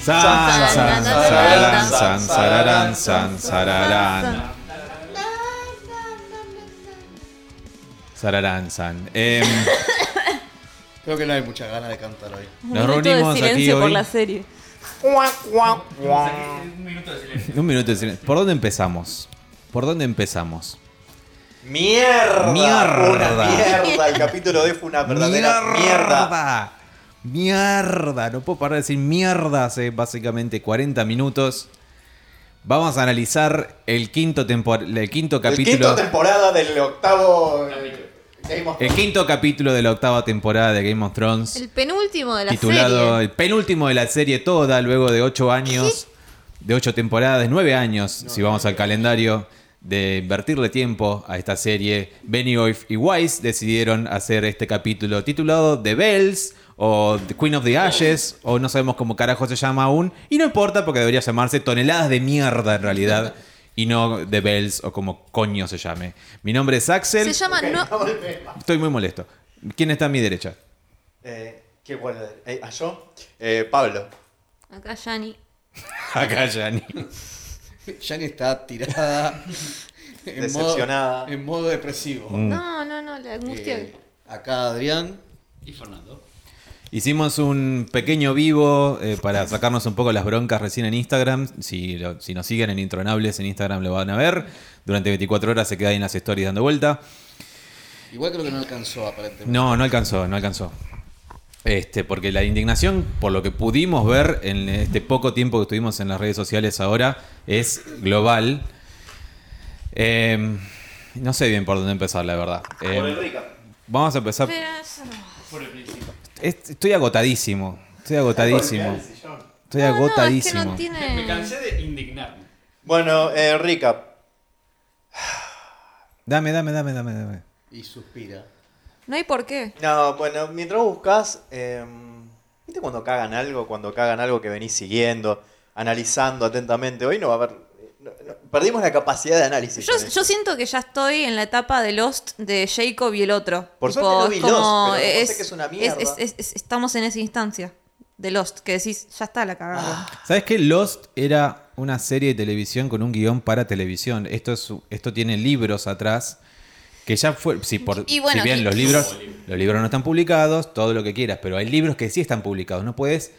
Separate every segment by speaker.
Speaker 1: San, san, sararán, san, sararán, san, sararán. Sararán, san. Em,
Speaker 2: Creo que no hay muchas ganas de cantar hoy.
Speaker 1: nos reunimos
Speaker 3: de
Speaker 1: aquí
Speaker 3: silencio por
Speaker 1: hoy.
Speaker 3: la serie.
Speaker 1: Un minuto de silencio. ¿Por dónde empezamos? ¿Por dónde empezamos?
Speaker 4: Mierda.
Speaker 1: Mierda.
Speaker 4: Una mierda. El capítulo de hoy fue una verdadera mierda.
Speaker 1: Mierda. Mierda. No puedo parar de decir mierda hace básicamente 40 minutos. Vamos a analizar el quinto, tempor- el quinto
Speaker 4: El
Speaker 1: capítulo.
Speaker 4: quinto temporada del octavo eh, Game of
Speaker 1: El quinto capítulo de la octava temporada de Game of Thrones,
Speaker 3: El penúltimo de la
Speaker 1: titulado
Speaker 3: serie.
Speaker 1: el penúltimo de la serie toda, luego de ocho años, de ocho temporadas, nueve años, si vamos al calendario, de invertirle tiempo a esta serie. Benioff y Weiss decidieron hacer este capítulo titulado The Bells o The Queen of the Ashes, o no sabemos cómo carajo se llama aún, y no importa porque debería llamarse Toneladas de Mierda en realidad. Y no The Bells o como coño se llame. Mi nombre es Axel.
Speaker 3: Se llama no,
Speaker 1: Estoy muy molesto. ¿Quién está a mi derecha?
Speaker 4: Eh, ¿Qué bueno? Eh, ¿A yo? Eh, Pablo.
Speaker 3: Acá Yani.
Speaker 1: Acá, Yanni.
Speaker 2: Yani está tirada. en modo-
Speaker 4: Decepcionada.
Speaker 2: en modo depresivo.
Speaker 3: Mm.
Speaker 1: Mm.
Speaker 3: No, no, no, la angustia.
Speaker 2: Eh, acá Adrián.
Speaker 1: Hicimos un pequeño vivo eh, para sacarnos un poco las broncas recién en Instagram. Si, lo- si nos siguen en Intronables en Instagram lo van a ver. Durante 24 horas se queda ahí en las stories dando vuelta.
Speaker 2: Igual creo que no alcanzó aparentemente.
Speaker 1: No, no alcanzó, no alcanzó. Este, porque la indignación, por lo que pudimos ver en este poco tiempo que estuvimos en las redes sociales ahora, es global. Em, no sé bien por dónde empezar, la verdad. Em, vamos a empezar.
Speaker 3: Pero eso no.
Speaker 1: Est- Estoy agotadísimo. Estoy agotadísimo. Estoy
Speaker 3: No, no, es que
Speaker 1: agotadísimo.
Speaker 3: no
Speaker 5: Me
Speaker 3: tiene.
Speaker 5: cansé de indignarme.
Speaker 4: Bueno, eh, recap.
Speaker 1: Dame, dame, dame, dame, dame.
Speaker 2: Y suspira.
Speaker 3: No hay por qué.
Speaker 4: No, bueno, mientras buscas, em, ¿viste cuando cagan algo? Cuando cagan algo que venís siguiendo, analizando atentamente. Hoy no va a haber. eh, no- no- perdimos la capacidad de análisis.
Speaker 3: Yo,
Speaker 4: con esto.
Speaker 3: yo siento que ya estoy en la etapa de Lost de Jacob y el otro.
Speaker 4: Por
Speaker 3: Tipo,
Speaker 4: suerte no vi
Speaker 3: es
Speaker 4: Lost,
Speaker 3: como
Speaker 4: pero me
Speaker 3: es,
Speaker 4: parece que es una
Speaker 3: es-
Speaker 4: mierda.
Speaker 3: es- es- es- estamos en esa instancia de Lost que decís, ya está la cagada.
Speaker 1: ¿Sabes que Lost era una serie de televisión con un guión para televisión? Esto, es, esto tiene libros atrás que ya fue. Si, por,
Speaker 3: Y bueno,
Speaker 1: si bien
Speaker 3: y-
Speaker 1: los libros, los libros no están publicados, todo lo que quieras, pero hay libros que sí están publicados. No puedes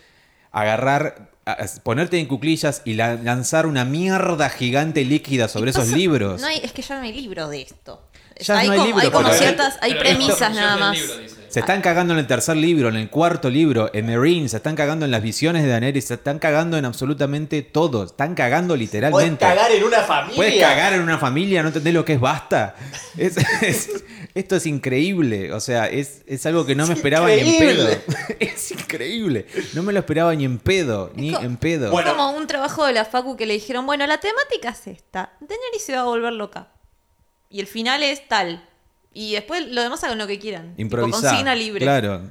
Speaker 1: agarrar, a- a- ponerte en cuclillas y la- lanzar una mierda gigante líquida sobre
Speaker 3: Y
Speaker 1: esos
Speaker 3: pasa-
Speaker 1: libros.
Speaker 3: No hay, es que ya no hay libro de esto.
Speaker 1: Ya
Speaker 3: hay
Speaker 1: no hay
Speaker 3: como,
Speaker 1: libro,
Speaker 3: hay como
Speaker 1: pero-
Speaker 3: ciertas, hay
Speaker 5: Pero
Speaker 3: premisas
Speaker 5: esto-
Speaker 3: nada
Speaker 5: yo
Speaker 3: más.
Speaker 5: del libro, dice.
Speaker 1: Se están cagando en el tercer libro, en el cuarto libro, en Marine, se están cagando en las visiones de Daenerys, se están cagando en absolutamente todo, están cagando
Speaker 4: Podés
Speaker 1: literalmente.
Speaker 4: cagar en una familia.
Speaker 1: Puedes cagar en una familia, no entendés lo que es basta. Es- es- esto es increíble, o sea, es, es algo que no me esperaba ni en
Speaker 4: increíble.
Speaker 1: pedo. Es increíble, no me lo esperaba ni en pedo, ni
Speaker 3: co-
Speaker 1: en pedo.
Speaker 4: Bueno.
Speaker 3: Es como un trabajo de la Facu que le dijeron, bueno, la temática es esta. Daenerys se va a volver loca. Y el final es tal. Y después lo demás hagan lo que quieran. Tipo,
Speaker 1: Improvisar.
Speaker 3: consigna libre.
Speaker 1: Claro.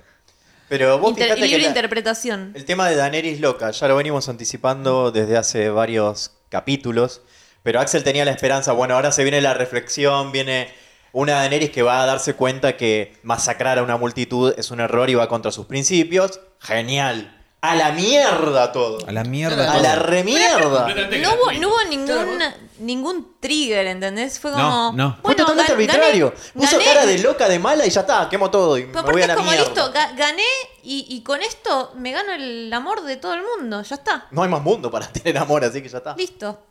Speaker 4: Pero vos
Speaker 3: Inter-
Speaker 4: fijate que
Speaker 3: libre
Speaker 4: la-
Speaker 3: interpretación.
Speaker 4: El tema de Daenerys loca, ya lo venimos anticipando desde hace varios capítulos, pero Axel tenía la esperanza, bueno, ahora se viene la reflexión, viene una Daenerys que va a darse cuenta que masacrar a una multitud es un error y va contra sus principios. Genial. A la mierda todo.
Speaker 1: A la mierda.
Speaker 4: A la
Speaker 1: todo.
Speaker 4: remierda.
Speaker 5: Completamente
Speaker 3: No hubo,
Speaker 5: gratuito.
Speaker 3: no hubo ningún, ningún trigger, ¿entendés? Fue como.
Speaker 1: No, no.
Speaker 3: bueno,
Speaker 4: Fue totalmente
Speaker 3: gan-
Speaker 4: arbitrario.
Speaker 3: gané-
Speaker 4: Puso
Speaker 3: gané.
Speaker 4: cara de loca, de mala y ya está, quemo todo y me
Speaker 3: Pero aparte
Speaker 4: voy a la
Speaker 3: es como,
Speaker 4: mierda.
Speaker 3: listo, ga- gané y, y con esto me gano el amor de todo el mundo. Ya está.
Speaker 4: No hay más mundo para tener amor, así que ya está.
Speaker 3: Listo.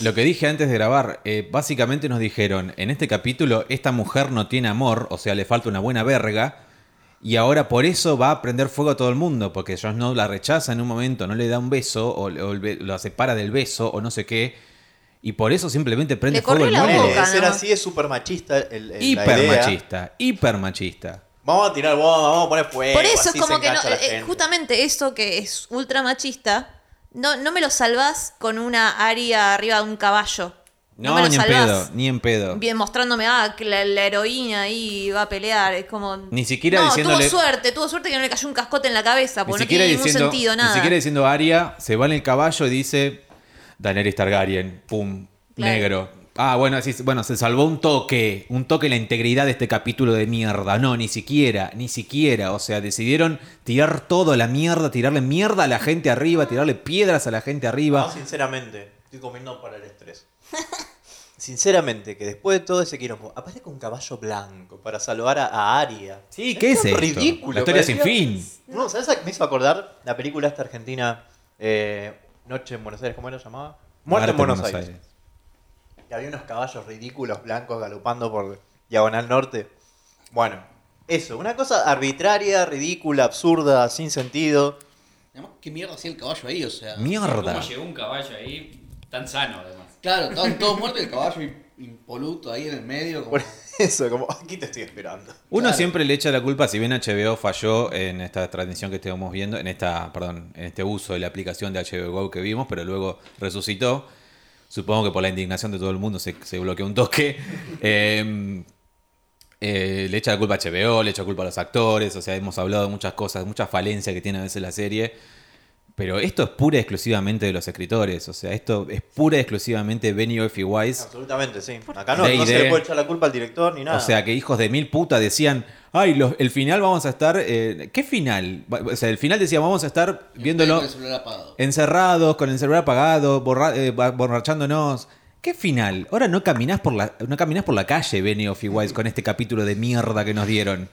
Speaker 1: Lo que dije antes de grabar, eh, básicamente nos dijeron, en este capítulo esta mujer no tiene amor, o sea, le falta una buena verga, y ahora por eso va a prender fuego a todo el mundo, porque Jon Snow la rechaza en un momento, no le da un beso, o, o el be- la separa del beso, o no sé qué, y por eso simplemente prende
Speaker 3: Le corrió
Speaker 1: fuego el
Speaker 3: la
Speaker 1: mundo.
Speaker 4: Ponele,
Speaker 3: boca,
Speaker 4: ser
Speaker 3: ¿no?
Speaker 4: así es súper machista. El, el- la
Speaker 1: Hiper
Speaker 4: idea.
Speaker 1: machista, hiper machista.
Speaker 4: Vamos a tirar bomba, vamos a poner fuego.
Speaker 3: Por eso
Speaker 4: así
Speaker 3: es como
Speaker 4: se
Speaker 3: que no.
Speaker 4: engancha la
Speaker 3: eh,
Speaker 4: gente.
Speaker 3: justamente eso que es ultra machista, no, no me lo salvás con una área arriba de un caballo.
Speaker 1: No,
Speaker 3: me lo
Speaker 1: ni en
Speaker 3: salvás.
Speaker 1: pedo, ni en pedo.
Speaker 3: Bien, mostrándome, ah, que la, la heroína ahí va a pelear. Es como.
Speaker 1: Ni siquiera
Speaker 3: no,
Speaker 1: diciéndole-
Speaker 3: Tuvo suerte, tuvo suerte que no le cayó un cascote en la cabeza,
Speaker 1: Ni
Speaker 3: porque Ah, pues no
Speaker 1: siquiera,
Speaker 3: tiene ningún
Speaker 1: diciendo,
Speaker 3: sentido,
Speaker 1: ni
Speaker 3: nada.
Speaker 1: siquiera diciendo Aria, se va en el caballo y dice Daenerys Targaryen, pum,
Speaker 3: Claro.
Speaker 1: negro. Ah, bueno, sí, bueno, se salvó un toque, un toque la integridad de este capítulo de mierda. No, ni siquiera, ni siquiera. O sea, decidieron tirar todo a la mierda, tirarle mierda a la gente arriba, tirarle piedras a la gente
Speaker 4: No,
Speaker 1: arriba.
Speaker 4: sinceramente, estoy comiendo para el estrés. Sinceramente, que después de todo ese quilombo, aparezca un caballo blanco para salvar a, a Aria.
Speaker 1: Sí, ¿qué es
Speaker 4: tan
Speaker 1: esto?
Speaker 4: ridículo,
Speaker 1: La historia sin
Speaker 4: parecía-
Speaker 1: fin.
Speaker 4: No, ¿sabes a qué me hizo acordar? La película esta argentina, eh, Noche en Buenos Aires, ¿cómo era llamada? Muerte en Buenos, Aires. Que había unos caballos ridículos blancos galopando por Diagonal Norte. Bueno, eso, una cosa arbitraria, ridícula, absurda, sin sentido.
Speaker 2: Además, ¿qué mierda hacía el caballo ahí? O sea.
Speaker 1: Mierda.
Speaker 5: ¿Cómo llegó un caballo ahí tan sano, además?
Speaker 2: Claro, estaban todos muertos y el caballo im- impoluto ahí en el medio. Como...
Speaker 4: Por eso, como, aquí te estoy esperando.
Speaker 1: Uno
Speaker 2: Claro.
Speaker 1: siempre le echa la culpa, si bien HBO falló en esta transmisión que estamos viendo, en esta, perdón, en este uso de la aplicación de HBO Go que vimos, pero luego resucitó. Supongo que por la indignación de todo el mundo se, se bloqueó un toque. Eh, eh, le echa la culpa a HBO, le echa la culpa a los actores, o sea, hemos hablado de muchas cosas, muchas falencias que tiene a veces la serie. Pero esto es pura y exclusivamente de los escritores, o sea, esto es pura y exclusivamente Benioff y Wise.
Speaker 4: Absolutamente, sí. Acá no,
Speaker 1: D&D.
Speaker 4: no se le puede echar la culpa al director ni nada.
Speaker 1: O sea, que hijos de mil puta decían, ay, los- el final vamos a estar... eh, ¿Qué final? Va- O sea, el final decía, vamos a estar viéndolo
Speaker 2: Con el celular apagado.
Speaker 4: Eh,
Speaker 1: encerrados, con el celular apagado, borra- eh, ba- borrachándonos. ¿Qué final? Ahora no caminás por la, no caminás por la calle, Benioff y Wise, con este capítulo de mierda que nos dieron.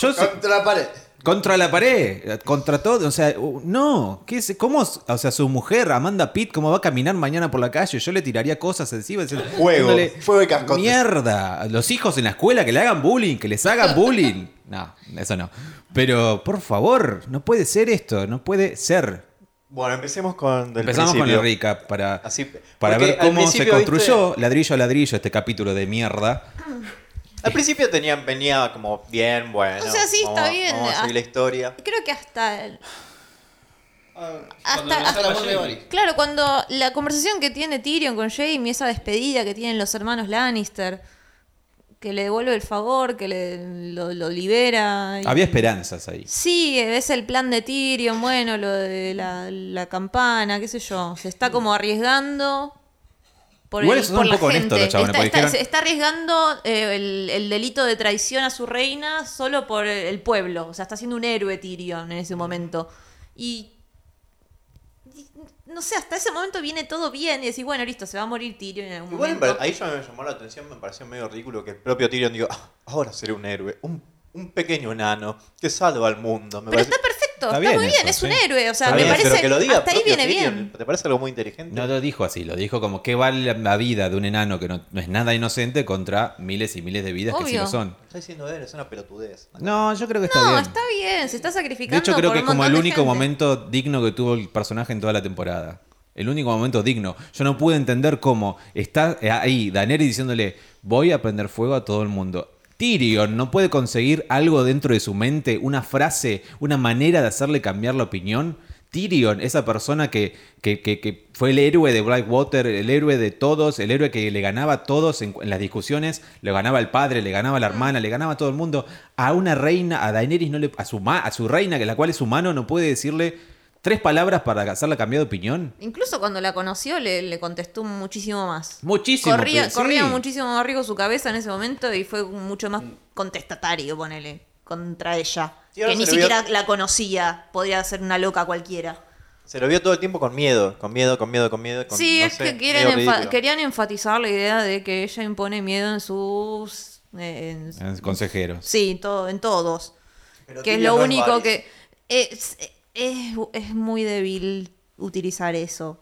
Speaker 1: Yo sé-
Speaker 2: Contra la pared.
Speaker 1: contra la pared, contra todo, o sea, u- no, ¿qué es? ¿Cómo? es? O sea, su mujer, Amanda Pitt, ¿cómo va a caminar mañana por la calle? Yo le tiraría cosas encima. decir,
Speaker 4: Fuego,
Speaker 1: dándole-
Speaker 4: fuego y cascotes.
Speaker 1: Mierda, los hijos en la escuela que le hagan bullying, que les hagan bullying. No, eso no. Pero, por favor, no puede ser esto, no puede ser.
Speaker 4: Bueno, empecemos con del
Speaker 1: Empezamos
Speaker 4: principio.
Speaker 1: con el recap para,
Speaker 4: Así-
Speaker 1: para
Speaker 4: porque
Speaker 1: ver
Speaker 4: al
Speaker 1: cómo se
Speaker 4: principio,
Speaker 1: construyó ladrillo a ladrillo este capítulo de mierda.
Speaker 4: Al principio tenía, venía como bien, bueno.
Speaker 3: O sea, sí, está
Speaker 4: vamos-
Speaker 3: bien.
Speaker 4: Vamos a seguir la historia.
Speaker 3: Creo que hasta el-
Speaker 5: Cuando
Speaker 3: Hasta-
Speaker 5: lo
Speaker 2: Hasta la
Speaker 5: salva
Speaker 2: muerte de
Speaker 5: Jamie.
Speaker 2: Varys.
Speaker 3: Claro, cuando la conversación que tiene Tyrion con Jaime, esa despedida que tienen los hermanos Lannister, que le devuelve el favor, que le, lo, lo libera. y-
Speaker 1: Había esperanzas ahí.
Speaker 3: Sí, es el plan de Tyrion, bueno, lo de la, la campana, qué sé yo. Se está como arriesgando. Por
Speaker 1: Igual
Speaker 3: el,
Speaker 1: son
Speaker 3: por
Speaker 1: un
Speaker 3: la
Speaker 1: poco
Speaker 3: gente.
Speaker 1: honestos los chabones,
Speaker 3: está,
Speaker 1: porque
Speaker 3: está-
Speaker 1: dijeron-
Speaker 3: se está arriesgando eh, el, el delito de traición a su reina solo por el pueblo. O sea, está siendo un héroe Tyrion en ese momento. Y. y No sé, hasta ese momento viene todo bien y decís, bueno, listo, se va a morir Tyrion en algún
Speaker 4: Igual en
Speaker 3: momento.
Speaker 4: ver- ahí yo me llamó la atención, me pareció medio ridículo que el propio Tyrion diga, "Ah, ahora seré un héroe, un, un pequeño nano que salva al mundo. Me
Speaker 3: Pero
Speaker 4: pareció-
Speaker 3: está perfecto,
Speaker 1: Está
Speaker 3: está,
Speaker 1: bien
Speaker 3: muy bien,
Speaker 1: eso,
Speaker 3: es un
Speaker 1: sí.
Speaker 3: héroe. O sea,
Speaker 4: Está
Speaker 3: me
Speaker 4: bien,
Speaker 3: parece.
Speaker 4: pero que lo diga
Speaker 3: hasta ahí
Speaker 4: propio
Speaker 3: viene
Speaker 4: Tyrion,
Speaker 3: bien.
Speaker 4: ¿Te parece algo muy inteligente?
Speaker 1: No lo dijo así, lo dijo como que vale la- la vida de un enano que no, no es nada inocente contra miles y miles de vidas que sí
Speaker 3: Obvio.
Speaker 1: lo son.
Speaker 4: Está diciendo héroe, es una pelotudez.
Speaker 1: No, yo creo que está
Speaker 3: No,
Speaker 1: bien.
Speaker 3: está bien, se está sacrificando.
Speaker 1: de hecho, creo
Speaker 3: por
Speaker 1: que
Speaker 3: un
Speaker 1: es como
Speaker 3: montón
Speaker 1: el
Speaker 3: de
Speaker 1: único
Speaker 3: gente.
Speaker 1: momento digno que tuvo el personaje en toda la temporada. El único momento digno. Yo no pude entender cómo está ahí Daneri diciéndole, voy a prender fuego a todo el mundo. Tyrion no puede conseguir algo dentro de su mente, una frase, una manera de hacerle cambiar la opinión. Tyrion, esa persona que, que- que- que fue el héroe de Blackwater, el héroe de todos, el héroe que le ganaba a todos en, en las discusiones, le ganaba al padre, le ganaba a la hermana, le ganaba a todo el mundo. A una reina, a Daenerys, no le, a, su ma- a su reina, que la cual es humano, no puede decirle tres palabras para hacerla cambiar de opinión.
Speaker 3: Incluso cuando la conoció le, le contestó muchísimo más.
Speaker 1: Muchísimo,
Speaker 3: Corría,
Speaker 1: pero-
Speaker 3: corría
Speaker 1: sí.
Speaker 3: muchísimo más rico su cabeza en ese momento y fue mucho más contestatario, ponele, contra ella.
Speaker 4: Sí, ahora
Speaker 3: que ni
Speaker 4: se le vio-
Speaker 3: siquiera la conocía. Podría ser una loca cualquiera.
Speaker 4: Se lo vio todo el tiempo con miedo, con miedo, con miedo, con miedo. Con,
Speaker 3: sí,
Speaker 4: no
Speaker 3: es
Speaker 4: sé,
Speaker 3: que quieren
Speaker 4: medio
Speaker 3: enfa-
Speaker 4: ridículo.
Speaker 3: querían enfatizar la idea de que ella impone miedo en sus... eh, en-
Speaker 1: Eh, Consejeros.
Speaker 3: sí, en todo, en todos.
Speaker 4: Pero
Speaker 3: que es
Speaker 4: Tyrion
Speaker 3: lo
Speaker 4: no
Speaker 3: único
Speaker 4: Varys.
Speaker 3: que... Es, es, es muy débil utilizar eso.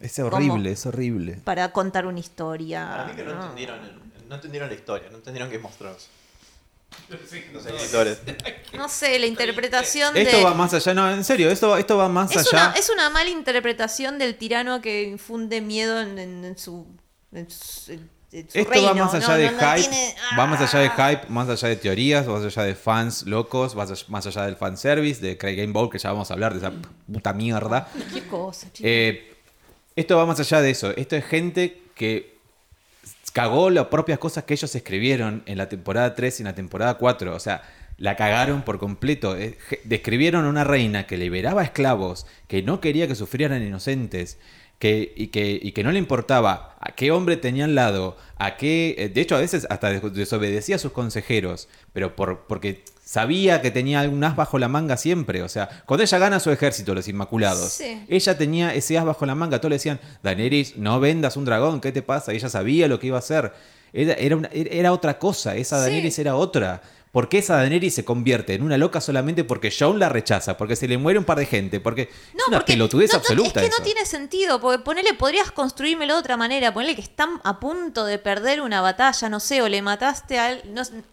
Speaker 1: Es
Speaker 3: horrible,
Speaker 1: horrible,
Speaker 3: ¿Cómo?
Speaker 1: es horrible.
Speaker 3: para contar una historia.
Speaker 4: Para mí que no,
Speaker 3: ¿no?
Speaker 4: Entendieron, el- no entendieron la historia, no entendieron Game of Thrones. Los escritores.
Speaker 3: No sé, la interpretación de.
Speaker 1: Esto va más allá, no, en serio, esto, esto va más
Speaker 3: es,
Speaker 1: allá.
Speaker 3: Una, es una mala interpretación del tirano que infunde miedo en, en- en su. en su- en su
Speaker 1: Esto
Speaker 3: reino,
Speaker 1: va más allá
Speaker 3: ¿no?
Speaker 1: de
Speaker 3: No- no
Speaker 1: hype,
Speaker 3: tiene-
Speaker 1: va más allá de
Speaker 3: ¡Ah!
Speaker 1: hype, más allá de teorías, más allá de fans locos, más allá, más allá del fanservice, de Craig Game Bowl, que ya vamos a hablar de esa puta mierda.
Speaker 3: Qué cosa, chicos.
Speaker 1: Eh, esto va más allá de eso. Esto es gente que cagó las propias cosas que ellos escribieron en la temporada 3 y en la temporada 4. O sea, la cagaron por completo. Eh, je- Describieron a una reina que liberaba esclavos, que no quería que sufrieran inocentes, que, y, que, y que no le importaba a qué hombre tenía al lado, a qué... eh, De hecho, a veces hasta des- desobedecía a sus consejeros, pero por, porque sabía que tenía algún as bajo la manga siempre. O sea, cuando ella gana su ejército, los Inmaculados,
Speaker 3: Sí.
Speaker 1: ella tenía ese as bajo la manga. Todos le decían, Daenerys, no vendas un dragón, ¿qué te pasa? Y ella sabía lo que iba a hacer. Era, era, una- era otra cosa, esa
Speaker 3: Sí.
Speaker 1: Daenerys era otra. ¿Por qué esa Daenerys se convierte en una loca solamente porque Jon la rechaza? Porque se le muere un par de gente, porque
Speaker 3: No,
Speaker 1: es una
Speaker 3: porque
Speaker 1: pelotudez
Speaker 3: no, no,
Speaker 1: absoluta.
Speaker 3: Es que
Speaker 1: eso.
Speaker 3: no tiene sentido, porque ponele, podrías construírmelo de otra manera, ponele que están a punto de perder una batalla, no sé, o le mataste al... No, sé.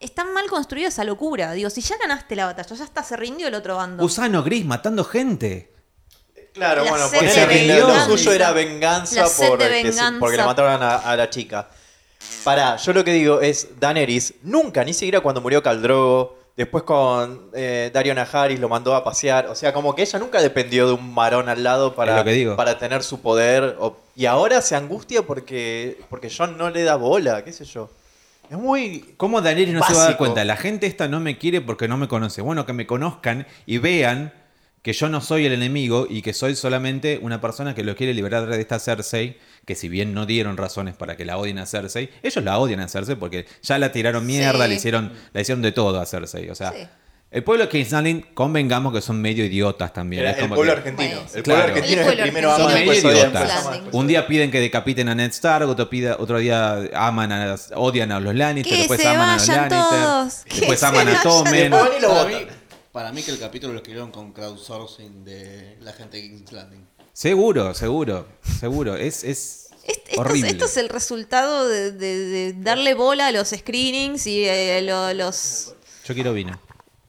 Speaker 3: están mal construida esa locura. Digo, si ya ganaste la batalla, ya está, se rindió el otro bando.
Speaker 1: Gusano gris matando gente.
Speaker 4: Claro,
Speaker 3: La
Speaker 4: bueno,
Speaker 3: sed
Speaker 4: ponele
Speaker 1: de
Speaker 4: que lo
Speaker 1: venganza.
Speaker 4: suyo era venganza,
Speaker 3: La sed de
Speaker 4: porque, sí,
Speaker 3: venganza.
Speaker 4: porque le mataron a, a la chica. Pará, yo lo que digo es, Daenerys nunca, ni siquiera cuando murió Caldrogo, después con eh, Dario Najaris lo mandó a pasear, o sea, como que ella nunca dependió de un varón al lado
Speaker 1: Es
Speaker 4: para,
Speaker 1: lo que digo.
Speaker 4: para tener su poder, o- y ahora se angustia porque, porque John no le da bola, qué sé yo. Es muy...
Speaker 1: ¿Cómo Daenerys no se va a dar
Speaker 4: Básico.
Speaker 1: cuenta? La gente esta no me quiere porque no me conoce. Bueno, que me conozcan y vean que yo no soy el enemigo y que soy solamente una persona que lo quiere liberar de esta Cersei, que si bien no dieron razones para que la odien a Cersei, ellos la odian a Cersei porque ya la tiraron mierda,
Speaker 3: Sí.
Speaker 1: le hicieron la hicieron de todo a Cersei. O sea,
Speaker 3: Sí.
Speaker 1: el pueblo de Kingsland, convengamos que son medio idiotas también.
Speaker 4: Era
Speaker 1: Es
Speaker 4: el
Speaker 1: como
Speaker 4: pueblo
Speaker 1: que-
Speaker 4: argentino.
Speaker 3: Bueno,
Speaker 4: el
Speaker 1: claro.
Speaker 4: pueblo argentino
Speaker 3: El
Speaker 4: es el
Speaker 3: pueblo
Speaker 4: primero
Speaker 3: argentino.
Speaker 4: ama,
Speaker 1: Son
Speaker 4: después
Speaker 1: medio
Speaker 4: odia,
Speaker 1: idiotas.
Speaker 4: después ama, después
Speaker 1: Un día piden que decapiten a Ned Stark, otro, pida- otro día aman a las- odian a los Lannister,
Speaker 3: Que
Speaker 1: después
Speaker 3: se
Speaker 1: aman a los
Speaker 3: vayan
Speaker 1: Lannister,
Speaker 3: todos, que
Speaker 1: después
Speaker 3: se
Speaker 1: aman a
Speaker 3: vayan
Speaker 1: Tommen.
Speaker 4: todos. Ni lo
Speaker 2: Para mí,
Speaker 4: votan.
Speaker 2: para mí que el capítulo lo escribieron con crowdsourcing de la gente de King's Landing.
Speaker 1: Seguro, seguro, seguro. Es, es
Speaker 3: Est- esto, es,
Speaker 1: horrible.
Speaker 3: esto es el resultado de, de- de darle bola a los screenings y eh, lo- los,
Speaker 1: Yo quiero vino.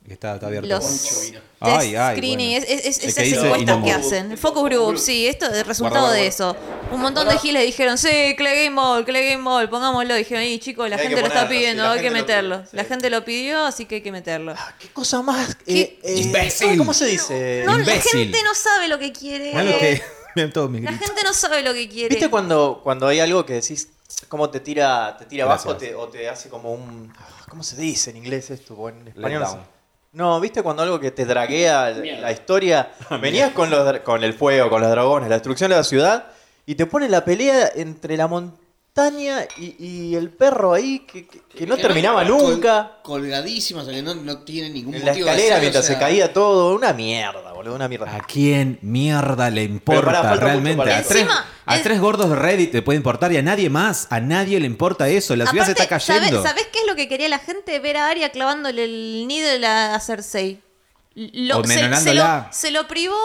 Speaker 1: que Está, está abierto.
Speaker 3: los
Speaker 2: Mucho vino.
Speaker 3: test
Speaker 1: Ay, ay,
Speaker 3: screening.
Speaker 1: bueno.
Speaker 3: Es, es- es-
Speaker 1: El
Speaker 3: esas
Speaker 1: que dice
Speaker 3: encuestas
Speaker 1: Inamo.
Speaker 3: que hacen. El focus group, sí, esto es el resultado
Speaker 1: Guarda,
Speaker 3: de
Speaker 1: guarda.
Speaker 3: eso. Un montón de giles dijeron, sí, Clay Game Ball, Clay Game Ball, pongámoslo. Dijeron, y chicos, la
Speaker 4: Hay que
Speaker 3: gente lo está
Speaker 4: ponerlo, sí,
Speaker 3: pidiendo,
Speaker 4: la
Speaker 3: hay que
Speaker 4: gente lo pide,
Speaker 3: meterlo. La
Speaker 4: sí.
Speaker 3: gente lo pidió, así que hay que meterlo.
Speaker 4: ¿Qué cosa más?
Speaker 3: ¿Qué?
Speaker 4: Eh, eh,
Speaker 1: Imbécil.
Speaker 4: ¿Cómo se dice?
Speaker 3: No, la
Speaker 1: imbécil.
Speaker 3: gente no sabe lo que quiere.
Speaker 1: Mirá lo que- mirá todos mis
Speaker 3: La
Speaker 1: gritos.
Speaker 3: gente no sabe lo que quiere.
Speaker 4: ¿Viste cuando, cuando hay algo que decís, cómo te tira, te tira abajo
Speaker 1: Gracias.
Speaker 4: te- o te hace como un. ah, ¿Cómo se dice en inglés esto? O en español.
Speaker 1: Letdown.
Speaker 4: No, ¿viste cuando algo que te draguea la- la historia?
Speaker 1: Ah,
Speaker 4: Venías con, los, dra- con el fuego, con los dragones, la destrucción de la ciudad, y te pone la pelea entre la montaña y, y el perro ahí que, que- que no
Speaker 2: Que
Speaker 4: terminaba
Speaker 2: col-
Speaker 4: nunca.
Speaker 2: colgadísima, o sea que no, no tiene ningún
Speaker 4: En la
Speaker 2: motivo. de
Speaker 4: escalera
Speaker 2: ser,
Speaker 4: mientras
Speaker 2: o sea,
Speaker 4: se caía todo. Una mierda, boludo, una mierda.
Speaker 1: ¿A quién mierda le importa
Speaker 4: pará, falta mucho
Speaker 1: realmente?
Speaker 4: para
Speaker 1: A
Speaker 4: eso.
Speaker 1: tres,
Speaker 3: Encima,
Speaker 1: a
Speaker 3: es-
Speaker 1: tres gordos de Reddit te puede importar y a nadie más. A nadie le importa eso. La ciudad se está
Speaker 3: Aparte, ¿sabe-
Speaker 1: cayendo.
Speaker 3: ¿Sabés qué es lo que quería la gente? Ver a Aria clavándole el nido de la- a Cersei. Lo,
Speaker 1: O
Speaker 3: se- se, lo,
Speaker 1: envenenándola.
Speaker 3: se lo privó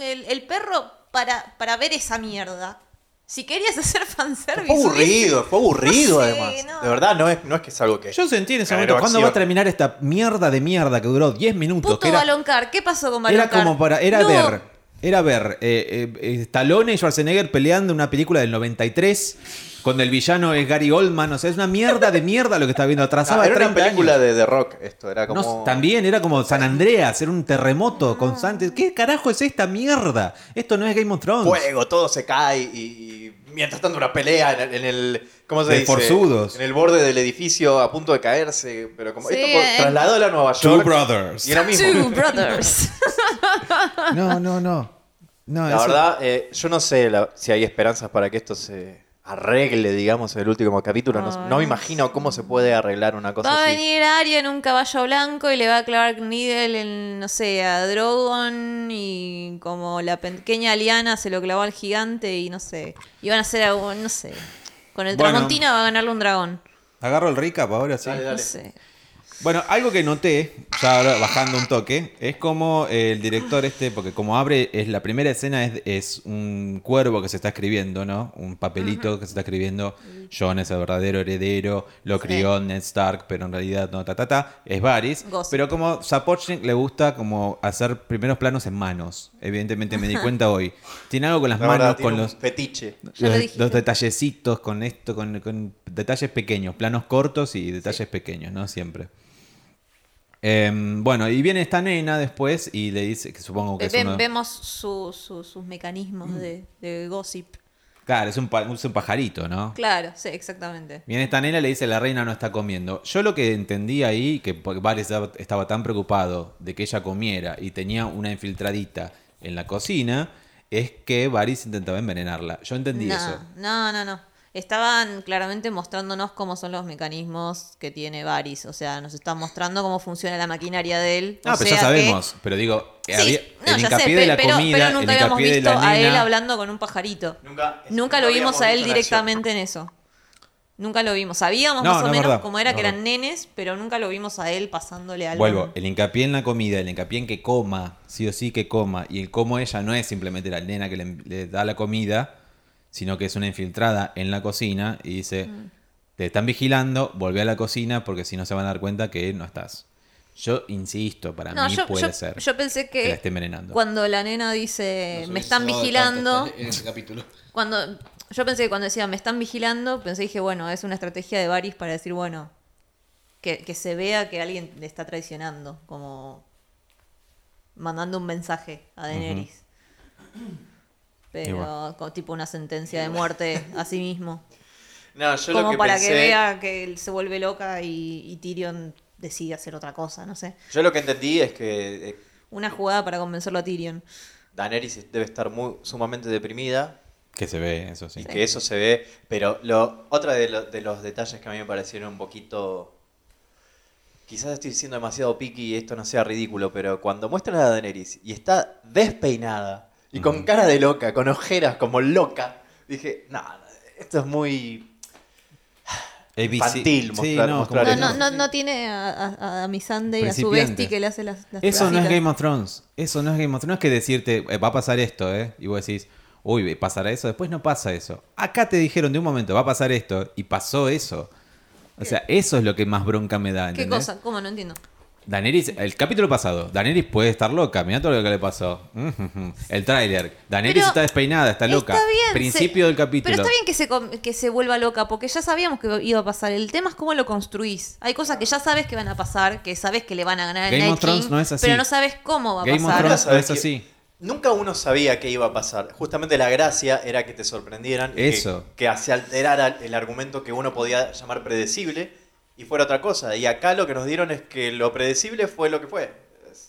Speaker 3: el, el perro para, para ver esa mierda. Si querías hacer fanservice.
Speaker 4: Fue aburrido, fue aburrido
Speaker 3: No sé,
Speaker 4: además.
Speaker 3: Ah, no.
Speaker 4: De verdad, no es, no es que es algo que.
Speaker 1: Eh, Yo sentí en ese
Speaker 4: Generó
Speaker 1: momento, ¿cuándo va a
Speaker 4: acción.
Speaker 1: terminar esta mierda de mierda que duró 10 minutos?
Speaker 3: Puto
Speaker 1: que era-
Speaker 3: Baloncar. ¿Qué pasó con
Speaker 1: Era
Speaker 3: Baloncar?
Speaker 1: como para. Era
Speaker 3: No,
Speaker 1: ver. Era ver. Eh, eh, eh, Stallone y Schwarzenegger peleando en una película del 93. Cuando el villano es Gary Oldman. O sea, es una mierda de mierda lo que está viendo. Atrasaba
Speaker 4: Ah, era una
Speaker 1: 30
Speaker 4: película
Speaker 1: años.
Speaker 4: de, de rock esto, era
Speaker 1: No,
Speaker 4: como.
Speaker 1: también era como San Andreas, era un terremoto constante. ¿Qué carajo es esta mierda? Esto no es Game of Thrones.
Speaker 4: Fuego, todo se cae y, y mientras tanto una pelea en, el- en el. ¿Cómo se
Speaker 1: De
Speaker 4: dice?
Speaker 1: forzudos.
Speaker 4: En el borde del edificio a punto de caerse. Pero como.
Speaker 3: Sí,
Speaker 4: esto por-
Speaker 3: en-
Speaker 4: trasladó a la Nueva
Speaker 1: Two
Speaker 4: York.
Speaker 1: brothers.
Speaker 4: Y era
Speaker 3: Two
Speaker 4: mismo.
Speaker 3: Brothers.
Speaker 1: No, no, no. No,
Speaker 4: La
Speaker 1: eso-
Speaker 4: verdad, eh, yo no sé la- si hay esperanzas para que esto se arregle, digamos, en el último capítulo. No,
Speaker 3: Ay,
Speaker 4: no me imagino cómo se puede arreglar una cosa
Speaker 3: Va a
Speaker 4: así.
Speaker 3: venir Arya en un caballo blanco y le va a clavar Needle en, no sé, a Drogon y como la pequeña Liana se lo clavó al gigante y no sé. Y van a hacer algo, no sé. Con el
Speaker 1: Bueno. Eh,
Speaker 3: Tramontina va a ganarle un dragón.
Speaker 1: Agarro el recap ahora sí.
Speaker 4: Dale,
Speaker 3: No
Speaker 4: dale.
Speaker 3: sé.
Speaker 1: Bueno, algo que noté, ya ahora bajando un toque, es como eh, el director este, porque como abre, es la primera escena es, es un cuervo que se está escribiendo, ¿no? Un papelito que se está escribiendo, John es el verdadero heredero, lo crió Ned Stark, pero en realidad no, ta, ta, ta, es Varys.
Speaker 3: Gossip.
Speaker 1: Pero como Sapochnik le gusta como hacer primeros planos en manos, evidentemente me di cuenta hoy. Tiene algo con las
Speaker 4: La verdad,
Speaker 1: manos,
Speaker 4: tiene
Speaker 1: con
Speaker 4: un
Speaker 1: los...
Speaker 4: fetiche.
Speaker 3: Ya lo
Speaker 1: Los,
Speaker 3: dijiste.
Speaker 1: los detallecitos con esto, con, con detalles pequeños, planos cortos y detalles pequeños, ¿no? Siempre. Em, bueno, y viene esta nena después y le dice, que supongo que es
Speaker 3: Ven-
Speaker 1: uno-
Speaker 3: Vemos su- su- sus mecanismos de, de gossip.
Speaker 1: Claro, es un, pa- es un pajarito, ¿no?
Speaker 3: Claro, sí, exactamente.
Speaker 1: Viene esta nena y le dice, la reina no está comiendo. Yo lo que entendí ahí, que por- Varys estaba- estaba tan preocupado de que ella comiera y tenía una infiltradita en la cocina, es que Varys intentaba envenenarla. Yo entendí
Speaker 3: no,
Speaker 1: eso.
Speaker 3: No, no, no. Estaban claramente mostrándonos cómo son los mecanismos que tiene Varys. O sea, nos están mostrando cómo funciona la maquinaria de él.
Speaker 1: Ah,
Speaker 3: O
Speaker 1: pero
Speaker 3: sea
Speaker 1: ya
Speaker 3: que-
Speaker 1: sabemos. Pero digo,
Speaker 3: Sí,
Speaker 1: había- el
Speaker 3: no, ya sé,
Speaker 1: hincapié
Speaker 3: pe-
Speaker 1: de la
Speaker 3: pero,
Speaker 1: comida,
Speaker 3: pero
Speaker 1: el
Speaker 3: nunca habíamos
Speaker 1: hincapié de
Speaker 3: visto
Speaker 1: la
Speaker 3: a él
Speaker 1: nena.
Speaker 3: hablando con un pajarito.
Speaker 4: Nunca,
Speaker 3: Nunca lo vimos a él
Speaker 4: habíamos visto en acción.
Speaker 3: directamente en eso. Nunca lo vimos. Sabíamos
Speaker 1: No,
Speaker 3: más
Speaker 1: no
Speaker 3: o
Speaker 1: es
Speaker 3: menos
Speaker 1: verdad,
Speaker 3: cómo era
Speaker 1: no
Speaker 3: que
Speaker 1: es
Speaker 3: eran nenes, pero nunca lo vimos a él pasándole algo.
Speaker 1: Vuelvo, el hincapié en la comida, el hincapié en que coma, sí o sí que coma, y el cómo ella no es simplemente la nena que le, le da la comida, sino que es una infiltrada en la cocina y dice,
Speaker 3: Mm.
Speaker 1: te están vigilando, volvé a la cocina porque si no se van a dar cuenta que no estás. Yo insisto, para
Speaker 3: No,
Speaker 1: mí
Speaker 3: yo,
Speaker 1: puede
Speaker 3: yo-
Speaker 1: ser
Speaker 3: yo pensé
Speaker 1: que la
Speaker 3: que
Speaker 1: esté envenenando.
Speaker 3: cuando la nena dice
Speaker 2: Nos
Speaker 3: Eh, me
Speaker 2: hubiese
Speaker 3: están
Speaker 2: salvado de
Speaker 3: vigilando,
Speaker 2: tanto estar En ese capítulo.
Speaker 3: cuando yo pensé que cuando decía me están vigilando, pensé dije, bueno, es una estrategia de Varys para decir, bueno, que, que se vea que alguien le está traicionando, como mandando un mensaje a Daenerys. Pero
Speaker 1: Igual.
Speaker 3: con tipo una sentencia de muerte a sí mismo.
Speaker 4: No, yo lo
Speaker 3: como
Speaker 4: que
Speaker 3: para
Speaker 4: pensé,
Speaker 3: que vea que él se vuelve loca y, y Tyrion decide hacer otra cosa, no sé.
Speaker 4: Yo lo que entendí es que eh,
Speaker 3: Una jugada para convencerlo a Tyrion.
Speaker 4: Daenerys debe estar muy, sumamente deprimida
Speaker 1: Que se ve, eso sí.
Speaker 4: y que eso se ve. Pero lo, otra de, lo- de los detalles que a mí me parecieron un poquito. Quizás estoy siendo demasiado piqui y esto no sea ridículo, pero cuando muestran a Daenerys y está despeinada y con
Speaker 1: Ujú.
Speaker 4: cara de loca, con ojeras como loca, dije, no, esto es muy.
Speaker 1: Es visi-
Speaker 4: infantil
Speaker 1: Sí,
Speaker 4: mostrar-
Speaker 1: no,
Speaker 4: mostrar
Speaker 1: como
Speaker 3: No,
Speaker 4: eso.
Speaker 1: que
Speaker 3: no, no, no tiene a, a, a Missandei, a su
Speaker 1: Principiante.
Speaker 3: bestie que le hace las, las
Speaker 1: Eso no es
Speaker 3: cositas.
Speaker 1: Game of Thrones. Eso no es Game of Thrones. No es que decirte, "Eh, va a pasar esto, ¿eh? Y vos decís, uy, pasará eso. Después no pasa eso. Acá te dijeron de un momento, va a pasar esto. Y pasó eso. O sea, eso es lo que más bronca me da.
Speaker 3: ¿Qué
Speaker 1: ¿entendés?
Speaker 3: cosa? ¿Cómo? No entiendo.
Speaker 1: Daenerys, el capítulo pasado, Daenerys puede estar loca. Mirá todo lo que le pasó. El tráiler. Daenerys
Speaker 3: Pero
Speaker 1: está despeinada, está loca.
Speaker 3: Está bien,
Speaker 1: Principio
Speaker 3: se-
Speaker 1: del capítulo.
Speaker 3: Pero está bien que se, com- que se vuelva loca, porque ya sabíamos que iba a pasar. El tema es cómo lo construís. Hay cosas que ya sabes que van a pasar, que sabes que le van a ganar el
Speaker 1: Game
Speaker 3: Night
Speaker 1: of Thrones
Speaker 3: King,
Speaker 1: no es así.
Speaker 3: pero no sabes cómo va a
Speaker 1: Game of
Speaker 3: pasar.
Speaker 1: Thrones
Speaker 4: Nunca sabés
Speaker 1: eso
Speaker 4: qué-
Speaker 1: sí.
Speaker 4: Nunca uno sabía qué iba a pasar. Justamente la gracia era que te sorprendieran. y que-
Speaker 1: Eso.
Speaker 4: Que, se alterara el argumento que uno podía llamar predecible y fuera otra cosa. Y acá lo que nos dieron es que lo predecible fue lo que fue.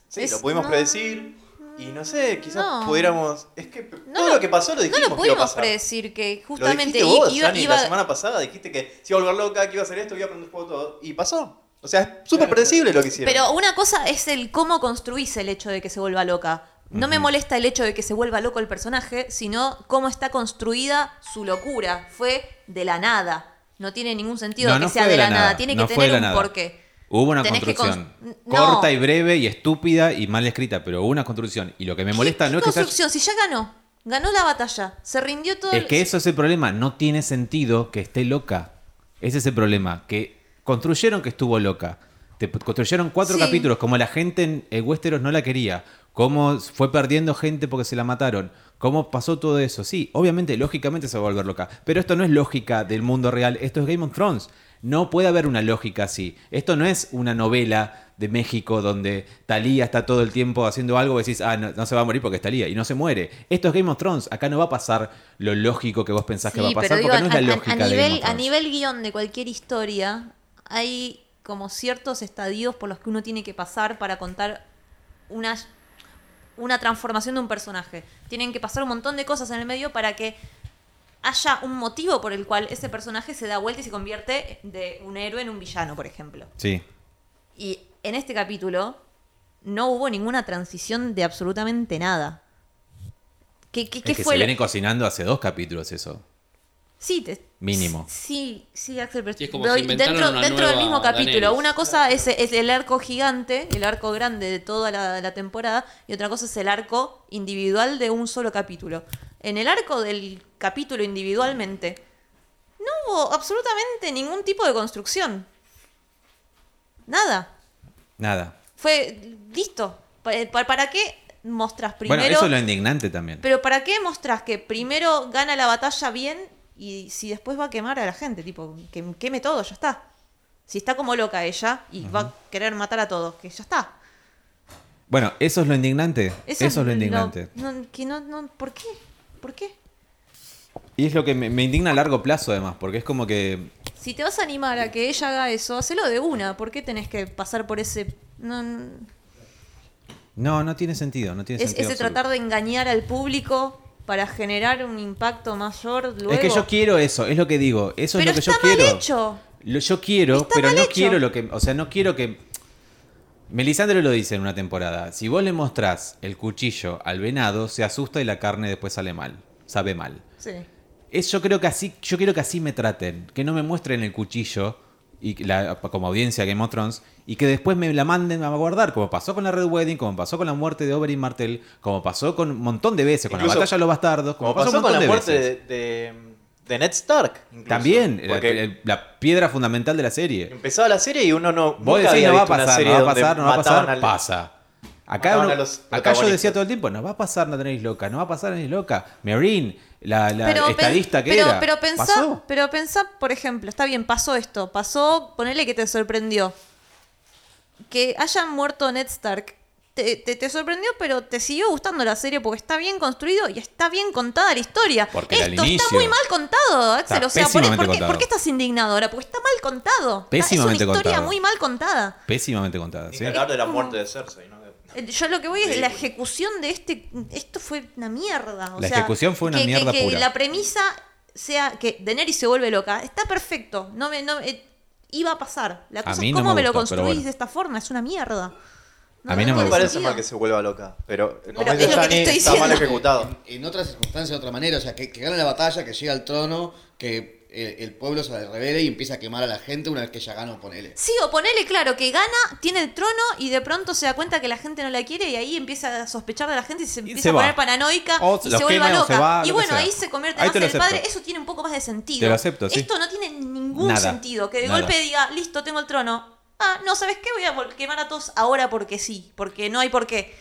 Speaker 4: Sí,
Speaker 3: Es-
Speaker 4: lo pudimos
Speaker 3: no.
Speaker 4: predecir. Y no sé, quizás
Speaker 3: No.
Speaker 4: pudiéramos. Es que
Speaker 3: No
Speaker 4: todo
Speaker 3: lo-
Speaker 4: lo que pasó lo
Speaker 3: No
Speaker 4: dijimos
Speaker 3: lo
Speaker 4: que iba a
Speaker 3: pudimos
Speaker 4: pasar.
Speaker 3: predecir, que
Speaker 4: Lo dijiste
Speaker 3: justamente
Speaker 4: vos,
Speaker 3: iba-
Speaker 4: Yanni,
Speaker 3: iba,
Speaker 4: la semana pasada dijiste que se iba a volver loca, que iba a hacer esto, que iba a prender fuego todo. Y pasó. O sea, es súper predecible lo que hicieron.
Speaker 3: Pero una cosa es el cómo construís el hecho de que se vuelva loca. No me molesta el hecho de que se vuelva loco el personaje, sino cómo está construida su locura. Fue de la nada. No tiene ningún sentido que sea
Speaker 1: fue
Speaker 3: de, la nada. Tiene
Speaker 1: no
Speaker 3: que
Speaker 1: fue de
Speaker 3: tener un
Speaker 1: la nada.
Speaker 3: porqué.
Speaker 1: Hubo una
Speaker 3: Tenés que
Speaker 1: construcción
Speaker 3: cons- no.
Speaker 1: corta y breve y estúpida y mal escrita, pero hubo una construcción. Y lo que me molesta
Speaker 3: ¿Qué-
Speaker 1: no es
Speaker 3: qué
Speaker 1: que sea-
Speaker 3: construcción? Si ya ganó. Ganó la batalla. Se rindió todo.
Speaker 1: Es
Speaker 3: el-
Speaker 1: que eso es el problema. No tiene sentido que esté loca. Ese es el problema. Que construyeron que estuvo loca. Te p- construyeron cuatro
Speaker 3: Sí.
Speaker 1: capítulos. Como la gente en eh, Westeros no la quería. Cómo fue perdiendo gente porque se la mataron. Cómo pasó todo eso. Sí, obviamente, lógicamente se va a volver loca. Pero esto no es lógica del mundo real. Esto es Game of Thrones. No puede haber una lógica así. Esto no es una novela de México donde Talía está todo el tiempo haciendo algo y decís, ah, no, no se va a morir porque es Talía y no se muere. Esto es Game of Thrones. Acá no va a pasar lo lógico que vos pensás que va a
Speaker 3: Sí,
Speaker 1: pasar
Speaker 3: pero
Speaker 1: porque
Speaker 3: digo,
Speaker 1: no es
Speaker 3: a-
Speaker 1: la
Speaker 3: a- a
Speaker 1: lógica de Game
Speaker 3: nivel,
Speaker 1: of
Speaker 3: a
Speaker 1: Thrones.
Speaker 3: nivel guión de cualquier historia, hay como ciertos estadios por los que uno tiene que pasar para contar una, una transformación de un personaje. Tienen que pasar un montón de cosas en el medio para que haya un motivo por el cual ese personaje se da vuelta y se convierte de un héroe en un villano, por ejemplo.
Speaker 1: Sí.
Speaker 3: Y en este capítulo no hubo ninguna transición de absolutamente nada. ¿Qué, qué, qué
Speaker 1: es que
Speaker 3: fue
Speaker 1: se
Speaker 3: lo-
Speaker 1: viene cocinando hace dos capítulos eso.
Speaker 3: Sí, te-
Speaker 1: Mínimo.
Speaker 3: Sí, sí, Axel, pero
Speaker 5: Sí, es como
Speaker 3: doy-
Speaker 5: se inventaron
Speaker 3: dentro,
Speaker 5: una
Speaker 3: dentro del
Speaker 5: nueva
Speaker 3: mismo capítulo.
Speaker 5: Daenerys.
Speaker 3: Una cosa es, es el arco gigante, el arco grande de toda la, la temporada, y otra cosa es el arco individual de un solo capítulo. En el arco del capítulo individualmente, no hubo absolutamente ningún tipo de construcción. Nada.
Speaker 1: Nada.
Speaker 3: Fue listo. Pa- eh, pa- ¿Para, qué mostras primero?
Speaker 1: bueno, eso es lo indignante también.
Speaker 3: Pero ¿para qué mostrás que primero gana la batalla bien y si después va a quemar a la gente? Tipo, que queme todo, ya está. Si está como loca ella y va a querer matar a todos, que ya está.
Speaker 1: Bueno, eso es lo indignante. Eso, es lo indignante.
Speaker 3: no- que no, no, ¿Por qué? ¿Por qué?
Speaker 1: Y es lo que me, me indigna a largo plazo además, porque es como que
Speaker 3: Si te vas a animar a que ella haga eso, hacelo de una. ¿Por qué tenés que pasar por ese... no, no-
Speaker 1: No, no tiene sentido, no tiene
Speaker 3: es-
Speaker 1: sentido.
Speaker 3: ese tratar de engañar al público para generar un impacto mayor luego.
Speaker 1: Es que yo quiero eso, es lo que digo. Eso
Speaker 3: Pero
Speaker 1: es lo que
Speaker 3: está
Speaker 1: yo quiero.
Speaker 3: mal hecho.
Speaker 1: Lo- yo quiero,
Speaker 3: Está
Speaker 1: pero
Speaker 3: mal
Speaker 1: no
Speaker 3: hecho.
Speaker 1: quiero lo que. O sea, no quiero que. Melisandre lo dice en una temporada. Si vos le mostrás el cuchillo al venado, se asusta y la carne después sale mal. Sabe mal.
Speaker 3: Sí.
Speaker 1: Es, yo creo que así, yo quiero que así me traten, que no me muestren el cuchillo y que la- como audiencia Game of Thrones y que después me la manden a guardar, como pasó con la Red Wedding, como pasó con la muerte de Oberyn Martell, como pasó con un montón de veces, con
Speaker 4: Incluso-
Speaker 1: la batalla de los bastardos, como,
Speaker 4: Como pasó
Speaker 1: un
Speaker 4: con
Speaker 1: montón
Speaker 4: la
Speaker 1: de
Speaker 4: muerte
Speaker 1: veces.
Speaker 4: de, de- de Ned Stark. incluso.
Speaker 1: También, la,
Speaker 4: Porque
Speaker 1: el- la piedra fundamental de la serie.
Speaker 4: empezaba la serie y uno no.
Speaker 1: Vos decís,
Speaker 4: nunca había
Speaker 1: no va a
Speaker 4: visto una
Speaker 1: pasar,
Speaker 4: serie
Speaker 1: no va a
Speaker 4: donde
Speaker 1: pasar, no va a
Speaker 4: mataban
Speaker 1: pasar,
Speaker 4: al-
Speaker 1: pasa. Acá,
Speaker 4: mataban
Speaker 1: uno-
Speaker 4: a los
Speaker 1: acá yo decía
Speaker 4: protagonistas.
Speaker 1: todo el tiempo, no va a pasar, no tenéis loca, no va a pasar, no tenéis loca. Marine, la, la
Speaker 3: pen-
Speaker 1: estadista que
Speaker 3: pero,
Speaker 1: era.
Speaker 3: Pero pensá,
Speaker 1: pasó.
Speaker 3: pero pensá, por ejemplo, está bien, pasó esto, pasó, ponele que te sorprendió. Que hayan muerto Ned Stark. Te, te- te sorprendió, pero te siguió gustando la serie porque está bien construido y está bien contada la historia.
Speaker 1: Porque era el
Speaker 3: Esto está
Speaker 1: inicio.
Speaker 3: muy mal contado, Axel.
Speaker 1: Está
Speaker 3: o sea, por,
Speaker 1: pésimamente
Speaker 3: por qué,
Speaker 1: contado.
Speaker 3: por qué estás indignadora? Porque está mal contado. Está-
Speaker 1: Pésimamente
Speaker 3: es una historia
Speaker 1: contado.
Speaker 3: muy mal contada.
Speaker 1: Pésimamente contada,
Speaker 4: Ni
Speaker 1: ¿sí?
Speaker 4: que hablar de la muerte de Cersei, ¿no?
Speaker 3: Eh, Yo lo que voy es la ejecución de este. Esto fue una mierda. o
Speaker 1: pues. La
Speaker 3: sea,
Speaker 1: ejecución fue una
Speaker 3: que- que-
Speaker 1: mierda
Speaker 3: que
Speaker 1: pura.
Speaker 3: La premisa sea que Daenerys se vuelve loca. Está perfecto. No me, no, eh, iba a pasar. La
Speaker 1: A
Speaker 3: cosa
Speaker 1: mí
Speaker 3: es
Speaker 1: no
Speaker 3: cómo
Speaker 1: me
Speaker 3: lo
Speaker 1: gustó, pero
Speaker 3: construís
Speaker 1: bueno.
Speaker 3: de esta forma. Es una mierda.
Speaker 1: A mí no me
Speaker 3: tiene
Speaker 4: Me
Speaker 1: gustó.
Speaker 4: parece
Speaker 3: sentido.
Speaker 4: mal que se vuelva loca, pero como
Speaker 3: Pero
Speaker 4: dice
Speaker 3: es lo que te
Speaker 4: Yanni,
Speaker 3: estoy
Speaker 4: está mal
Speaker 3: diciendo.
Speaker 4: ejecutado.
Speaker 2: En, en otras circunstancias, de otra manera. O sea, que, que gane la batalla, que llegue al trono, que eh, el, pueblo se revele y empieza a quemar a la gente una vez que ya ganó, ponele.
Speaker 3: Sí, o ponele claro que gana, tiene el trono y de pronto se da cuenta que la gente no la quiere y ahí empieza a sospechar de la gente y se empieza
Speaker 1: se
Speaker 3: a
Speaker 1: va.
Speaker 3: poner paranoica
Speaker 1: O
Speaker 3: y
Speaker 1: los
Speaker 3: se vuelve
Speaker 1: quema o
Speaker 3: loca.
Speaker 1: se va, lo
Speaker 3: y
Speaker 1: que
Speaker 3: bueno,
Speaker 1: sea.
Speaker 3: ahí se convierte
Speaker 1: Ahí
Speaker 3: más
Speaker 1: te
Speaker 3: en
Speaker 1: lo
Speaker 3: el
Speaker 1: acepto.
Speaker 3: padre. Eso tiene un poco más de sentido.
Speaker 1: Te lo acepto, sí.
Speaker 3: Esto no tiene ningún
Speaker 1: Nada,
Speaker 3: sentido. Que de
Speaker 1: nada.
Speaker 3: golpe diga, listo, tengo el trono. Ah, no, ¿sabes qué? Voy a vol- quemar a todos ahora porque sí, porque no hay por qué.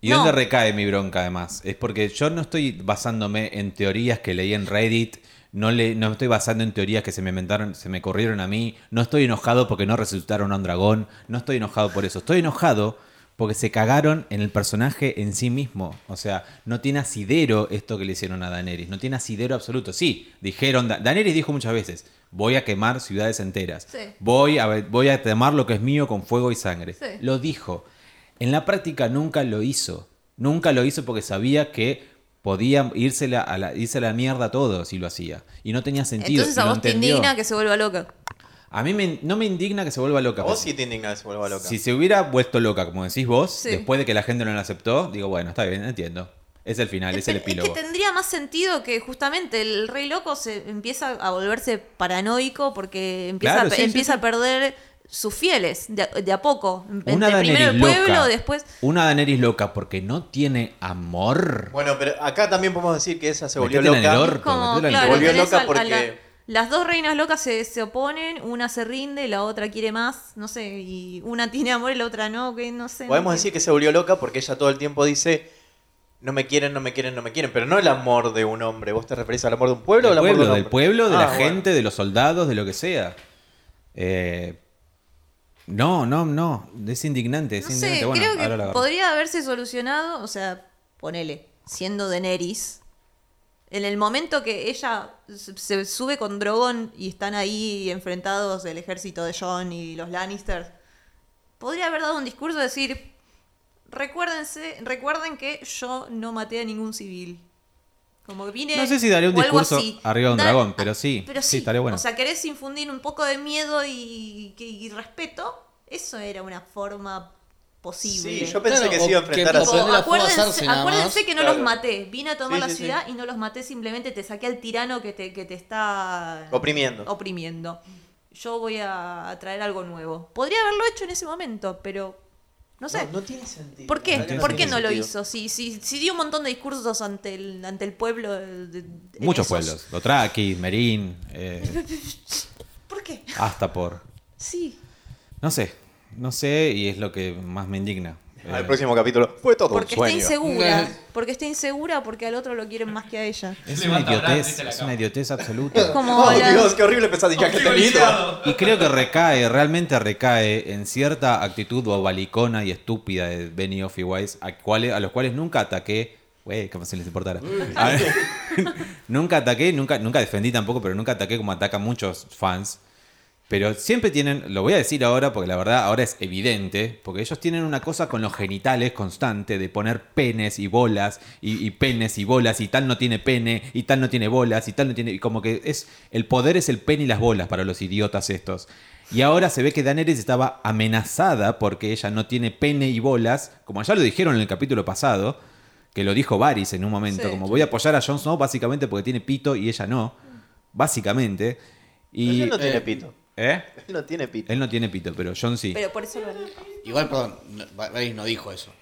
Speaker 1: ¿Y
Speaker 3: No.
Speaker 1: dónde recae mi bronca además? Es porque yo no estoy basándome en teorías que leí en Reddit, no, le, no me estoy basando en teorías que se me inventaron, se me corrieron a mí, no estoy enojado porque no resultaron a un dragón, no estoy enojado por eso, estoy enojado porque se cagaron en el personaje en sí mismo. O sea, no tiene asidero esto que le hicieron a Daenerys, no tiene asidero absoluto. Sí, dijeron, Da- Daenerys dijo muchas veces, voy a quemar ciudades enteras,
Speaker 3: Sí.
Speaker 1: voy, a, voy a quemar lo que es mío con fuego y sangre.
Speaker 3: Sí.
Speaker 1: Lo dijo. En la práctica nunca lo hizo. Nunca lo hizo porque sabía que podía írsela a la, irse a la mierda a todos si lo hacía. Y no tenía sentido.
Speaker 3: Entonces
Speaker 1: y
Speaker 3: a
Speaker 1: lo
Speaker 3: vos te
Speaker 1: entendió.
Speaker 3: indigna que se vuelva loca.
Speaker 1: A mí me- no me indigna que se vuelva loca.
Speaker 4: Vos
Speaker 1: pero-
Speaker 4: sí te indigna que se vuelva loca.
Speaker 1: Si se hubiera vuelto loca, como decís vos,
Speaker 3: Sí.
Speaker 1: después de que la gente no la aceptó, digo, bueno, está bien, entiendo. Es el final, es el
Speaker 3: Pero
Speaker 1: epílogo.
Speaker 3: que tendría más sentido que justamente el rey loco se empieza a volverse paranoico porque empieza,
Speaker 1: Claro,
Speaker 3: a,
Speaker 1: sí, sí,
Speaker 3: empieza
Speaker 1: sí.
Speaker 3: a perder sus fieles de, a- de a poco.
Speaker 1: Una
Speaker 3: Entre primero
Speaker 1: Daenerys
Speaker 3: el pueblo,
Speaker 1: loca.
Speaker 3: después.
Speaker 1: Una Daenerys loca porque no tiene amor.
Speaker 4: Bueno, pero acá también podemos decir que esa se volvió
Speaker 1: Metete en el
Speaker 4: loca.
Speaker 1: orto,
Speaker 3: Como,
Speaker 1: metete en el
Speaker 3: claro,
Speaker 1: orto.
Speaker 4: volvió
Speaker 3: tenés
Speaker 4: loca
Speaker 3: a- a la-
Speaker 4: porque-
Speaker 3: las dos reinas locas se, se oponen, una se rinde, la otra quiere más, no sé, y una tiene amor y la otra no, que no sé.
Speaker 4: Podemos decir que se volvió loca porque ella todo el tiempo dice no me quieren, no me quieren, no me quieren, pero no el amor de un hombre. ¿Vos te referís al amor de un pueblo o al
Speaker 1: del
Speaker 4: amor
Speaker 1: pueblo,
Speaker 4: de un
Speaker 1: del
Speaker 4: hombre?
Speaker 1: pueblo, de
Speaker 4: Ah,
Speaker 1: la
Speaker 4: bueno.
Speaker 1: gente, de los soldados, de lo que sea. Eh, no, no, no. Es indignante, es
Speaker 3: No
Speaker 1: indignante.
Speaker 3: sé,
Speaker 1: Bueno,
Speaker 3: creo
Speaker 1: ahora la
Speaker 3: que
Speaker 1: agarro.
Speaker 3: podría haberse solucionado, o sea, ponele, siendo Daenerys, en el momento que ella se- se sube con Drogon y están ahí enfrentados el ejército de Jon y los Lannisters, podría haber dado un discurso de decir, recuérdense, recuerden que yo no maté a ningún civil. Como que vine
Speaker 1: No sé si daría un
Speaker 3: o algo
Speaker 1: discurso
Speaker 3: así.
Speaker 1: arriba de un
Speaker 3: Da- ah,
Speaker 1: dragón, pero sí,
Speaker 3: Pero
Speaker 1: sí,
Speaker 3: sí,
Speaker 1: estaría bueno.
Speaker 3: O sea, querés infundir un poco de miedo y, que- y respeto. Eso era una forma posible.
Speaker 4: Sí, yo pensé
Speaker 2: Claro,
Speaker 4: que
Speaker 2: o
Speaker 4: se iba a
Speaker 2: que
Speaker 4: enfrentar a
Speaker 2: propone-
Speaker 4: Cersei.
Speaker 2: Prender a fuego a
Speaker 3: acuérdense,
Speaker 2: Cersei nada más,
Speaker 3: acuérdense que no
Speaker 4: claro.
Speaker 3: los maté. Vine a tomar
Speaker 4: Sí,
Speaker 3: la
Speaker 4: sí, sí.
Speaker 3: ciudad y no los maté, simplemente te saqué al tirano que te, que te está
Speaker 4: Oprimiendo.
Speaker 3: oprimiendo. Yo voy a traer algo nuevo. Podría haberlo hecho en ese momento, pero no sé.
Speaker 4: No, no tiene sentido.
Speaker 3: ¿Por qué?
Speaker 4: La verdad que
Speaker 3: ¿Por
Speaker 4: tiene
Speaker 3: qué no lo
Speaker 4: sentido.
Speaker 3: hizo? Si, si, si dio un montón de discursos ante el, ante el pueblo. de- de- en
Speaker 1: Muchos
Speaker 3: esos.
Speaker 1: pueblos. Dotraki, Merín, eh,
Speaker 3: ¿Por qué?
Speaker 1: hasta por.
Speaker 3: Sí.
Speaker 1: No sé, no sé, y es lo que más me indigna. Eh,
Speaker 4: Al próximo capítulo. Fue todo
Speaker 3: Porque
Speaker 4: un
Speaker 3: está
Speaker 4: sueño.
Speaker 3: insegura. Porque está insegura porque al otro lo quieren más que a ella.
Speaker 1: Eh, Es
Speaker 5: Se
Speaker 1: una
Speaker 5: levanta a hablar,
Speaker 1: idiotez,
Speaker 5: viste la
Speaker 1: es
Speaker 5: cama.
Speaker 1: una idiotez
Speaker 3: Es
Speaker 1: absoluta.
Speaker 3: como
Speaker 4: Oh,
Speaker 3: la-
Speaker 4: Dios, qué horrible pesadilla que he tenido.
Speaker 5: Obligado.
Speaker 1: Y creo que recae, realmente recae en cierta actitud bobalicona y estúpida de Benioff y Weiss, a, cuales- a los cuales nunca ataqué. Güey, como si les importara. A ver, nunca ataqué, nunca, nunca defendí tampoco, pero nunca ataqué como atacan muchos fans. Pero siempre tienen, lo voy a decir ahora porque la verdad ahora es evidente, porque ellos tienen una cosa con los genitales constante de poner penes y bolas, y, y penes y bolas, y tal no tiene pene, y tal no tiene bolas, y tal no tiene. Y como que es. El poder es el pene y las bolas para los idiotas estos. Y ahora se ve que Daenerys estaba amenazada porque ella no tiene pene y bolas, como ya lo dijeron en el capítulo pasado, que lo dijo Varys en un momento,
Speaker 3: Sí.
Speaker 1: como voy a apoyar a Jon Snow básicamente porque tiene pito y ella no, básicamente. Y,
Speaker 4: Y, él no tiene
Speaker 2: eh,
Speaker 4: pito.
Speaker 1: ¿Eh?
Speaker 4: Él no tiene pito.
Speaker 1: Él no tiene pito, pero John sí.
Speaker 3: Pero por eso lo
Speaker 2: Igual, perdón, no, Varys no dijo eso.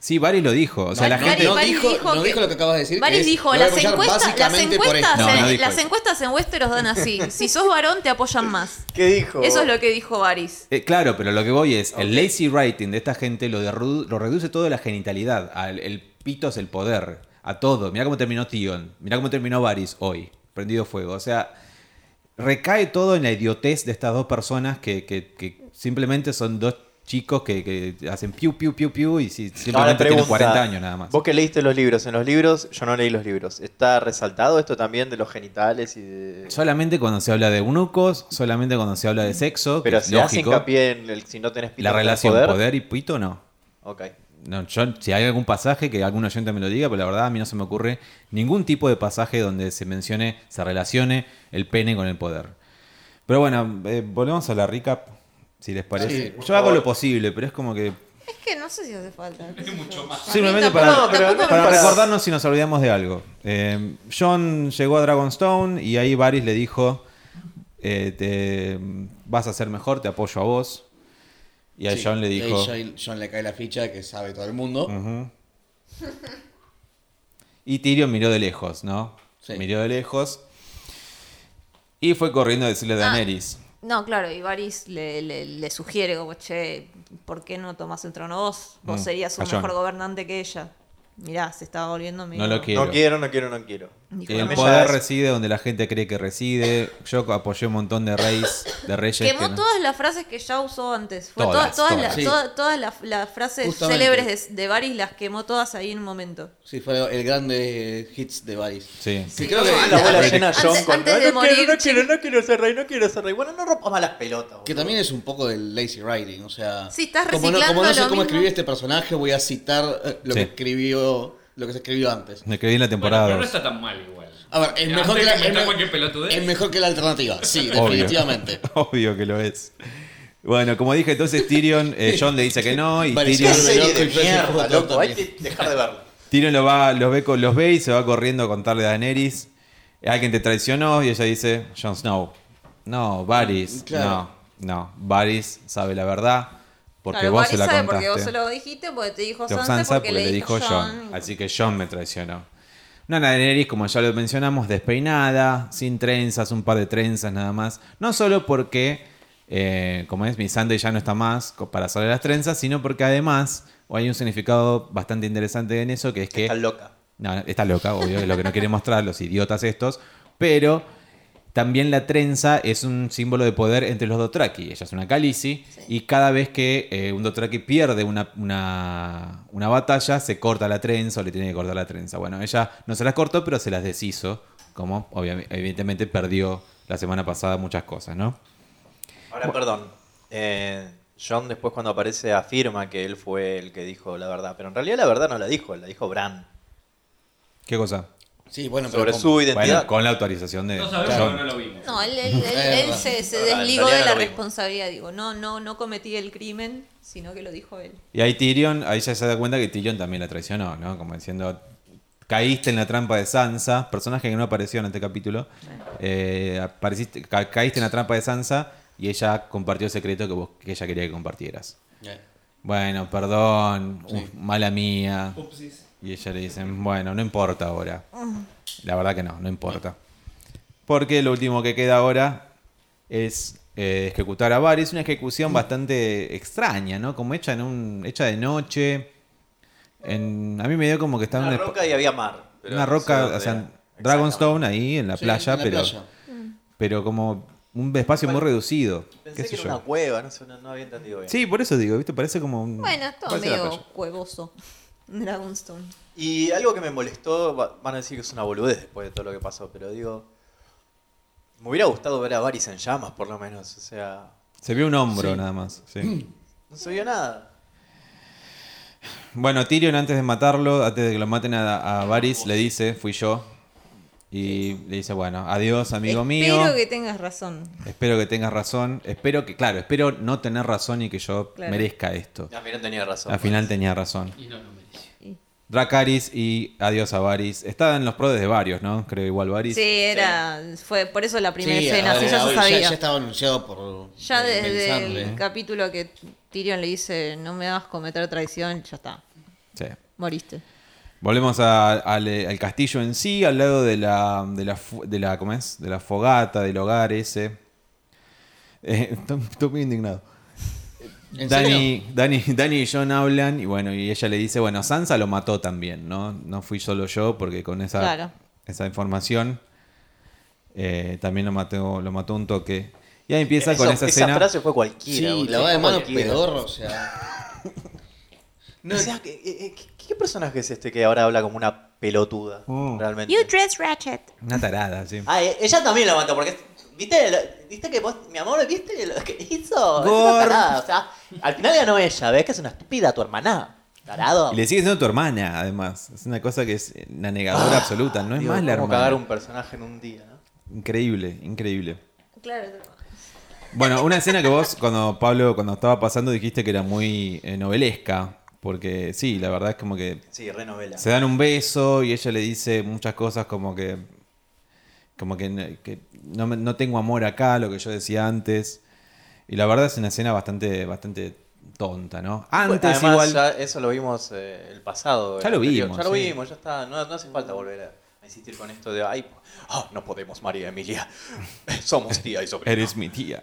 Speaker 1: Sí, Varys lo dijo. O sea, la
Speaker 2: no,
Speaker 1: gente.
Speaker 2: no
Speaker 3: Varys
Speaker 2: dijo,
Speaker 3: dijo
Speaker 2: no
Speaker 3: que-
Speaker 2: dijo lo que acabas de decir. que
Speaker 3: Varys
Speaker 2: es,
Speaker 3: dijo,
Speaker 2: "Lo voy a
Speaker 3: las,
Speaker 2: apoyar
Speaker 3: encuestas, las,
Speaker 2: básicamente por
Speaker 3: encuestas,
Speaker 2: esto".
Speaker 1: No,
Speaker 3: en,
Speaker 1: no dijo
Speaker 3: las
Speaker 1: eso.
Speaker 3: encuestas en Westeros dan así. Si sos varón, te apoyan más.
Speaker 4: ¿Qué dijo?
Speaker 3: Eso es lo que dijo Varys.
Speaker 1: Eh, claro, pero lo que voy es, el lazy writing de esta gente lo, derru- lo reduce todo a la genitalidad. al- el pito es el poder. A todo. Mirá cómo terminó Tion. Mirá cómo terminó Varys hoy. Prendido fuego. O sea, recae todo en la idiotez de estas dos personas que, que- que simplemente son dos chicos que, que hacen piu, piu, piu, piu y si,
Speaker 4: Ahora
Speaker 1: simplemente tienen
Speaker 4: pregunta,
Speaker 1: 40 años nada más.
Speaker 4: Vos que leíste los libros, en los libros, yo no leí los libros. ¿Está resaltado esto también de los genitales y de.
Speaker 1: Solamente cuando se habla de eunucos, solamente cuando se habla de sexo, que
Speaker 4: Pero
Speaker 1: es
Speaker 4: se hace
Speaker 1: lógico.
Speaker 4: hincapié en el si no tenés pito.
Speaker 1: La
Speaker 4: no tenés
Speaker 1: relación poder. y pito, no.
Speaker 4: Ok.
Speaker 1: No, yo- si hay algún pasaje, que algún oyente me lo diga, pero la verdad a mí no se me ocurre ningún tipo de pasaje donde se mencione, se relacione el pene con el poder. Pero bueno, eh, volvemos a la recap, si les parece.
Speaker 2: Sí,
Speaker 1: yo hago lo posible, pero es como que...
Speaker 3: Es que no sé si hace falta.
Speaker 5: Es mucho más.
Speaker 1: Simplemente
Speaker 3: tampoco-
Speaker 1: para,
Speaker 4: no, pero
Speaker 3: tampoco-
Speaker 1: para
Speaker 4: para-
Speaker 1: recordarnos si nos olvidamos de algo. Eh, John llegó a Dragonstone y ahí Varys le dijo, eh, te- vas a ser mejor, te apoyo a vos. Y a
Speaker 2: Sí,
Speaker 1: John le
Speaker 2: y ahí
Speaker 1: dijo...
Speaker 2: John, John le cae la ficha que sabe todo el mundo.
Speaker 1: Ujú. Y Tyrion miró de lejos, ¿no?
Speaker 2: Sí.
Speaker 1: Miró de lejos. Y fue corriendo a decirle a
Speaker 3: Ah.
Speaker 1: Daenerys.
Speaker 3: No, claro, y Varys le, le- le sugiere, como, che, ¿por qué no tomás el trono vos? Vos
Speaker 1: Mm,
Speaker 3: serías un
Speaker 1: a Jon.
Speaker 3: mejor gobernante que ella. Mirá, se estaba volviendo medio...
Speaker 1: No lo quiero.
Speaker 4: No quiero, no quiero, no quiero.
Speaker 3: Dijo,
Speaker 1: El
Speaker 4: Ella
Speaker 1: poder
Speaker 4: es-
Speaker 1: reside donde la gente cree que reside. Yo apoyé un montón de reyes, de reyes. que
Speaker 3: Quemó
Speaker 1: no-
Speaker 3: todas las frases que ya usó antes. Fue
Speaker 1: Todas,
Speaker 3: todas, todas,
Speaker 1: todas.
Speaker 3: las-
Speaker 2: Sí.
Speaker 3: todas- todas las, las frases
Speaker 2: Justamente.
Speaker 3: célebres de, de Varys las quemó todas ahí en un momento.
Speaker 2: Sí, fue el grande hits de Varys.
Speaker 1: Sí.
Speaker 2: Que creo que,
Speaker 4: Ah, la abuela
Speaker 2: que-
Speaker 4: llena John
Speaker 3: Antes-
Speaker 4: con.
Speaker 3: antes
Speaker 4: "No,
Speaker 3: de
Speaker 4: no,
Speaker 3: morir,
Speaker 4: quiero, no
Speaker 3: sí.
Speaker 4: quiero, no quiero ser rey, no quiero ser rey. Bueno, no rompas más las pelotas.
Speaker 2: que
Speaker 4: boludo.
Speaker 2: también es un poco del lazy writing, o sea...
Speaker 3: Sí, estás
Speaker 2: como no, como
Speaker 3: reciclando
Speaker 2: no sé
Speaker 3: lo
Speaker 2: cómo
Speaker 3: mismo.
Speaker 2: escribir este personaje, voy a citar eh, lo
Speaker 1: Sí.
Speaker 2: que escribió, lo que se escribió antes.
Speaker 1: Me creí en la
Speaker 5: Bueno,
Speaker 1: temporada.
Speaker 5: pero no
Speaker 1: dos. Ah,
Speaker 5: está tan mal igual.
Speaker 2: A ver, es
Speaker 5: Antes
Speaker 2: mejor que,
Speaker 5: que
Speaker 2: la,
Speaker 5: meter
Speaker 2: es me-
Speaker 5: cualquier pelotudez.
Speaker 2: es mejor que la alternativa, sí,
Speaker 1: Obvio.
Speaker 2: definitivamente.
Speaker 1: Obvio que lo es. Bueno, como dije, entonces Tyrion, eh, John le dice que no y
Speaker 2: Parece-
Speaker 4: ¿Qué
Speaker 1: Tyrion,
Speaker 4: serie de
Speaker 2: Loco, y
Speaker 4: mierda,
Speaker 2: Freddy
Speaker 4: loco? Hay
Speaker 1: este
Speaker 2: también.
Speaker 4: que dejar de verla.
Speaker 1: Tyrion lo va, los, ve, con- los ve y se va corriendo a contarle a Daenerys. Alguien te traicionó y ella dice, Jon Snow. No, Varys.
Speaker 2: Claro.
Speaker 1: No, no. Varys sabe la verdad porque
Speaker 3: Claro,
Speaker 1: vos
Speaker 3: Varys
Speaker 1: se la
Speaker 3: sabe
Speaker 1: contaste.
Speaker 3: porque vos se lo dijiste, porque te dijo
Speaker 1: Te
Speaker 3: Sansa,
Speaker 1: obsanza
Speaker 3: porque, le dijo Jon.
Speaker 1: Así que John me traicionó. Una Daenerys, como ya lo mencionamos, despeinada, sin trenzas, un par de trenzas nada más. No solo porque, eh, como es, mi Sunday ya no está más co- para salir las trenzas, sino porque además hay un significado bastante interesante en eso, que es que...
Speaker 4: Está loca.
Speaker 1: No, no, está loca, obvio, es lo que no quiere mostrar los idiotas estos. Pero también la trenza es un símbolo de poder entre los Dothraki. Ella es una Khaleesi y cada vez que eh, un Dothraki pierde una, una, una batalla, se corta la trenza o le tiene que cortar la trenza. Bueno, ella no se las cortó, pero se las deshizo, como obviamente, evidentemente perdió la semana pasada muchas cosas, ¿no?
Speaker 4: Ahora, perdón. Eh, John después cuando aparece afirma que él fue el que dijo la verdad. Pero en realidad la verdad no la dijo, la dijo Bran.
Speaker 1: ¿Qué cosa?
Speaker 2: Sí, bueno, pero
Speaker 4: Sobre
Speaker 2: como-
Speaker 4: su
Speaker 1: Bueno,
Speaker 4: identidad.
Speaker 1: con la autorización de
Speaker 5: No sabemos
Speaker 1: John.
Speaker 5: porque no lo vimos.
Speaker 3: No, él, él- él-
Speaker 2: Eh,
Speaker 3: él se, se
Speaker 4: en
Speaker 3: desligó de la
Speaker 4: realidad lo mismo.
Speaker 3: responsabilidad. Digo, no, no, no cometí el crimen, sino que lo dijo él.
Speaker 1: Y ahí Tyrion, ahí ya se da cuenta que Tyrion también la traicionó, ¿no? Como diciendo, caíste en la trampa de Sansa, personaje que no apareció en este capítulo, Eh, apareciste- ca- caíste en la trampa de Sansa y ella compartió el secreto que, vos, que ella quería que compartieras.
Speaker 2: Eh,
Speaker 1: Bueno, perdón, uf, mala mía.
Speaker 5: Upsis.
Speaker 1: Y ella le dicen, bueno, no importa ahora. La verdad que no, no importa. Porque lo último que queda ahora es eh, ejecutar a Varys. Una ejecución bastante extraña, ¿no? Como hecha, en un, hecha de noche. En- a mí me dio como que estaba
Speaker 4: una
Speaker 1: en un espa-
Speaker 4: roca y había mar. pero
Speaker 1: una
Speaker 4: no
Speaker 1: roca,
Speaker 4: sé dónde
Speaker 1: o sea,
Speaker 4: era.
Speaker 1: en Dragonstone ahí en la
Speaker 2: sí,
Speaker 1: playa,
Speaker 2: en la
Speaker 1: pero,
Speaker 2: playa.
Speaker 1: pero como un espacio muy reducido.
Speaker 4: Pensé
Speaker 1: qué
Speaker 4: que
Speaker 1: sé
Speaker 4: era
Speaker 1: yo.
Speaker 4: una cueva, no, sé, no, no había entendido bien.
Speaker 1: Sí, por eso digo, ¿viste? Parece como un.
Speaker 3: Bueno, es todo
Speaker 1: Mm. parece la playa.
Speaker 3: medio cuevoso. Dragonstone.
Speaker 4: Y algo que me molestó, va- van a decir que es una boludez después de todo lo que pasó, pero digo, Me hubiera gustado ver a Varys en llamas, por lo menos. O sea,
Speaker 1: Se vio un hombro nada más. sí.
Speaker 4: no se vio nada.
Speaker 1: Bueno, Tyrion antes de matarlo, antes de que lo maten a, a Varys, le dice, fui yo. Y le dice, bueno, adiós amigo
Speaker 3: Espero
Speaker 1: mío.
Speaker 3: que tengas razón.
Speaker 1: Espero que tengas razón. Espero que, claro, espero no tener razón y que yo
Speaker 3: Claro.
Speaker 1: merezca esto.
Speaker 4: Al final tenía razón.
Speaker 1: Al final tenía razón.
Speaker 5: Y no lo mereció.
Speaker 1: Dracaris y adiós a Varys. Está en los prodes de varios, ¿no? Creo igual Varys.
Speaker 3: Sí, era. Fue por eso la primera
Speaker 2: Sí,
Speaker 3: escena,
Speaker 2: ahora,
Speaker 3: sí, ya se
Speaker 2: ahora,
Speaker 3: sabía.
Speaker 2: Ya,
Speaker 3: Ya,
Speaker 2: estaba anunciado por. del
Speaker 3: desde el
Speaker 2: ensamble. ¿eh?
Speaker 3: capítulo que Tyrion le dice, no me hagas cometer traición, ya está.
Speaker 1: Sí.
Speaker 3: Moriste.
Speaker 1: Volvemos a- al, eh, al castillo en sí, al lado de la, de la, fu- de la, ¿cómo es? De la fogata, del hogar ese. Eh, estoy, estoy muy indignado.
Speaker 2: ¿En serio?
Speaker 1: Dani, Dani, Dani y John hablan y bueno, y ella le dice, bueno, Sansa lo mató también, ¿no? No fui solo yo porque con esa,
Speaker 3: Claro.
Speaker 1: esa información eh, también lo mató, lo mató un toque. Y ahí empieza con esa
Speaker 4: Eso-
Speaker 1: escena.
Speaker 4: frase fue
Speaker 2: Sí,
Speaker 4: cualquiera. boludo,
Speaker 2: la va de mano
Speaker 4: cualquiera.
Speaker 2: pedorro, o sea.
Speaker 4: O sea, ¿qué, qué- eh, qué- qué personaje es este que ahora habla como una pelotuda?
Speaker 1: Mm.
Speaker 4: Realmente.
Speaker 3: You dress ratchet.
Speaker 1: Una tarada, sí.
Speaker 4: Ah, e- ella también la mató, porque ¿viste, lo- viste que vos, mi amor, viste lo que hizo? Es una
Speaker 1: Gor.
Speaker 4: tarada, o sea, al final ganó ella, ves que es una estúpida tu hermana. Tarado.
Speaker 1: Y le sigue siendo tu hermana, además. Es una cosa que es una negadora absoluta. No es
Speaker 4: Ah, Digo,
Speaker 1: más la
Speaker 4: ¿cómo
Speaker 1: hermana.
Speaker 4: cagar un personaje en un día, ¿no?
Speaker 1: Increíble, increíble.
Speaker 3: Claro.
Speaker 1: Bueno, una escena que vos, cuando Pablo, cuando estaba pasando, dijiste que era muy eh, novelesca. Porque sí, la verdad es como que
Speaker 4: Sí, renovela.
Speaker 1: se dan un beso y ella le dice muchas cosas como que. Como que, n- que no, me- no tengo amor acá, lo que yo decía antes. Y la verdad es una escena bastante, bastante tonta, ¿no? Antes
Speaker 4: Además,
Speaker 1: igual.
Speaker 4: ya eso lo vimos eh, el pasado.
Speaker 1: Ya
Speaker 4: el
Speaker 1: lo
Speaker 4: anterior.
Speaker 1: vimos,
Speaker 4: Ya lo
Speaker 1: sí.
Speaker 4: vimos, ya está. No, no hace falta volver a a insistir con esto de, ay, ah, no podemos, María Emilia. Somos tía y sobrina.
Speaker 1: Eres mi tía.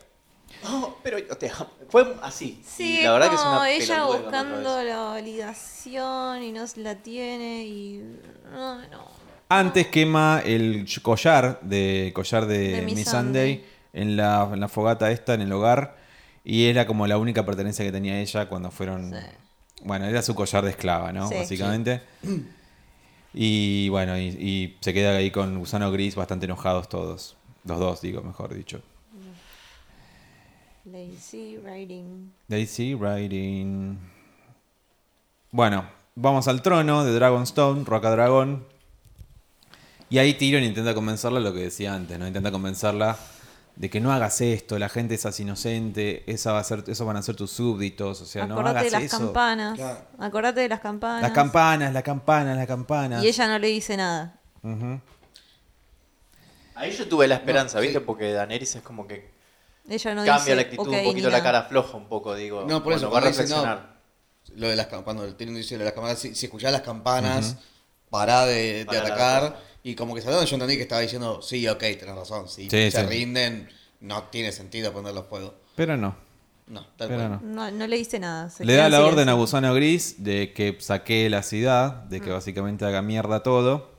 Speaker 4: Oh, pero yo te amo. Fue así.
Speaker 3: Sí,
Speaker 4: Y la verdad que
Speaker 3: es
Speaker 4: es
Speaker 3: como
Speaker 4: una
Speaker 3: ella
Speaker 4: pelotuda la otra
Speaker 3: buscando
Speaker 4: vez.
Speaker 3: la validación y no la tiene y... No, no.
Speaker 1: Antes quema el ch- collar de collar de,
Speaker 3: De
Speaker 1: Miss
Speaker 3: Miss
Speaker 1: Sunday
Speaker 3: Sunday.
Speaker 1: en la, en la fogata esta, en el hogar. Y era como la única pertenencia que tenía ella cuando fueron. Bueno, era su collar de esclava, ¿no?
Speaker 3: Sí.
Speaker 1: Básicamente. Y bueno, y, y se queda ahí con Gusano Gris bastante enojados todos. Los dos, digo, mejor dicho.
Speaker 3: Lazy writing.
Speaker 1: Daisy Riding. Bueno, vamos al trono de Dragonstone, Roca Dragón. Y ahí Tyrion intenta convencerla lo que decía antes, ¿no? Intenta convencerla de que no hagas esto, la gente es así inocente, esa va a ser, esos van a ser tus súbditos, o sea, no
Speaker 3: Acordate
Speaker 1: hagas
Speaker 3: de las
Speaker 1: eso.
Speaker 3: campanas.
Speaker 2: Claro.
Speaker 3: Acordate de las campanas.
Speaker 1: Las campanas, las campanas, las campanas.
Speaker 3: Y ella no le dice nada.
Speaker 1: Ujú.
Speaker 4: Ahí yo tuve la esperanza,
Speaker 2: No,
Speaker 4: ¿viste?
Speaker 2: sí.
Speaker 4: Porque Daenerys es como que
Speaker 3: Ella no
Speaker 4: cambia
Speaker 3: dice,
Speaker 4: la actitud,
Speaker 3: "Ok,
Speaker 4: un poquito
Speaker 3: Nina".
Speaker 4: la cara floja, un poco, digo.
Speaker 2: No, por eso,
Speaker 4: bueno, va a
Speaker 2: cuando dice, no,
Speaker 4: reflexionar.
Speaker 2: Lo de las cam- cuando el Tyrion dice lo de las campanas, si, si escuchás las campanas, pará de, de
Speaker 4: Pará la
Speaker 2: atacar.
Speaker 4: defensa.
Speaker 2: Y como que salieron, yo entendí que estaba diciendo, sí, ok, tenés razón. Si
Speaker 1: Sí,
Speaker 2: se
Speaker 1: sí.
Speaker 2: rinden, no tiene sentido ponerlos fuego.
Speaker 1: Pero no,
Speaker 2: No, tal
Speaker 1: pero
Speaker 2: cual.
Speaker 1: no.
Speaker 3: No, no le dice nada. se
Speaker 1: Le
Speaker 3: queda
Speaker 1: da
Speaker 3: en
Speaker 1: la
Speaker 3: silencio. Mm.
Speaker 1: orden a Gusano Gris de que saquee la ciudad, de que básicamente haga mierda todo.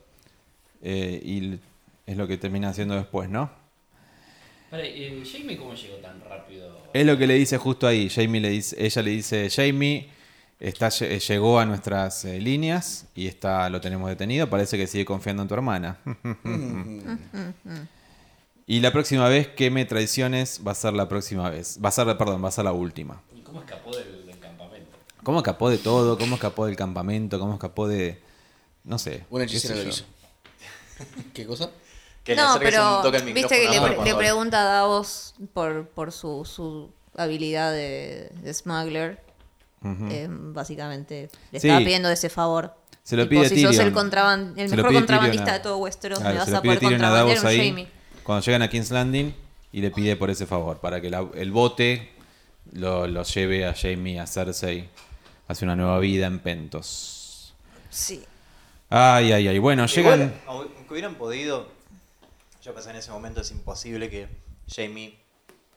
Speaker 1: eh, y l- es lo que termina haciendo después, ¿no?
Speaker 5: Pará, eh, Jaime, ¿cómo llegó tan rápido?
Speaker 1: Es lo que le dice justo ahí. Jamie le dice, ella le dice, Jamie está, lle- eh, llegó a nuestras eh, líneas y está, lo tenemos detenido. Parece que sigue confiando en tu hermana. y la próxima vez que me traiciones va a ser la próxima vez. Va a ser, la- perdón, va a ser la última.
Speaker 5: ¿Y cómo escapó del, del campamento?
Speaker 1: ¿Cómo escapó de todo? ¿Cómo escapó del campamento? ¿Cómo escapó de...? No sé.
Speaker 2: Un
Speaker 1: qué sé
Speaker 2: hechicero
Speaker 1: yo.
Speaker 2: lo hizo. ¿Qué cosa?
Speaker 4: Que le
Speaker 3: No,
Speaker 4: acerques
Speaker 3: pero
Speaker 4: un toque al micrófono,
Speaker 3: viste que le,
Speaker 4: ¿no?
Speaker 3: pre-
Speaker 4: Cuando
Speaker 3: le
Speaker 4: habla.
Speaker 3: pregunta a Davos por, por su, su habilidad de, de smuggler. Eh, básicamente le
Speaker 1: Sí.
Speaker 3: estaba pidiendo ese favor.
Speaker 1: Se lo
Speaker 3: Tipo,
Speaker 1: pide
Speaker 3: si sos
Speaker 1: Tyrion.
Speaker 3: el, contraban- el
Speaker 1: Se lo
Speaker 3: mejor
Speaker 1: pide
Speaker 3: contrabandista
Speaker 1: Tyrion a-
Speaker 3: de todo Westeros,
Speaker 1: Claro,
Speaker 3: me vas
Speaker 1: se lo
Speaker 3: a
Speaker 1: pide
Speaker 3: poder
Speaker 1: Tyrion a
Speaker 3: contrabandear
Speaker 1: Davos
Speaker 3: un
Speaker 1: ahí
Speaker 3: Jamie.
Speaker 1: cuando llegan a King's Landing y le pide por ese favor, para que la- el bote lo, lo lleve a Jamie a Cersei hacia una nueva vida en Pentos.
Speaker 3: Sí.
Speaker 1: Ay, ay, ay. Bueno, llegan.
Speaker 4: Igual, aunque hubieran podido, yo pensé en ese momento, es imposible que Jamie,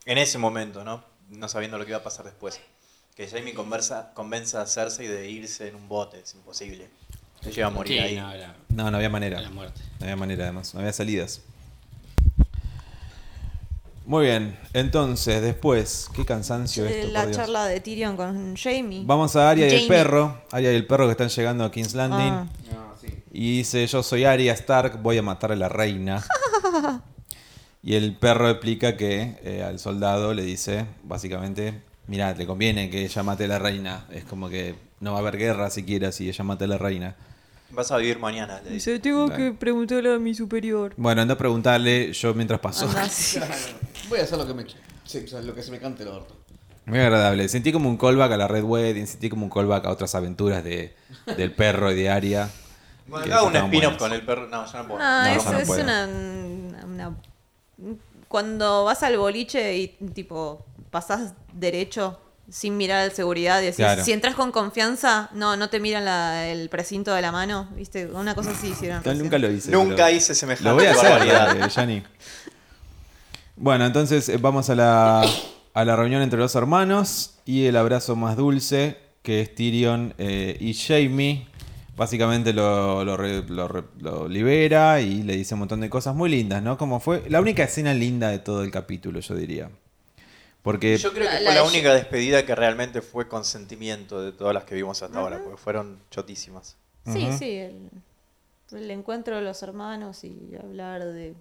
Speaker 4: en ese momento, ¿no? No sabiendo lo que iba a pasar después, que Jamie conversa, convenza a Cersei de irse en un bote, es imposible. Se lleva a morir
Speaker 5: Sí,
Speaker 4: ahí.
Speaker 5: no, la-
Speaker 1: No, no había manera.
Speaker 5: la muerte.
Speaker 1: No había manera, además. No había salidas. Muy bien. Entonces, después. Qué cansancio
Speaker 3: Eh,
Speaker 1: esto. por
Speaker 3: la
Speaker 1: Dios.
Speaker 3: charla de Tyrion con Jamie.
Speaker 1: Vamos a Aria y el
Speaker 3: Jaime.
Speaker 1: perro. Aria y el perro que están llegando a King's Landing.
Speaker 3: Ah.
Speaker 1: Y dice, yo soy Arya Stark, voy a matar a la reina. Y el perro explica que eh, al soldado le dice, básicamente, mira, te conviene que ella mate a la reina. Es como que no va a haber guerra siquiera si ella mata a la reina.
Speaker 4: Vas a vivir mañana, le dice.
Speaker 6: Dice, tengo
Speaker 1: Dale.
Speaker 6: que preguntarle a mi superior.
Speaker 1: Bueno, anda a preguntarle yo mientras paso.
Speaker 3: Anda, sí.
Speaker 2: Voy a hacer lo que me sí, o sea, lo que se me cante el orto.
Speaker 1: Muy agradable. Sentí como un callback a la Red Wedding, sentí como un callback a otras aventuras de, del perro y de Aria.
Speaker 4: Bueno,
Speaker 1: que
Speaker 4: acá hago un
Speaker 1: estaban
Speaker 4: spin-off
Speaker 1: buenas.
Speaker 4: con el perro. No, ya no puedo.
Speaker 3: No,
Speaker 1: No,
Speaker 3: es,
Speaker 1: no
Speaker 3: Ah, es
Speaker 1: puedo.
Speaker 3: una, una- una- Cuando vas al boliche y, tipo, pasás derecho sin mirar al seguridad y decís,
Speaker 1: Claro.
Speaker 3: si entras con confianza, no, no te miran la- el precinto de la mano, ¿viste? Una cosa así hicieron.
Speaker 1: Yo
Speaker 3: recién.
Speaker 1: nunca lo hice.
Speaker 4: Nunca
Speaker 1: pero-
Speaker 4: hice semejante
Speaker 1: Lo voy a hacer,
Speaker 4: barbaridad.
Speaker 1: dale, Yanni. Bueno, entonces eh, vamos a la, a la reunión entre los hermanos y el abrazo más dulce que es Tyrion eh, y Jamie. Básicamente lo, lo re- lo re- lo libera y le dice un montón de cosas muy lindas, ¿no? Como fue la única escena linda de todo el capítulo, yo diría. Porque
Speaker 4: Yo creo que
Speaker 3: La-
Speaker 4: fue
Speaker 3: la
Speaker 4: la
Speaker 3: de-
Speaker 4: única despedida que realmente fue consentimiento de todas las que vimos hasta ahora, porque fueron chotísimas.
Speaker 3: Sí,
Speaker 1: Ujú.
Speaker 3: sí, el, el encuentro de los hermanos y hablar de.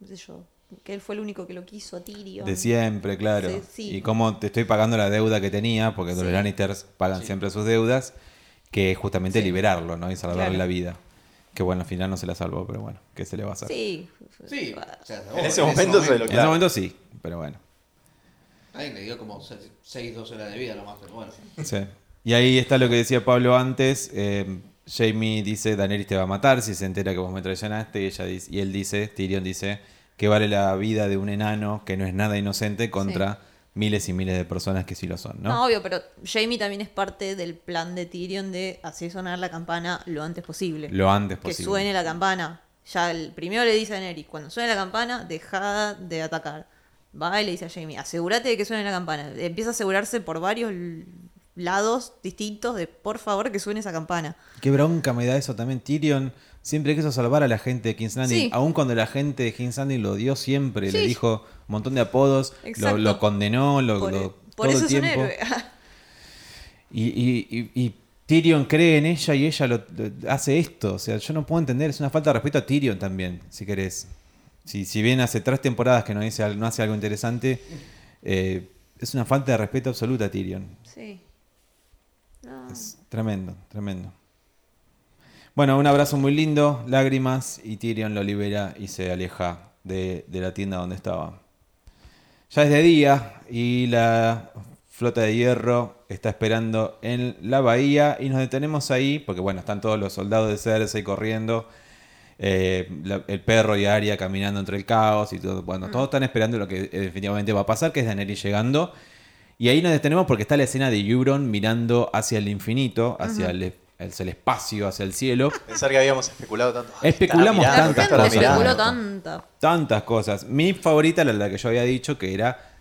Speaker 3: no sé yo, que él fue el único que lo quiso a Tyrion.
Speaker 1: de siempre, claro.
Speaker 3: Sí, sí.
Speaker 1: Y cómo te estoy pagando la deuda que tenía, porque los
Speaker 3: Sí.
Speaker 1: Lannisters pagan siempre sus deudas, que es justamente liberarlo, ¿no? Y salvarle
Speaker 3: Claro.
Speaker 1: la vida. Que bueno, al final no se la salvó, pero bueno, ¿qué se le va a hacer?
Speaker 3: Sí,
Speaker 2: Sí.
Speaker 3: va-
Speaker 2: o sea,
Speaker 4: En ese momento se lo
Speaker 1: En
Speaker 4: Claro.
Speaker 1: ese momento sí, pero bueno.
Speaker 2: Alguien le dio como 6, 2 horas de vida nomás, pero bueno.
Speaker 1: Sí. Y ahí está lo que decía Pablo antes. eh, Jamie dice, Daenerys te va a matar si se entera que vos me traicionaste. Y, ella dice, y él dice, Tyrion dice, que vale la vida de un enano que no es nada inocente contra miles y miles de personas que sí lo son,
Speaker 3: ¿no?
Speaker 1: ¿no?
Speaker 3: obvio, pero Jamie también es parte del plan de Tyrion de hacer sonar la campana lo antes posible.
Speaker 1: Lo antes
Speaker 3: que
Speaker 1: posible.
Speaker 3: suene la campana. Ya el primero le dice a Daenerys, cuando suene la campana, deja de atacar. Va y le dice a Jamie, asegúrate de que suene la campana. Empieza a asegurarse por varios l- lados distintos de por favor que suene esa campana.
Speaker 1: Qué bronca me da eso también. Tyrion siempre quiso salvar a la gente de King's Landing.
Speaker 3: Sí.
Speaker 1: Aun cuando la gente de King's Landing lo odió siempre, le
Speaker 3: Sí.
Speaker 1: dijo un montón de apodos, lo,
Speaker 3: Exacto.
Speaker 1: lo condenó, lo,
Speaker 3: Por, e-
Speaker 1: lo-
Speaker 3: por
Speaker 1: todo
Speaker 3: eso
Speaker 1: el
Speaker 3: es un
Speaker 1: tiempo.
Speaker 3: héroe.
Speaker 1: Y, y- y- y Tyrion cree en ella y ella lo, lo- hace esto. O sea, yo no puedo entender. Es una falta de respeto a Tyrion también, si querés. Si, si bien hace tres temporadas que no, dice, al- no hace algo interesante, eh, es una falta de respeto absoluta a Tyrion.
Speaker 3: sí.
Speaker 1: Es tremendo, tremendo. Bueno, un abrazo muy lindo, lágrimas, y Tyrion lo libera y se aleja de, de la tienda donde estaba. Ya es de día y la flota de hierro está esperando en la bahía y nos detenemos ahí, porque bueno, están todos los soldados de Cersei corriendo, eh, la- el perro y Arya caminando entre el caos y todo. Bueno, todos están esperando lo que eh, definitivamente va a pasar, que es Daenerys llegando. Y ahí nos detenemos porque está la escena de Euron mirando hacia el infinito, hacia el, hacia el espacio, hacia el cielo.
Speaker 4: Pensar que habíamos especulado tanto. Ay,
Speaker 1: Especulamos
Speaker 4: estará
Speaker 1: tanto,
Speaker 4: mirando,
Speaker 1: tantas
Speaker 3: la
Speaker 4: estará
Speaker 3: gente
Speaker 1: cosas.
Speaker 3: especuló
Speaker 4: mirando.
Speaker 3: tanta.
Speaker 1: Tantas cosas. Mi favorita era la que yo había dicho, que era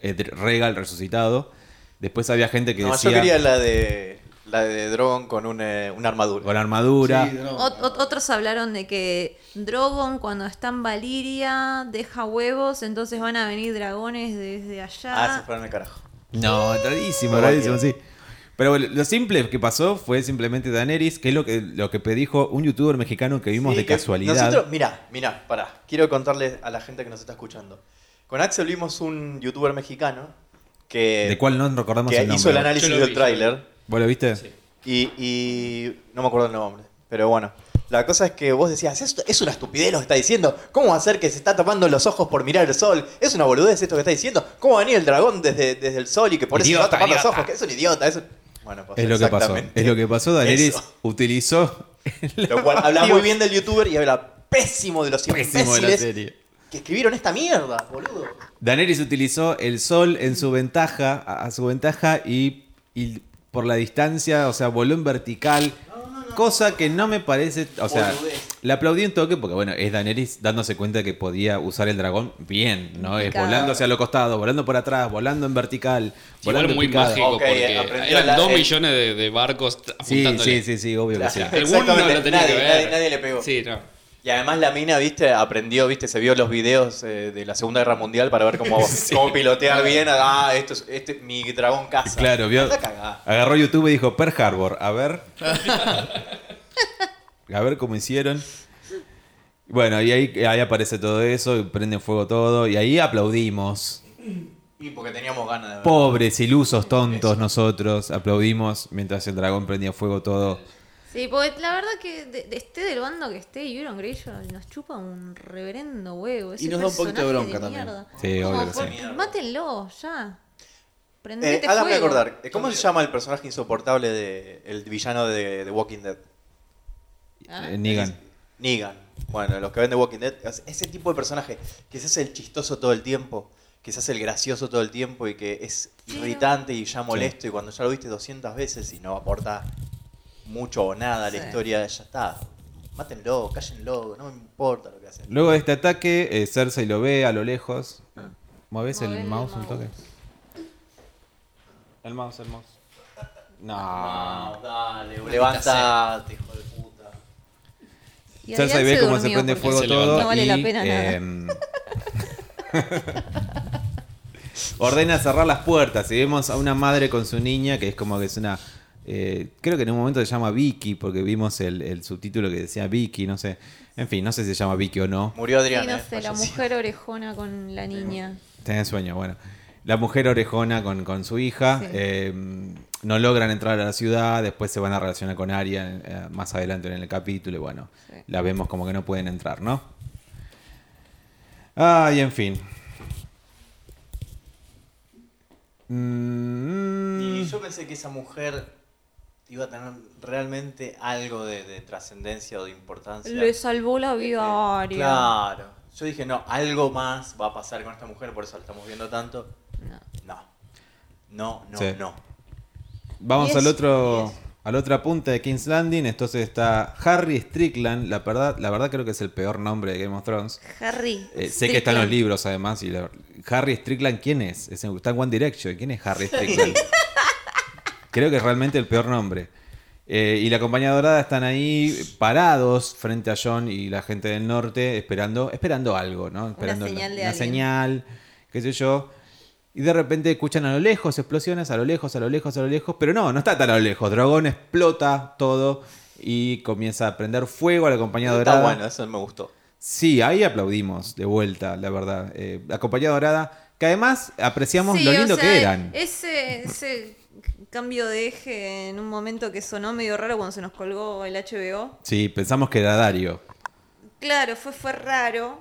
Speaker 1: eh, Dr- Regal resucitado. Después había gente que
Speaker 4: No,
Speaker 1: decía
Speaker 4: yo quería la de la de Drogon con un, eh, una armadura.
Speaker 1: con la armadura.
Speaker 2: Sí, no,
Speaker 3: Ot- ot- otros hablaron de que Drogon cuando está en Valiria deja huevos, entonces van a venir dragones desde allá.
Speaker 4: Ah, se fueron al carajo.
Speaker 1: No, rarísimo,
Speaker 4: Por
Speaker 1: rarísimo, sí.
Speaker 4: Dios.
Speaker 1: Pero bueno, lo simple que pasó fue simplemente Daenerys, que es lo que, lo que predijo un youtuber mexicano que vimos
Speaker 4: Sí,
Speaker 1: de
Speaker 4: que
Speaker 1: casualidad.
Speaker 4: Nosotros, mirá, mirá, pará. Quiero contarles a la gente que nos está escuchando. Con Axel vimos un youtuber mexicano que,
Speaker 1: de cual no recordamos
Speaker 4: eh, que
Speaker 1: el nombre.
Speaker 4: hizo el análisis
Speaker 5: Yo lo vi,
Speaker 4: del
Speaker 5: yo lo vi.
Speaker 4: tráiler.
Speaker 1: ¿Vos lo viste?
Speaker 5: Sí.
Speaker 4: Y, y no me acuerdo el nombre, pero bueno. La cosa es que vos decías, esto es una estupidez lo que está diciendo. ¿Cómo va a ser que se está tapando los ojos por mirar el sol? Es una boludez esto que está diciendo. ¿Cómo va a venir el dragón desde, desde el sol y que por eso se va a
Speaker 1: Idiota,
Speaker 4: tapar los
Speaker 1: idiota.
Speaker 4: ojos? Que es un idiota. Es un- Bueno, pues,
Speaker 1: Es lo que pasó.
Speaker 4: exactamente.
Speaker 1: Es lo que pasó. Daenerys
Speaker 4: Eso.
Speaker 1: utilizó
Speaker 4: Lo cual habla muy bien del youtuber y habla pésimo de los
Speaker 1: Pésimo de la
Speaker 4: imbéciles
Speaker 1: serie.
Speaker 4: que escribieron esta mierda, boludo.
Speaker 1: Daenerys utilizó el sol en su ventaja, a a su ventaja y, y por la distancia, o sea, voló en vertical. Cosa que no me parece, o sea,
Speaker 4: Boludez.
Speaker 1: le aplaudí un toque porque bueno, es Daenerys dándose cuenta que podía usar el dragón bien, ¿no? Es
Speaker 3: Picada.
Speaker 1: volando hacia los costados, volando por atrás, volando en vertical, volando
Speaker 5: Igual muy
Speaker 1: picada.
Speaker 5: mágico
Speaker 4: Ok,
Speaker 5: porque
Speaker 4: aprendió
Speaker 5: eran
Speaker 4: la-
Speaker 5: dos
Speaker 4: el-
Speaker 5: millones de, de barcos t-
Speaker 1: Sí,
Speaker 5: apuntándole.
Speaker 1: sí, sí, sí, obvio que sí.
Speaker 4: Claro.
Speaker 5: Alguno
Speaker 4: Exactamente,
Speaker 5: lo tenía
Speaker 4: nadie-
Speaker 5: que ver.
Speaker 4: nadie- nadie le pegó.
Speaker 5: Sí, no.
Speaker 4: Y además la mina, viste, aprendió, viste, se vio los videos eh, de la Segunda Guerra Mundial para ver cómo, cómo pilotear bien. Ah, esto es, este es mi dragón casa.
Speaker 1: Claro, vio,
Speaker 4: Anda a cagar.
Speaker 1: agarró YouTube y dijo Pearl Harbor, a ver. A ver cómo hicieron. Bueno, y ahí, ahí aparece todo eso, y prende fuego todo, y ahí aplaudimos.
Speaker 4: Y porque teníamos ganas de ver.
Speaker 1: Pobres, ilusos, tontos nosotros, aplaudimos mientras el dragón prendía fuego todo.
Speaker 3: Sí, porque la verdad que de- de- esté del bando que esté, Euron Greyjoy nos chupa un reverendo huevo. ese
Speaker 2: Y nos da un poquito de
Speaker 3: personaje
Speaker 2: bronca también.
Speaker 3: mierda.
Speaker 1: Sí,
Speaker 3: Como,
Speaker 1: obvio que
Speaker 3: por-
Speaker 1: sí.
Speaker 3: Mátenlo, ya.
Speaker 4: Eh,
Speaker 3: Prendete
Speaker 4: hágame
Speaker 3: fuego.
Speaker 4: acordar, eh, ¿cómo se llama el personaje insoportable de el villano de, de Walking Dead?
Speaker 3: Ah.
Speaker 1: Eh, Negan.
Speaker 4: Negan. Bueno, los que ven de Walking Dead, es- ese tipo de personaje que se hace el chistoso todo el tiempo, que se hace el gracioso todo el tiempo y que es
Speaker 3: Pero-
Speaker 4: irritante y ya molesto y cuando ya lo viste 200 veces y no aporta mucho o nada a la
Speaker 3: Sí.
Speaker 4: historia, ya está. Mátenlo, cállenlo, no me importa lo que hacen.
Speaker 1: Luego de este ataque, eh, Cersei lo ve a lo lejos. ¿Mueves
Speaker 3: Movés
Speaker 1: el
Speaker 3: el
Speaker 1: mouse un
Speaker 3: mouse.
Speaker 1: toque? El mouse, el mouse. No.
Speaker 4: dale, levantate, hijo de puta.
Speaker 3: Y
Speaker 1: Cersei
Speaker 3: Adrián
Speaker 1: ve cómo se
Speaker 3: durmió
Speaker 1: prende
Speaker 3: porque
Speaker 1: fuego
Speaker 5: se
Speaker 1: todo.
Speaker 5: levantó.
Speaker 3: No vale la
Speaker 1: y,
Speaker 3: pena
Speaker 1: em, ordena cerrar las puertas. Y vemos a una madre con su niña, que es como que es una. eh, creo que en un momento se llama Vicky, porque vimos el, el subtítulo que decía Vicky, no sé. En fin, no sé si se llama Vicky o no.
Speaker 4: Murió
Speaker 3: Sí,
Speaker 4: Adrián.
Speaker 3: no
Speaker 4: eh,
Speaker 3: sé, la
Speaker 4: falleció.
Speaker 3: mujer orejona con la niña.
Speaker 1: Tenés sueño, bueno. La mujer orejona con, con su hija.
Speaker 3: Sí.
Speaker 1: eh, no logran entrar a la ciudad. Después se van a relacionar con Arya eh, más adelante en el capítulo. Y bueno,
Speaker 3: Sí.
Speaker 1: la vemos como que no pueden entrar, ¿no? Ay, en fin. Mm,
Speaker 4: Y yo pensé que esa mujer iba a tener realmente algo de, de trascendencia o de importancia.
Speaker 3: Le salvó la vida a Arya.
Speaker 4: Claro. Yo dije, no, algo más va a pasar con esta mujer, por eso la estamos viendo tanto.
Speaker 3: No.
Speaker 4: No. No, no,
Speaker 1: Sí.
Speaker 4: no.
Speaker 1: Vamos
Speaker 3: Yes,
Speaker 1: al otro, a la otra punta de King's Landing. Entonces está Harry Strickland. La verdad, la verdad creo que es el peor nombre de Game of Thrones.
Speaker 3: Harry.
Speaker 1: Eh, sé que está en
Speaker 3: Strickland.
Speaker 1: los libros además. Y la- Harry Strickland, ¿quién es? es en- está en One Direction. ¿Quién es Harry Strickland? Creo que es realmente el peor nombre. Eh, y la compañía dorada están ahí parados frente a John y la gente del norte esperando, esperando algo, ¿no? Esperando
Speaker 3: señal de
Speaker 1: una
Speaker 3: alguien.
Speaker 1: señal, qué sé yo. Y de repente escuchan a lo lejos explosiones, a lo lejos, a lo lejos, a lo lejos. Pero no, no está tan a lo lejos. Dragón explota todo y comienza a prender fuego a la compañía
Speaker 4: Está
Speaker 1: dorada.
Speaker 4: bueno, eso me gustó.
Speaker 1: Sí, ahí aplaudimos de vuelta, la verdad. Eh, la compañía dorada, que además apreciamos
Speaker 3: Sí,
Speaker 1: lo
Speaker 3: o
Speaker 1: lindo
Speaker 3: sea, eh,
Speaker 1: que eran.
Speaker 3: Ese, ese cambio de eje en un momento que sonó medio raro cuando se nos colgó el HBO.
Speaker 1: Sí, pensamos que era Dario.
Speaker 3: Claro, fue, fue raro.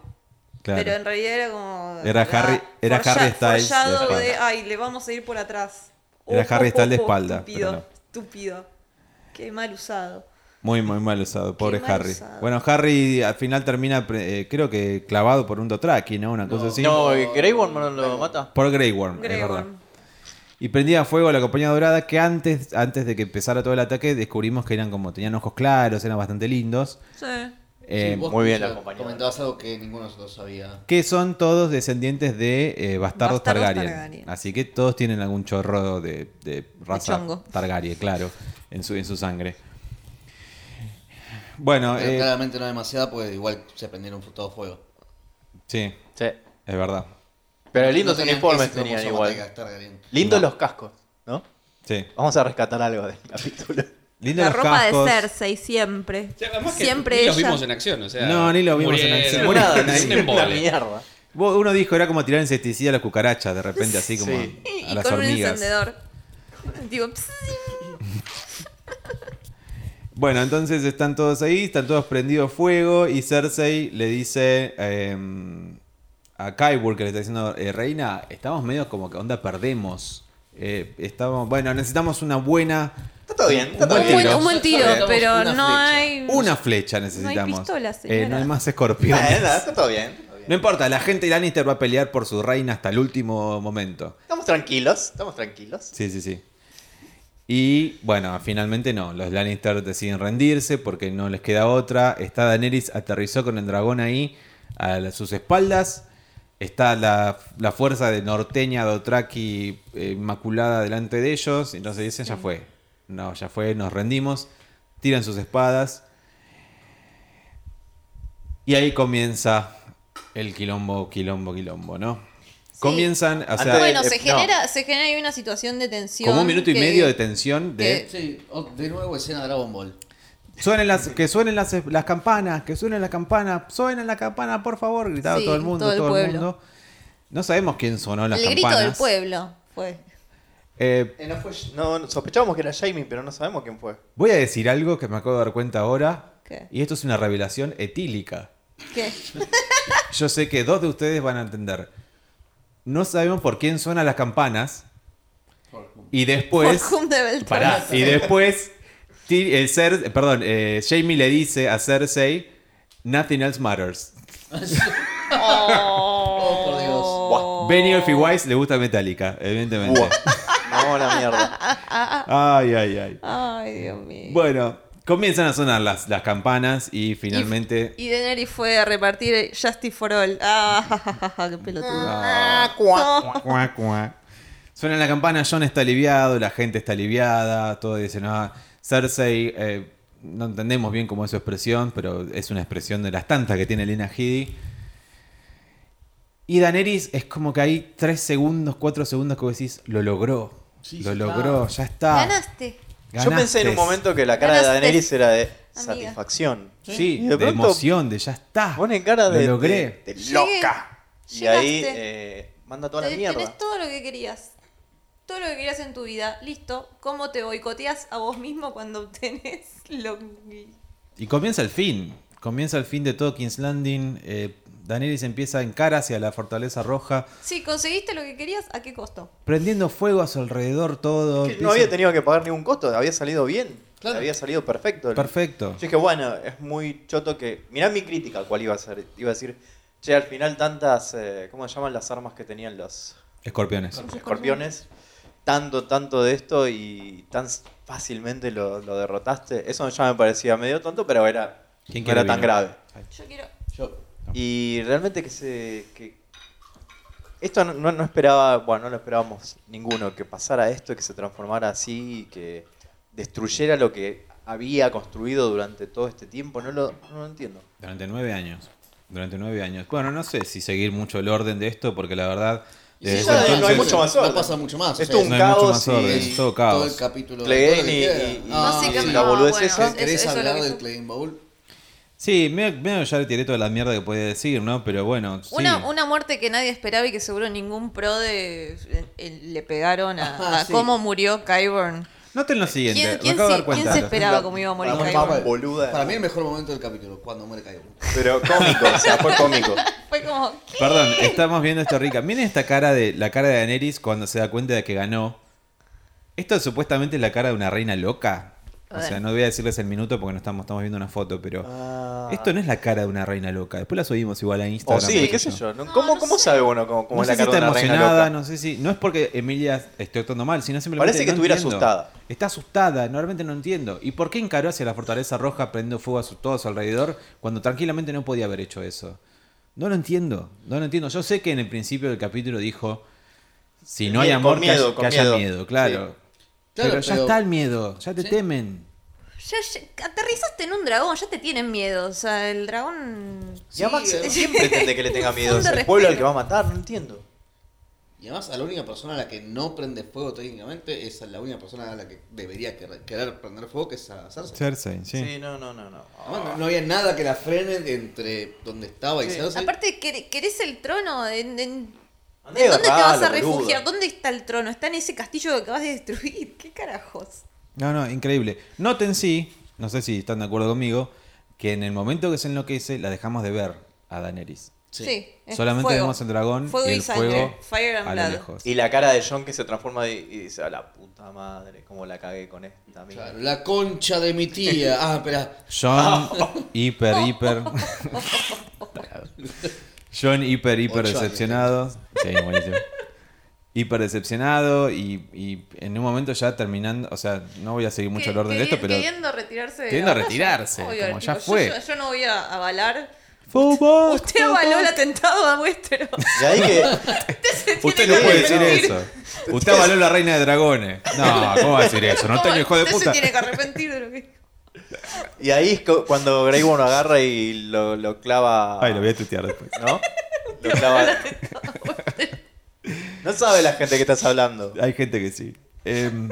Speaker 1: Claro.
Speaker 3: Pero en realidad era como.
Speaker 1: Era Harry- era Harry Styles de
Speaker 3: forjado de,
Speaker 1: espalda.
Speaker 3: ay, le vamos a ir por atrás.
Speaker 1: Era Harry Styles de espalda,
Speaker 3: Estúpido,
Speaker 1: pero no.
Speaker 3: estúpido. Qué mal usado.
Speaker 1: Muy, muy mal usado, pobre
Speaker 3: mal
Speaker 1: Harry.
Speaker 3: usado.
Speaker 1: Bueno, Harry al final termina, pre- eh, creo que clavado por un Dotraki, ¿no? Una cosa así.
Speaker 4: No, ¿y Grey Worm no lo mata.
Speaker 1: Por Grey Worm, es
Speaker 3: Gregor.
Speaker 1: verdad. Y prendía fuego a la compañía dorada que antes, antes de que empezara todo el ataque descubrimos que eran como, tenían ojos claros, eran bastante lindos.
Speaker 3: Sí.
Speaker 1: Eh,
Speaker 2: Sí, vos
Speaker 4: muy bien
Speaker 2: ya
Speaker 4: la compañía.
Speaker 2: Comentabas algo que ninguno de nosotros sabía.
Speaker 1: que son todos descendientes de eh, bastardos,
Speaker 3: Bastardos
Speaker 1: Targaryen.
Speaker 3: Targaryen.
Speaker 1: Así que todos tienen algún chorro de, de raza
Speaker 3: chongo.
Speaker 1: Targaryen, claro, en su, en su sangre. Bueno,
Speaker 2: Pero
Speaker 1: eh,
Speaker 2: claramente no demasiada, porque igual se prendieron todo fuego.
Speaker 1: sí,
Speaker 4: Sí.
Speaker 1: es verdad.
Speaker 4: Pero lindos
Speaker 2: No tenían
Speaker 4: uniformes
Speaker 2: ese
Speaker 4: tenían
Speaker 2: cromosoma
Speaker 4: igual.
Speaker 2: Targaryen, Targaryen.
Speaker 4: Lindos los cascos, ¿no?
Speaker 1: Sí.
Speaker 4: Vamos a rescatar algo del capítulo.
Speaker 1: Lindo
Speaker 3: La
Speaker 1: los
Speaker 3: ropa
Speaker 1: cascos.
Speaker 3: de Cersei, siempre.
Speaker 5: O sea, además que
Speaker 3: siempre
Speaker 5: ni
Speaker 3: ella.
Speaker 5: los vimos en acción, o sea.
Speaker 1: No, ni los vimos en
Speaker 5: murieron,
Speaker 1: acción.
Speaker 5: murieron,
Speaker 1: Nada,
Speaker 5: es un
Speaker 4: una
Speaker 5: embole.
Speaker 4: mierda.
Speaker 1: Vos- Uno dijo, era como tirar insecticida a las cucarachas, de repente así como
Speaker 4: Sí.
Speaker 1: a
Speaker 3: y
Speaker 1: las
Speaker 3: con un
Speaker 1: hormigas.
Speaker 3: encendedor. Digo, "Pss".
Speaker 1: Bueno, entonces están todos ahí, están todos prendidos fuego y Cersei le dice eh, a Kyburn que le está diciendo, eh, Reina, estamos medio como que onda perdemos. Eh, estamos, bueno, necesitamos una buena...
Speaker 4: Está todo bien, está
Speaker 1: Un
Speaker 4: todo
Speaker 1: buen
Speaker 3: un
Speaker 4: bien.
Speaker 3: buen,
Speaker 1: tiro.
Speaker 3: un buen tiro,
Speaker 2: Necesitamos
Speaker 3: pero
Speaker 2: una
Speaker 3: no
Speaker 2: flecha.
Speaker 3: hay.
Speaker 1: Una flecha necesitamos.
Speaker 3: pistolas,
Speaker 1: Eh,
Speaker 3: señora.
Speaker 1: Mm. no hay más
Speaker 4: Eh,
Speaker 1: escorpiones.
Speaker 4: nada, Está todo bien. está bien.
Speaker 1: No importa, la gente de Lannister va a pelear por su reina hasta el último momento.
Speaker 4: Estamos tranquilos, estamos tranquilos.
Speaker 1: Sí, sí, sí. Y bueno, finalmente no. Los Lannister deciden rendirse porque no les queda otra. Está Daenerys, aterrizó con el dragón ahí a la- sus espaldas. Está la, la fuerza de Norteña, Dotraki, eh, Inmaculada delante de ellos. Entonces dicen, ya fue. No, ya fue, nos rendimos. Tiran sus espadas. Y ahí comienza el quilombo, quilombo, quilombo, ¿no? Comienzan, o sea,
Speaker 4: Antes
Speaker 3: Bueno,
Speaker 4: Eh,
Speaker 3: se
Speaker 4: no.
Speaker 3: genera, se genera ahí una situación de tensión.
Speaker 1: como un minuto y
Speaker 3: que-
Speaker 2: Eh,
Speaker 1: medio de tensión de...
Speaker 2: Sí, o- de nuevo escena Dragon Ball.
Speaker 1: Suenen las, que suenen las, las campanas, que suenen las campanas, suenen las campanas, por favor, gritaba
Speaker 3: Sí,
Speaker 1: todo el mundo,
Speaker 3: todo
Speaker 1: todo
Speaker 3: el
Speaker 1: el,
Speaker 3: pueblo.
Speaker 1: mundo. No sabemos quién sonó las
Speaker 3: el grito
Speaker 1: campanas.
Speaker 3: del pueblo fue.
Speaker 1: Eh,
Speaker 4: Eh, no fue- no, no, sospechamos que era Jamie, pero no sabemos quién fue.
Speaker 1: voy a decir algo que me acabo de dar cuenta ahora.
Speaker 3: ¿Qué?
Speaker 1: Y esto es una revelación etílica.
Speaker 3: ¿Qué?
Speaker 1: Yo sé que dos de ustedes van a entender. No sabemos por quién suenan las campanas. Y después.
Speaker 3: Por cum de Beltrán.
Speaker 1: Pues, Pará, y después Ti- eh, Cer- perdón, eh, Jamie le dice a Cersei Nothing else matters.
Speaker 3: Oh,
Speaker 2: Oh, por Dios.
Speaker 4: Buah.
Speaker 1: Benioff y Wise le gusta Metallica, evidentemente.
Speaker 4: Buah. No, la mierda.
Speaker 1: Ay, ay, ay.
Speaker 3: Ay, Dios mío.
Speaker 1: Bueno, comienzan a sonar las, las campanas y finalmente.
Speaker 3: Y Daenerys fue a repartir eh, Justice for All. Ah, ja, ja, ja, qué pelotudo.
Speaker 1: Ah, cuac, cuac. Suena la campana, John está aliviado, la gente está aliviada, todo dice, no, Cersei, eh, no entendemos bien cómo es su expresión, pero es una expresión de las tantas que tiene Lena Headey. Y Daenerys es como que hay tres segundos, cuatro segundos que vos decís, lo logró,
Speaker 2: Sí,
Speaker 1: lo
Speaker 2: ya
Speaker 1: logró, ya está.
Speaker 3: Ganaste.
Speaker 4: Yo pensé en
Speaker 1: ganastes".
Speaker 4: un momento que la cara de
Speaker 3: Ganaste.
Speaker 4: Daenerys era de
Speaker 3: Amiga.
Speaker 4: satisfacción.
Speaker 1: Sí,
Speaker 4: Y
Speaker 1: de,
Speaker 4: de pronto
Speaker 1: emoción, de ya está.
Speaker 4: Ponen cara de,
Speaker 1: Lo logré.
Speaker 4: de- de
Speaker 3: Llegué.
Speaker 4: loca. Y ahí
Speaker 3: Llegaste.
Speaker 4: eh, manda toda la
Speaker 3: Te-
Speaker 4: mierda.
Speaker 3: Tenés todo lo que querías. Todo lo que querías en tu vida. Listo. ¿Cómo te boicoteas a vos mismo cuando tenés lo que-
Speaker 1: Y comienza el fin. Comienza el fin de todo King's Landing. Eh, Daenerys empieza en cara hacia la Fortaleza Roja,
Speaker 3: Sí, conseguiste lo que querías, ¿a qué costo?
Speaker 1: prendiendo fuego a su alrededor todo.
Speaker 4: Que
Speaker 1: Dice,
Speaker 4: no había tenido que pagar ningún costo, había salido bien.
Speaker 2: Claro.
Speaker 4: Había salido perfecto. El-
Speaker 1: Perfecto.
Speaker 4: Yo dije, bueno, es muy choto que. Mirá mi crítica, cuál iba a ser. Iba a decir, che, al final tantas. eh, ¿Cómo se llaman las armas que tenían los
Speaker 1: Escorpiones.
Speaker 4: escorpiones? Tanto, tanto de esto y tan fácilmente lo, lo derrotaste. Eso ya me parecía medio tonto, pero era,
Speaker 1: ¿Quién
Speaker 4: no era
Speaker 1: quiere
Speaker 4: tan
Speaker 1: vino?
Speaker 4: grave.
Speaker 3: Yo quiero.
Speaker 2: Yo,
Speaker 4: Y realmente que se. Que esto no, no- no esperaba, bueno, no lo esperábamos ninguno, que pasara esto, que se transformara así, y que destruyera lo que había construido durante todo este tiempo, no lo, no lo entiendo.
Speaker 1: Durante nueve años. Durante nueve años. Bueno, no sé si seguir mucho el orden de esto, porque la verdad.
Speaker 2: Y
Speaker 1: desde
Speaker 2: si
Speaker 4: ya
Speaker 1: ese
Speaker 4: no hay- no hay
Speaker 1: Eh, entonces-
Speaker 4: mucho más
Speaker 2: no
Speaker 4: orden.
Speaker 2: pasa mucho más, o
Speaker 4: Es
Speaker 2: sea,
Speaker 4: todo un
Speaker 1: no hay mucho
Speaker 4: caos
Speaker 1: más orden,
Speaker 4: y
Speaker 1: es todo caos.
Speaker 2: Todo el capítulo.
Speaker 4: Clegane
Speaker 2: todo lo que
Speaker 4: y-
Speaker 2: queda.
Speaker 4: y- y-
Speaker 2: Ah,
Speaker 3: No, sí,
Speaker 2: sí.
Speaker 3: que-
Speaker 4: la
Speaker 3: no,
Speaker 4: boludez
Speaker 3: bueno,
Speaker 4: esa.
Speaker 3: es-
Speaker 2: ¿Querés
Speaker 3: eso lo
Speaker 2: hablar
Speaker 3: que-
Speaker 2: del Clegane Bowl?
Speaker 1: Sí, medio, medio ya le tiré toda la mierda que podía decir, ¿no? Pero bueno, sí.
Speaker 3: Una, una muerte que nadie esperaba y que seguro ningún pro de eh, eh, le pegaron a,
Speaker 2: Ajá,
Speaker 3: a
Speaker 2: sí.
Speaker 3: cómo murió Kyburn.
Speaker 1: Noten lo siguiente.
Speaker 3: ¿Quién-
Speaker 1: me
Speaker 3: quién
Speaker 1: acabo de
Speaker 3: se-
Speaker 1: dar
Speaker 3: quién
Speaker 1: cuenta.
Speaker 3: se esperaba cómo iba a morir
Speaker 4: La más
Speaker 3: Kyburn?
Speaker 4: boluda.
Speaker 2: Para mí el mejor momento del capítulo, cuando muere Kyburn.
Speaker 4: Pero cómico, o sea, fue cómico.
Speaker 3: Fue como. ¿qué?
Speaker 1: Perdón, estamos viendo esto rica. Miren esta cara de la cara de Daenerys cuando se da cuenta de que ganó. Esto es supuestamente la cara de una reina loca. O sea, no voy a decirles el minuto porque no estamos, estamos viendo una foto, pero
Speaker 4: Ah.
Speaker 1: esto no es la cara de una reina loca. Después la subimos igual a
Speaker 4: O
Speaker 1: Instagram.
Speaker 4: sí,
Speaker 1: porque
Speaker 4: qué sé yo. ¿no?
Speaker 3: No,
Speaker 4: ¿Cómo,
Speaker 3: no
Speaker 4: cómo
Speaker 3: sé.
Speaker 4: sabe uno cómo, cómo
Speaker 1: no
Speaker 4: es
Speaker 1: sé
Speaker 4: la
Speaker 1: si
Speaker 4: cara
Speaker 1: está
Speaker 4: de una reina
Speaker 1: emocionada,
Speaker 4: loca?
Speaker 1: no sé si. No es porque Emilia esté actuando mal, sino simplemente.
Speaker 4: Parece que
Speaker 1: no
Speaker 4: estuviera
Speaker 1: entiendo.
Speaker 4: asustada.
Speaker 1: Está asustada, no, realmente no entiendo. ¿Y por qué encaró hacia la fortaleza roja prendiendo fuego a su, todo a su alrededor cuando tranquilamente no podía haber hecho eso? No lo entiendo, no lo entiendo. Yo sé que en el principio del capítulo dijo: si no hay
Speaker 4: Miedo,
Speaker 1: amor,
Speaker 4: con
Speaker 1: que haya-
Speaker 4: miedo,
Speaker 1: que,
Speaker 4: con
Speaker 1: haya
Speaker 4: miedo.
Speaker 1: miedo, claro.
Speaker 4: Sí.
Speaker 1: Pero,
Speaker 2: Claro,
Speaker 1: ya
Speaker 2: pero-
Speaker 1: está el miedo, ya te
Speaker 2: Sí.
Speaker 1: temen.
Speaker 3: Ya, ya- aterrizaste en un dragón, ya te tienen miedo. O sea, el dragón.
Speaker 4: Y a Max
Speaker 2: Sí,
Speaker 4: siempre pretende que le tenga miedo.
Speaker 3: Fondo
Speaker 4: Es el
Speaker 3: respeto.
Speaker 4: pueblo al que va a matar, no entiendo.
Speaker 2: Y además, a la única persona a la que no prende fuego técnicamente es a la única persona a la que debería quer- querer prender fuego, que es a Cersei.
Speaker 1: Cersei,
Speaker 4: Sí, no, no, no. no.
Speaker 2: Además, no- no había nada que la frene entre donde estaba y Cersei.
Speaker 3: Aparte, ¿quer- ¿querés el trono? ¿En, en-
Speaker 4: Andá y
Speaker 3: en dónde te vas a
Speaker 4: agarralo, boludo.
Speaker 3: refugiar? ¿Dónde está el trono? ¿Está en ese castillo que acabas de destruir? ¿Qué carajos?
Speaker 1: No, no, increíble. Noten sí, no sé si están de acuerdo conmigo, que en el momento que se enloquece la dejamos de ver a Daenerys.
Speaker 2: Sí.
Speaker 3: es
Speaker 1: Solamente
Speaker 3: fuego.
Speaker 1: vemos el dragón
Speaker 3: Fuego
Speaker 1: y
Speaker 3: y,
Speaker 1: el
Speaker 3: sangre.
Speaker 1: fuego
Speaker 3: Fire and
Speaker 1: a lo
Speaker 3: blood.
Speaker 1: lejos.
Speaker 4: Y la cara de John que se transforma y, y dice, a la puta madre, cómo la cagué con esta amiga.
Speaker 2: Claro, la concha de mi tía. Ah, espera.
Speaker 1: John hiper hiper. John hiper hiper
Speaker 2: Ocho años,
Speaker 1: decepcionado. Sí, buenísimo. Hiper decepcionado y, y en un momento ya terminando, o sea, no voy a seguir mucho el
Speaker 3: Que-
Speaker 1: orden de esto,
Speaker 3: quería-
Speaker 1: pero
Speaker 3: Queriendo retirarse. de
Speaker 1: queriendo
Speaker 3: la batalla.
Speaker 1: retirarse,
Speaker 3: Obvio,
Speaker 1: como ya
Speaker 3: tipo,
Speaker 1: fue.
Speaker 3: Yo, yo- yo no voy a avalar.
Speaker 1: Fútbol,
Speaker 3: Usted avaló el atentado a Westeros.
Speaker 4: Y ahí que
Speaker 1: Usted
Speaker 4: tiene
Speaker 1: no
Speaker 4: que
Speaker 1: puede decir
Speaker 4: arrepentir.
Speaker 1: eso. Usted avaló la reina de dragones. No, ¿cómo va a decir eso? No
Speaker 3: ¿Cómo?
Speaker 1: tengo hijo de
Speaker 3: Usted
Speaker 1: puta.
Speaker 3: se tiene que arrepentir de lo que dijo.
Speaker 4: y ahí es co- cuando Grey Worm lo agarra y lo, lo clava.
Speaker 1: Ay, lo voy a tuitear después.
Speaker 4: ¿No? Lo clava. No sabe la gente que estás hablando.
Speaker 1: Hay gente que sí. Em,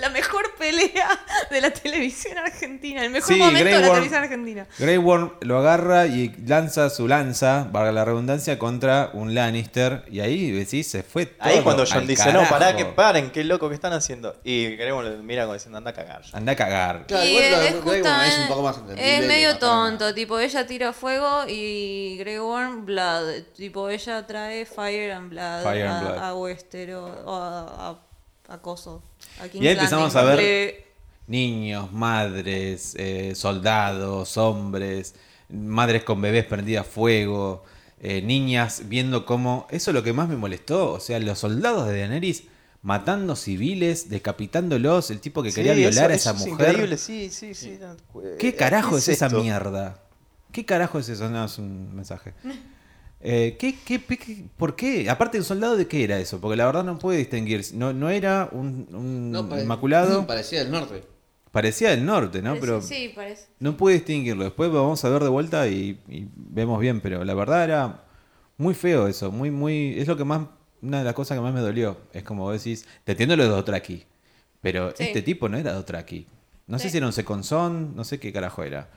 Speaker 3: La mejor pelea de la televisión argentina. El mejor
Speaker 1: Sí,
Speaker 3: momento
Speaker 1: Grey
Speaker 3: de la
Speaker 1: Worm.
Speaker 3: televisión argentina.
Speaker 1: Grey Worm lo agarra y lanza su lanza, valga la redundancia, contra un Lannister. Y ahí decís, se fue todo.
Speaker 4: Ahí cuando John
Speaker 1: al
Speaker 4: dice, no,
Speaker 1: carajo.
Speaker 4: pará, que paren, qué loco que están haciendo. Y Gremlin lo mira como diciendo, anda a cagar. ya".
Speaker 1: Anda a cagar.
Speaker 2: Claro,
Speaker 3: y
Speaker 2: igual lo de
Speaker 3: es,
Speaker 2: Grey Worm
Speaker 3: justamente-
Speaker 2: es un poco más entendible
Speaker 3: es
Speaker 2: que
Speaker 3: medio
Speaker 2: matar a una-
Speaker 3: tonto, tipo, ella tira fuego y Grey Worm, Blood. Tipo, ella trae Fire and Blood,
Speaker 1: Fire
Speaker 3: a,
Speaker 1: and Blood.
Speaker 3: a Westeros, o a, a- a Coso. a King's
Speaker 1: Y ahí empezamos
Speaker 3: Landing.
Speaker 1: a ver-
Speaker 3: Eh,
Speaker 1: Niños, madres, eh, soldados, hombres, madres con bebés prendidas a fuego, eh, niñas viendo cómo... Eso es lo que más me molestó. O sea, los soldados de Daenerys matando civiles, decapitándolos, el tipo que quería
Speaker 4: Sí,
Speaker 1: violar
Speaker 4: eso-
Speaker 1: a esa
Speaker 4: eso es
Speaker 1: mujer.
Speaker 4: increíble, sí, sí, sí. eh,
Speaker 1: ¿Qué carajo es, esa
Speaker 4: mierda?
Speaker 1: mierda? ¿Qué carajo es eso? No, es un mensaje. Eh, ¿qué- qué, qué- qué- por qué? Aparte, ¿un soldado de qué era eso? Porque la verdad no puede distinguir. No, no era un, un
Speaker 2: No, pare-
Speaker 1: Mm,
Speaker 2: Mm,
Speaker 1: inmaculado.
Speaker 2: Parecía del norte.
Speaker 1: Parecía del norte, ¿no?
Speaker 3: parece-
Speaker 1: Pero
Speaker 3: sí, parece.
Speaker 1: no pude distinguirlo. Después lo vamos a ver de vuelta y, y vemos bien. Pero la verdad era muy feo eso. Muy, muy. Es lo que más. Una de las cosas que más me dolió. Es como vos decís, te entiendo lo de Dotraki. Pero
Speaker 3: Sí.
Speaker 1: este tipo no era Dotraki. No sé
Speaker 3: Sí.
Speaker 1: si era un seconzón, no sé qué carajo era.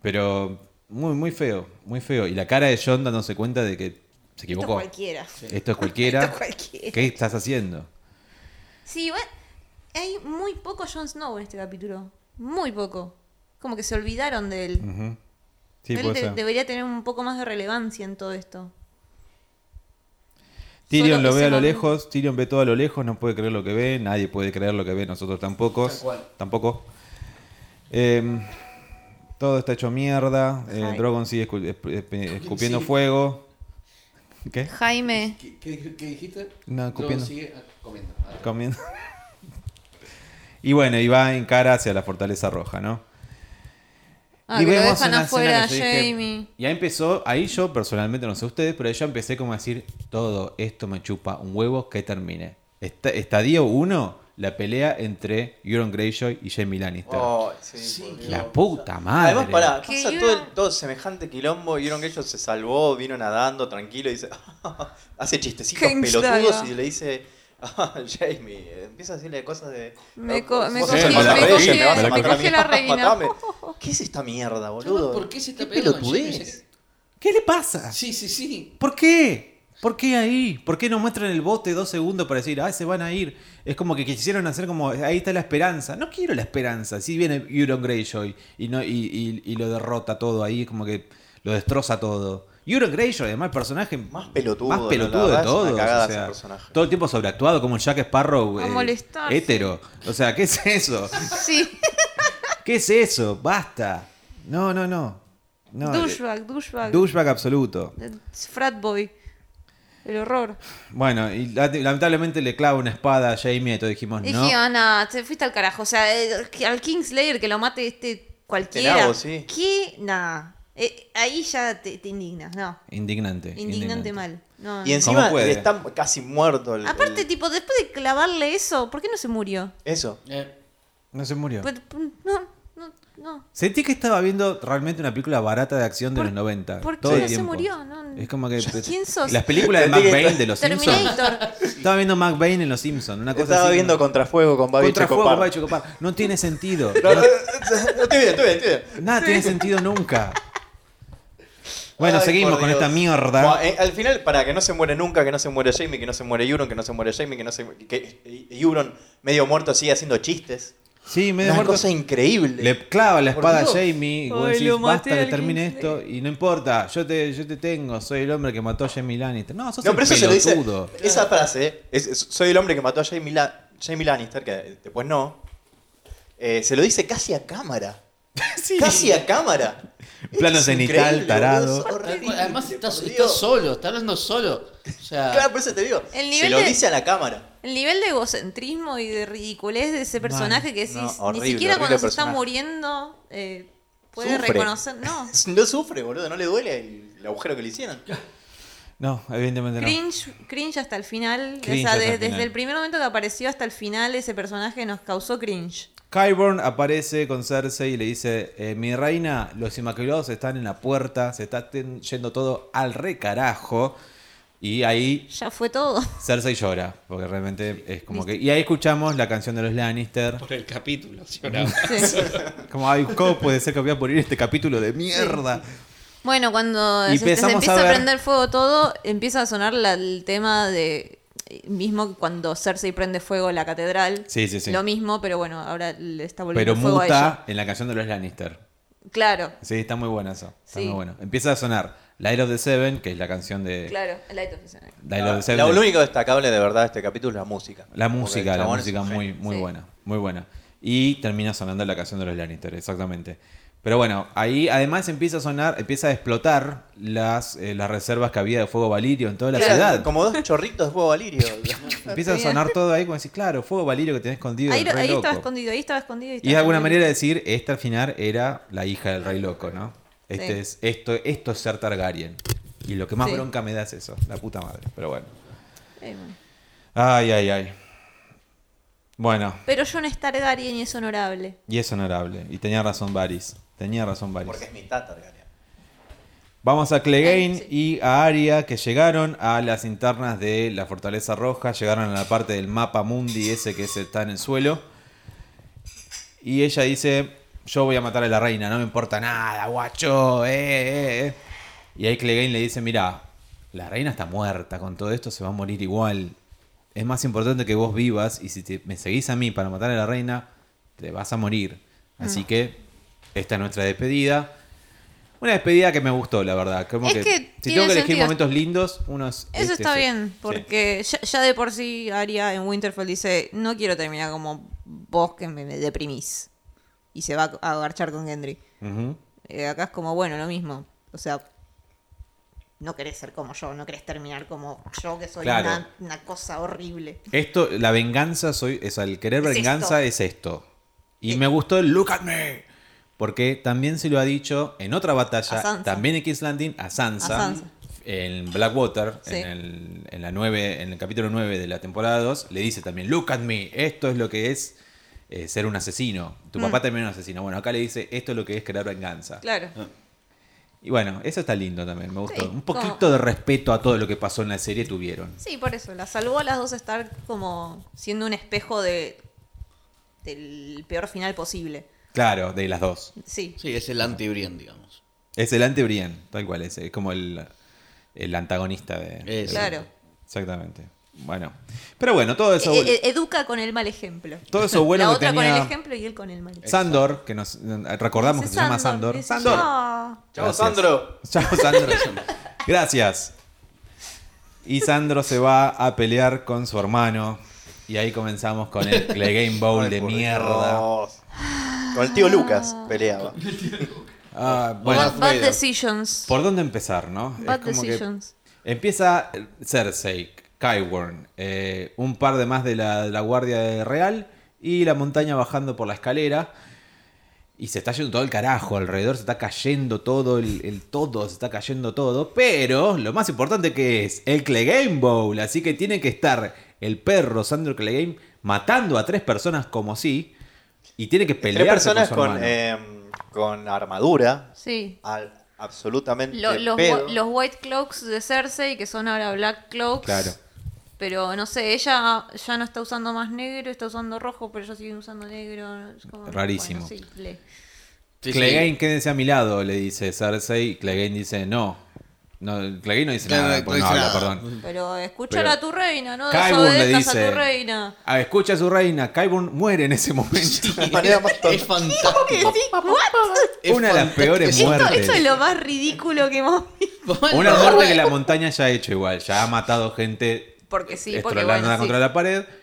Speaker 1: Pero muy, muy feo, muy feo. Y la cara de John dándose cuenta de que se
Speaker 3: Esto
Speaker 1: equivocó.
Speaker 3: cualquiera.
Speaker 1: Esto es cualquiera.
Speaker 3: Esto cualquiera.
Speaker 1: ¿Qué estás haciendo?
Speaker 3: Sí, igual hay muy poco Jon Snow en este capítulo. Muy poco. Como que se olvidaron de él.
Speaker 1: Ujú. Sí,
Speaker 3: él
Speaker 1: puede
Speaker 3: de-
Speaker 1: ser.
Speaker 3: debería tener un poco más de relevancia en todo esto.
Speaker 1: Tyrion
Speaker 3: Solo
Speaker 1: lo ve
Speaker 3: ese
Speaker 1: a lo
Speaker 3: momento.
Speaker 1: lejos, Tyrion ve todo a lo lejos, no puede creer lo que ve, nadie puede creer lo que ve, nosotros tampoco.
Speaker 2: Tal cual.
Speaker 1: Tampoco. Em, todo está hecho mierda, eh,
Speaker 3: Ay.
Speaker 1: Drogon sigue escu- esp- esp- escupiendo
Speaker 2: Sí.
Speaker 1: fuego. ¿Qué?
Speaker 3: Jaime.
Speaker 2: ¿Qué, qué, qué dijiste?
Speaker 1: No,
Speaker 2: Drogo
Speaker 1: copiando.
Speaker 2: sigue ah, comiendo. Ah,
Speaker 1: Comiendo. Y bueno, y va en cara hacia la Fortaleza Roja, ¿no?
Speaker 3: Ah, que lo dejan
Speaker 1: una
Speaker 3: afuera a
Speaker 1: escena que yo dije-
Speaker 3: Jamie.
Speaker 1: ya empezó, ahí yo personalmente, no sé ustedes, pero ahí yo empecé como a decir, todo esto me chupa un huevo que termine. Esta- estadio 1, la pelea entre Euron Greyjoy y Jamie Lannister.
Speaker 4: Oh, sí,
Speaker 2: Sí,
Speaker 4: por Dios.
Speaker 1: la puta madre.
Speaker 4: Además, pará,
Speaker 3: Que
Speaker 4: pasa
Speaker 3: Euron-
Speaker 4: todo, el- todo semejante quilombo. Vieron que ellos se salvó, vino nadando tranquilo y dice. hace chistecitos
Speaker 3: King's
Speaker 4: pelotudos
Speaker 3: Dagger.
Speaker 4: y le dice. "Ah, Jamie, empieza a decirle cosas de.
Speaker 3: Me co- me
Speaker 4: "Vos
Speaker 1: cogí-
Speaker 4: sos la
Speaker 1: me
Speaker 4: reina,
Speaker 1: cogí-
Speaker 4: me vas a
Speaker 1: me
Speaker 4: matar a
Speaker 3: cogí
Speaker 4: mí".
Speaker 3: la reina.
Speaker 4: Matame. ¿Qué es esta mierda, boludo?
Speaker 2: ¿Por qué se está
Speaker 4: ¿Qué
Speaker 2: pegando con
Speaker 4: pelotudez?
Speaker 1: ¿Qué le pasa?
Speaker 2: Sí, sí, sí.
Speaker 1: ¿Por qué? ¿Por qué ahí? ¿Por qué no muestran el bote dos segundos para decir, ah, se van a ir? Es como que quisieron hacer como, ahí está la esperanza. No quiero la esperanza. Si viene Euron Greyjoy y, no, y, y- y lo derrota todo ahí, como que lo destroza todo. Euron Greyjoy, además, el personaje
Speaker 4: Más pelotudo,
Speaker 1: más
Speaker 4: la
Speaker 1: pelotudo
Speaker 4: verdad,
Speaker 1: de
Speaker 4: es una
Speaker 1: todos.
Speaker 4: cagada
Speaker 1: o sea,
Speaker 4: ese personaje.
Speaker 1: todo el tiempo sobreactuado como un Jack Sparrow
Speaker 3: A
Speaker 1: eh,
Speaker 3: molestarse.
Speaker 1: hétero. O sea, ¿qué es eso?
Speaker 3: Sí.
Speaker 1: ¿Qué es eso? Basta. No, no, no. no
Speaker 3: douchebag, douchebag.
Speaker 1: Douchebag absoluto.
Speaker 3: Frat boy. El horror.
Speaker 1: Bueno, y la- lamentablemente le clava una espada a Jamie y todos dijimos, no.
Speaker 3: Dije, Ana, te fuiste al carajo. O sea, eh, que al Kingslayer que lo mate este cualquiera.
Speaker 4: Este nabo, sí.
Speaker 3: ¿Qué? Nah. Eh, ahí ya te, te indignas, no.
Speaker 1: Indignante.
Speaker 3: Indignante, mal. No,
Speaker 4: Y
Speaker 3: no.
Speaker 4: encima
Speaker 1: puede?
Speaker 4: está casi muerto el.
Speaker 3: Aparte,
Speaker 4: el-
Speaker 3: tipo, después de clavarle eso, ¿por qué no se murió?
Speaker 4: Eso.
Speaker 2: Eh,
Speaker 1: No se murió.
Speaker 3: Pues, No, no, no.
Speaker 1: Sentí que estaba viendo realmente una película barata de acción de
Speaker 3: ¿Por-
Speaker 1: los 90.
Speaker 3: por qué
Speaker 1: todo el
Speaker 3: no se
Speaker 1: tiempo.
Speaker 3: murió? No,
Speaker 1: es como que.
Speaker 3: ¿Quién sos?
Speaker 1: Las películas de
Speaker 4: Sentí que
Speaker 1: McBain
Speaker 4: está-
Speaker 1: de los Simpsons.
Speaker 3: Terminator.
Speaker 1: Estaba viendo McBain en los Simpsons. Una cosa
Speaker 4: Estaba
Speaker 1: así,
Speaker 4: viendo
Speaker 1: ¿no?
Speaker 4: Contrafuego con Babi
Speaker 1: Contra fuego,
Speaker 4: Checopar.
Speaker 1: Babi Checopar. No tiene sentido.
Speaker 4: No, no, no, estoy bien, estoy bien, estoy bien.
Speaker 1: Nada tiene sentido nunca. Bueno,
Speaker 4: Ay,
Speaker 1: seguimos
Speaker 4: por
Speaker 1: con
Speaker 4: Dios.
Speaker 1: esta mierda.
Speaker 4: Bueno, eh, al final, para que no se muere nunca, que no se muere Jamie, que no se muere Euron, que no se muere Jamie, que no se que eh, Euron medio muerto sigue haciendo chistes.
Speaker 1: sí, medio
Speaker 4: Una
Speaker 1: muerto.
Speaker 4: cosa increíble.
Speaker 1: Le clava la
Speaker 4: Por
Speaker 1: espada a
Speaker 4: Dios.
Speaker 1: Jamie y vos
Speaker 6: Ay,
Speaker 1: decís,
Speaker 6: lo maté
Speaker 1: basta que
Speaker 6: al
Speaker 1: termine
Speaker 6: Kingsley".
Speaker 1: esto y no importa, yo te, yo te tengo, soy el hombre que mató a Jamie Lannister. No, sos
Speaker 4: no,
Speaker 1: un
Speaker 4: pero eso se lo dice.
Speaker 1: pelotudo.
Speaker 4: Esa frase, eh, es- es- soy el hombre que mató a Jamie, La- Jamie Lannister, que eh, después no. eh, se lo dice casi a cámara. Casi a cámara.
Speaker 1: Plano
Speaker 4: Esto es
Speaker 1: cenital,
Speaker 4: increíble, boludo,
Speaker 1: tarado.
Speaker 4: es
Speaker 2: tal
Speaker 4: horrible,
Speaker 2: cual. Además, está,
Speaker 4: por
Speaker 2: está
Speaker 4: Dios.
Speaker 2: solo, está hablando solo. O sea,
Speaker 4: Claro, por eso te digo.
Speaker 3: El
Speaker 4: se
Speaker 3: nivel
Speaker 4: lo
Speaker 3: de-
Speaker 4: dice a la cámara.
Speaker 3: El nivel de egocentrismo y de ridiculez de ese personaje que decís,
Speaker 4: no, horrible,
Speaker 3: ni siquiera cuando
Speaker 4: horrible
Speaker 3: se está
Speaker 4: personaje.
Speaker 3: muriendo eh, puede
Speaker 4: Sufre.
Speaker 3: reconocer. No,
Speaker 4: No sufre, boludo, no le duele el, el agujero que le hicieron.
Speaker 1: No, evidentemente no.
Speaker 3: cringe, cringe hasta el final.
Speaker 1: Cringe
Speaker 3: o sea,
Speaker 1: hasta
Speaker 3: de-
Speaker 1: el
Speaker 3: desde
Speaker 1: final.
Speaker 3: el primer momento que apareció hasta el final, ese personaje nos causó cringe.
Speaker 1: Qyburn aparece con Cersei y le dice, eh, mi reina, los Inmaculados están en la puerta, se está ten- yendo todo al recarajo. Y ahí
Speaker 3: Ya fue todo.
Speaker 1: Cersei llora, porque realmente es como que... Y ahí escuchamos la canción de los Lannister.
Speaker 7: Por el capítulo, lloraba.
Speaker 3: Sí.
Speaker 1: Como, ay, ¿cómo puede ser que voy a morir este capítulo de mierda?
Speaker 3: Bueno, cuando
Speaker 1: Y
Speaker 3: se, se
Speaker 1: empezamos
Speaker 3: empieza
Speaker 1: a
Speaker 3: a,
Speaker 1: ver-
Speaker 3: prender fuego todo, empieza a sonar la- el tema de. Mismo que cuando Cersei prende fuego la catedral.
Speaker 1: Sí, sí, sí.
Speaker 3: Lo mismo, pero bueno, ahora le está volviendo
Speaker 1: Pero
Speaker 3: fuego a
Speaker 1: muta
Speaker 3: ella.
Speaker 1: en la canción de los Lannister.
Speaker 3: Claro,
Speaker 1: Sí, está muy bueno eso. Está
Speaker 3: Sí.
Speaker 1: muy bueno. Empieza a sonar Light of the Seven, que es la canción de...
Speaker 3: claro. el Light of the Seven.
Speaker 1: Light of the Seven.
Speaker 4: Lo único destacable de verdad de este capítulo es la música.
Speaker 1: La
Speaker 4: Porque el
Speaker 1: música, la
Speaker 4: chabón es
Speaker 1: música
Speaker 4: un
Speaker 1: muy,
Speaker 4: genio.
Speaker 1: muy
Speaker 3: Sí.
Speaker 1: buena, muy buena. Y termina sonando la canción de los Lannister, exactamente. Pero bueno, ahí además empieza a sonar, empieza a explotar las, eh, las reservas que había de fuego valirio en toda la
Speaker 4: Claro,
Speaker 1: ciudad.
Speaker 4: Como dos chorritos de fuego valirio.
Speaker 1: Empieza a sonar todo ahí como decís, claro, fuego valirio que tenés escondido.
Speaker 3: Ahí,
Speaker 1: del rey
Speaker 3: ahí estaba
Speaker 1: loco.
Speaker 3: escondido, ahí estaba escondido. ahí
Speaker 1: Y
Speaker 3: estaba
Speaker 1: de alguna
Speaker 3: escondido.
Speaker 1: manera decir, esta al final era la hija del rey loco, ¿no? Este
Speaker 3: Sí.
Speaker 1: es, esto, esto es ser Targaryen. Y lo que más
Speaker 3: Sí.
Speaker 1: bronca me da es eso, la puta madre. Pero bueno.
Speaker 3: Eh, bueno.
Speaker 1: Ay, ay, ay. Bueno,
Speaker 3: Pero Jon Stark Darien es honorable.
Speaker 1: Y es honorable. Y tenía razón Varys. Tenía razón Varys.
Speaker 4: Porque es mitad Targaryen.
Speaker 1: Vamos a Clegane
Speaker 3: Ay, sí.
Speaker 1: y a Arya que llegaron a las internas de la Fortaleza Roja. Llegaron a la parte del mapa mundi ese que se está en el suelo. Y ella dice, yo voy a matar a la reina, no me importa nada, guacho. eh, eh, eh". Y ahí Clegane le dice, mira, la reina está muerta, con todo esto se va a morir igual. Es más importante que vos vivas y si te- me seguís a mí para matar a la reina, te vas a morir. Así
Speaker 3: Mm.
Speaker 1: que esta es nuestra despedida. Una despedida que me gustó, la verdad. Como
Speaker 3: Es
Speaker 1: que,
Speaker 3: que
Speaker 1: si
Speaker 3: tiene
Speaker 1: tengo que elegir
Speaker 3: sentido.
Speaker 1: momentos lindos, unos...
Speaker 3: Eso
Speaker 1: este,
Speaker 3: está
Speaker 1: sí.
Speaker 3: bien,
Speaker 1: Sí.
Speaker 3: porque ya, ya de por sí Aria en Winterfell dice, no quiero terminar como vos que me, me deprimís. Y se va a agarchar con Gendry.
Speaker 1: Ujú.
Speaker 3: Eh, acá es como, bueno, lo mismo. O sea, no querés ser como yo, no querés terminar como yo, que soy
Speaker 1: Claro.
Speaker 3: una, una cosa horrible.
Speaker 1: Esto, la venganza, soy, o sea, el querer
Speaker 3: Es
Speaker 1: venganza
Speaker 3: esto. Eh.
Speaker 1: es esto. Y me gustó el look at me. Porque también se lo ha dicho en otra
Speaker 3: A
Speaker 1: batalla,
Speaker 3: Sansa.
Speaker 1: también en King's Landing, a Sansa,
Speaker 3: A Sansa.
Speaker 1: en Blackwater,
Speaker 3: Sí.
Speaker 1: en, el, en la 9, en el capítulo 9 de la temporada 2, le dice también, look at me, esto es lo que es eh, ser un asesino. Tu papá también era un asesino. Bueno, acá le dice, esto es lo que es querer venganza.
Speaker 3: Mm. Claro.
Speaker 1: Y bueno, eso está lindo también, me gustó.
Speaker 3: Sí,
Speaker 1: un poquito
Speaker 3: como-
Speaker 1: de respeto a todo lo que pasó en la serie tuvieron.
Speaker 3: Sí, por eso. La salvó a las dos estar como siendo un espejo de del peor final posible.
Speaker 1: Claro, de las dos.
Speaker 3: Sí.
Speaker 2: Sí, es el anti-Brian, digamos.
Speaker 1: Es el anti-Brian, tal cual, es, es como el, el antagonista de...
Speaker 2: Es-
Speaker 3: Claro.
Speaker 1: Exactamente. Bueno. Pero bueno, todo eso,
Speaker 3: Eh, eh, educa con el mal ejemplo.
Speaker 1: todo eso bueno
Speaker 3: la
Speaker 1: que
Speaker 3: otra con el
Speaker 1: tenía
Speaker 3: ejemplo y él con el mal ejemplo.
Speaker 1: Sandor, que nos recordamos que se
Speaker 3: Dice
Speaker 1: llama Sandor.
Speaker 3: dice,
Speaker 1: Sandor.
Speaker 3: "Ah".
Speaker 4: Chao,
Speaker 1: Gracias.
Speaker 4: Sandro.
Speaker 1: Chao, Sandor. Gracias. Y Sandro se va a pelear con su hermano. Y ahí comenzamos con el Clegane Bowl de
Speaker 4: Ay, por
Speaker 1: mierda.
Speaker 4: Dios. Con el tío Lucas peleaba.
Speaker 1: Ah,
Speaker 3: Bad,
Speaker 1: bueno,
Speaker 3: bad decisions.
Speaker 1: ¿por dónde empezar, no? Es
Speaker 3: Bad
Speaker 1: como que-
Speaker 3: decisions.
Speaker 1: Empieza Cersei, Kyworn, eh, un par de más de la, de la Guardia Real y la montaña bajando por la escalera. Y se está yendo todo el carajo, alrededor se está cayendo todo, el, el todo, se está cayendo todo. Pero lo más importante que es el Clegane Bowl. Así que tiene que estar el perro Sandro Clegane matando a tres personas como sí. Y tiene que pelear.
Speaker 4: Tres personas con, eh, con armadura.
Speaker 3: Sí.
Speaker 4: al- absolutamente.
Speaker 3: Lo-
Speaker 1: Este,
Speaker 3: los,
Speaker 4: pedo.
Speaker 3: wa- los White Cloaks de Cersei, que son ahora Black Cloaks.
Speaker 1: Claro.
Speaker 3: Pero no sé, ella ya no está usando más negro, está usando rojo, pero ellos siguen usando negro. es como-
Speaker 1: Rarísimo.
Speaker 3: bueno, sí, le-
Speaker 2: Sí, sí.
Speaker 1: Clegane, quédense a mi lado, le dice Cersei. Y Clegane dice, no. no Clegane no dice
Speaker 2: Claro,
Speaker 1: nada,
Speaker 2: no
Speaker 1: pues no,
Speaker 2: dice
Speaker 1: habla,
Speaker 2: nada.
Speaker 1: perdón.
Speaker 3: Pero escuchar
Speaker 1: Pero-
Speaker 3: a tu reina, no
Speaker 1: Qyburn le
Speaker 3: desobedezcas a
Speaker 1: dice,
Speaker 3: tu reina.
Speaker 1: "Ah, escucha a su reina, Qyburn muere en ese momento.
Speaker 4: De manera más tonta.
Speaker 2: Es fantástico. Es
Speaker 1: Una de las
Speaker 2: fantástico.
Speaker 1: peores
Speaker 2: Es-
Speaker 3: Esto,
Speaker 1: muertes.
Speaker 3: esto es lo más ridículo que hemos visto.
Speaker 1: Una muerte que la montaña ya ha hecho igual, ya ha matado gente
Speaker 3: Porque sí, porque
Speaker 1: estrolándola
Speaker 3: bueno, sí. Ah,
Speaker 1: contra la pared.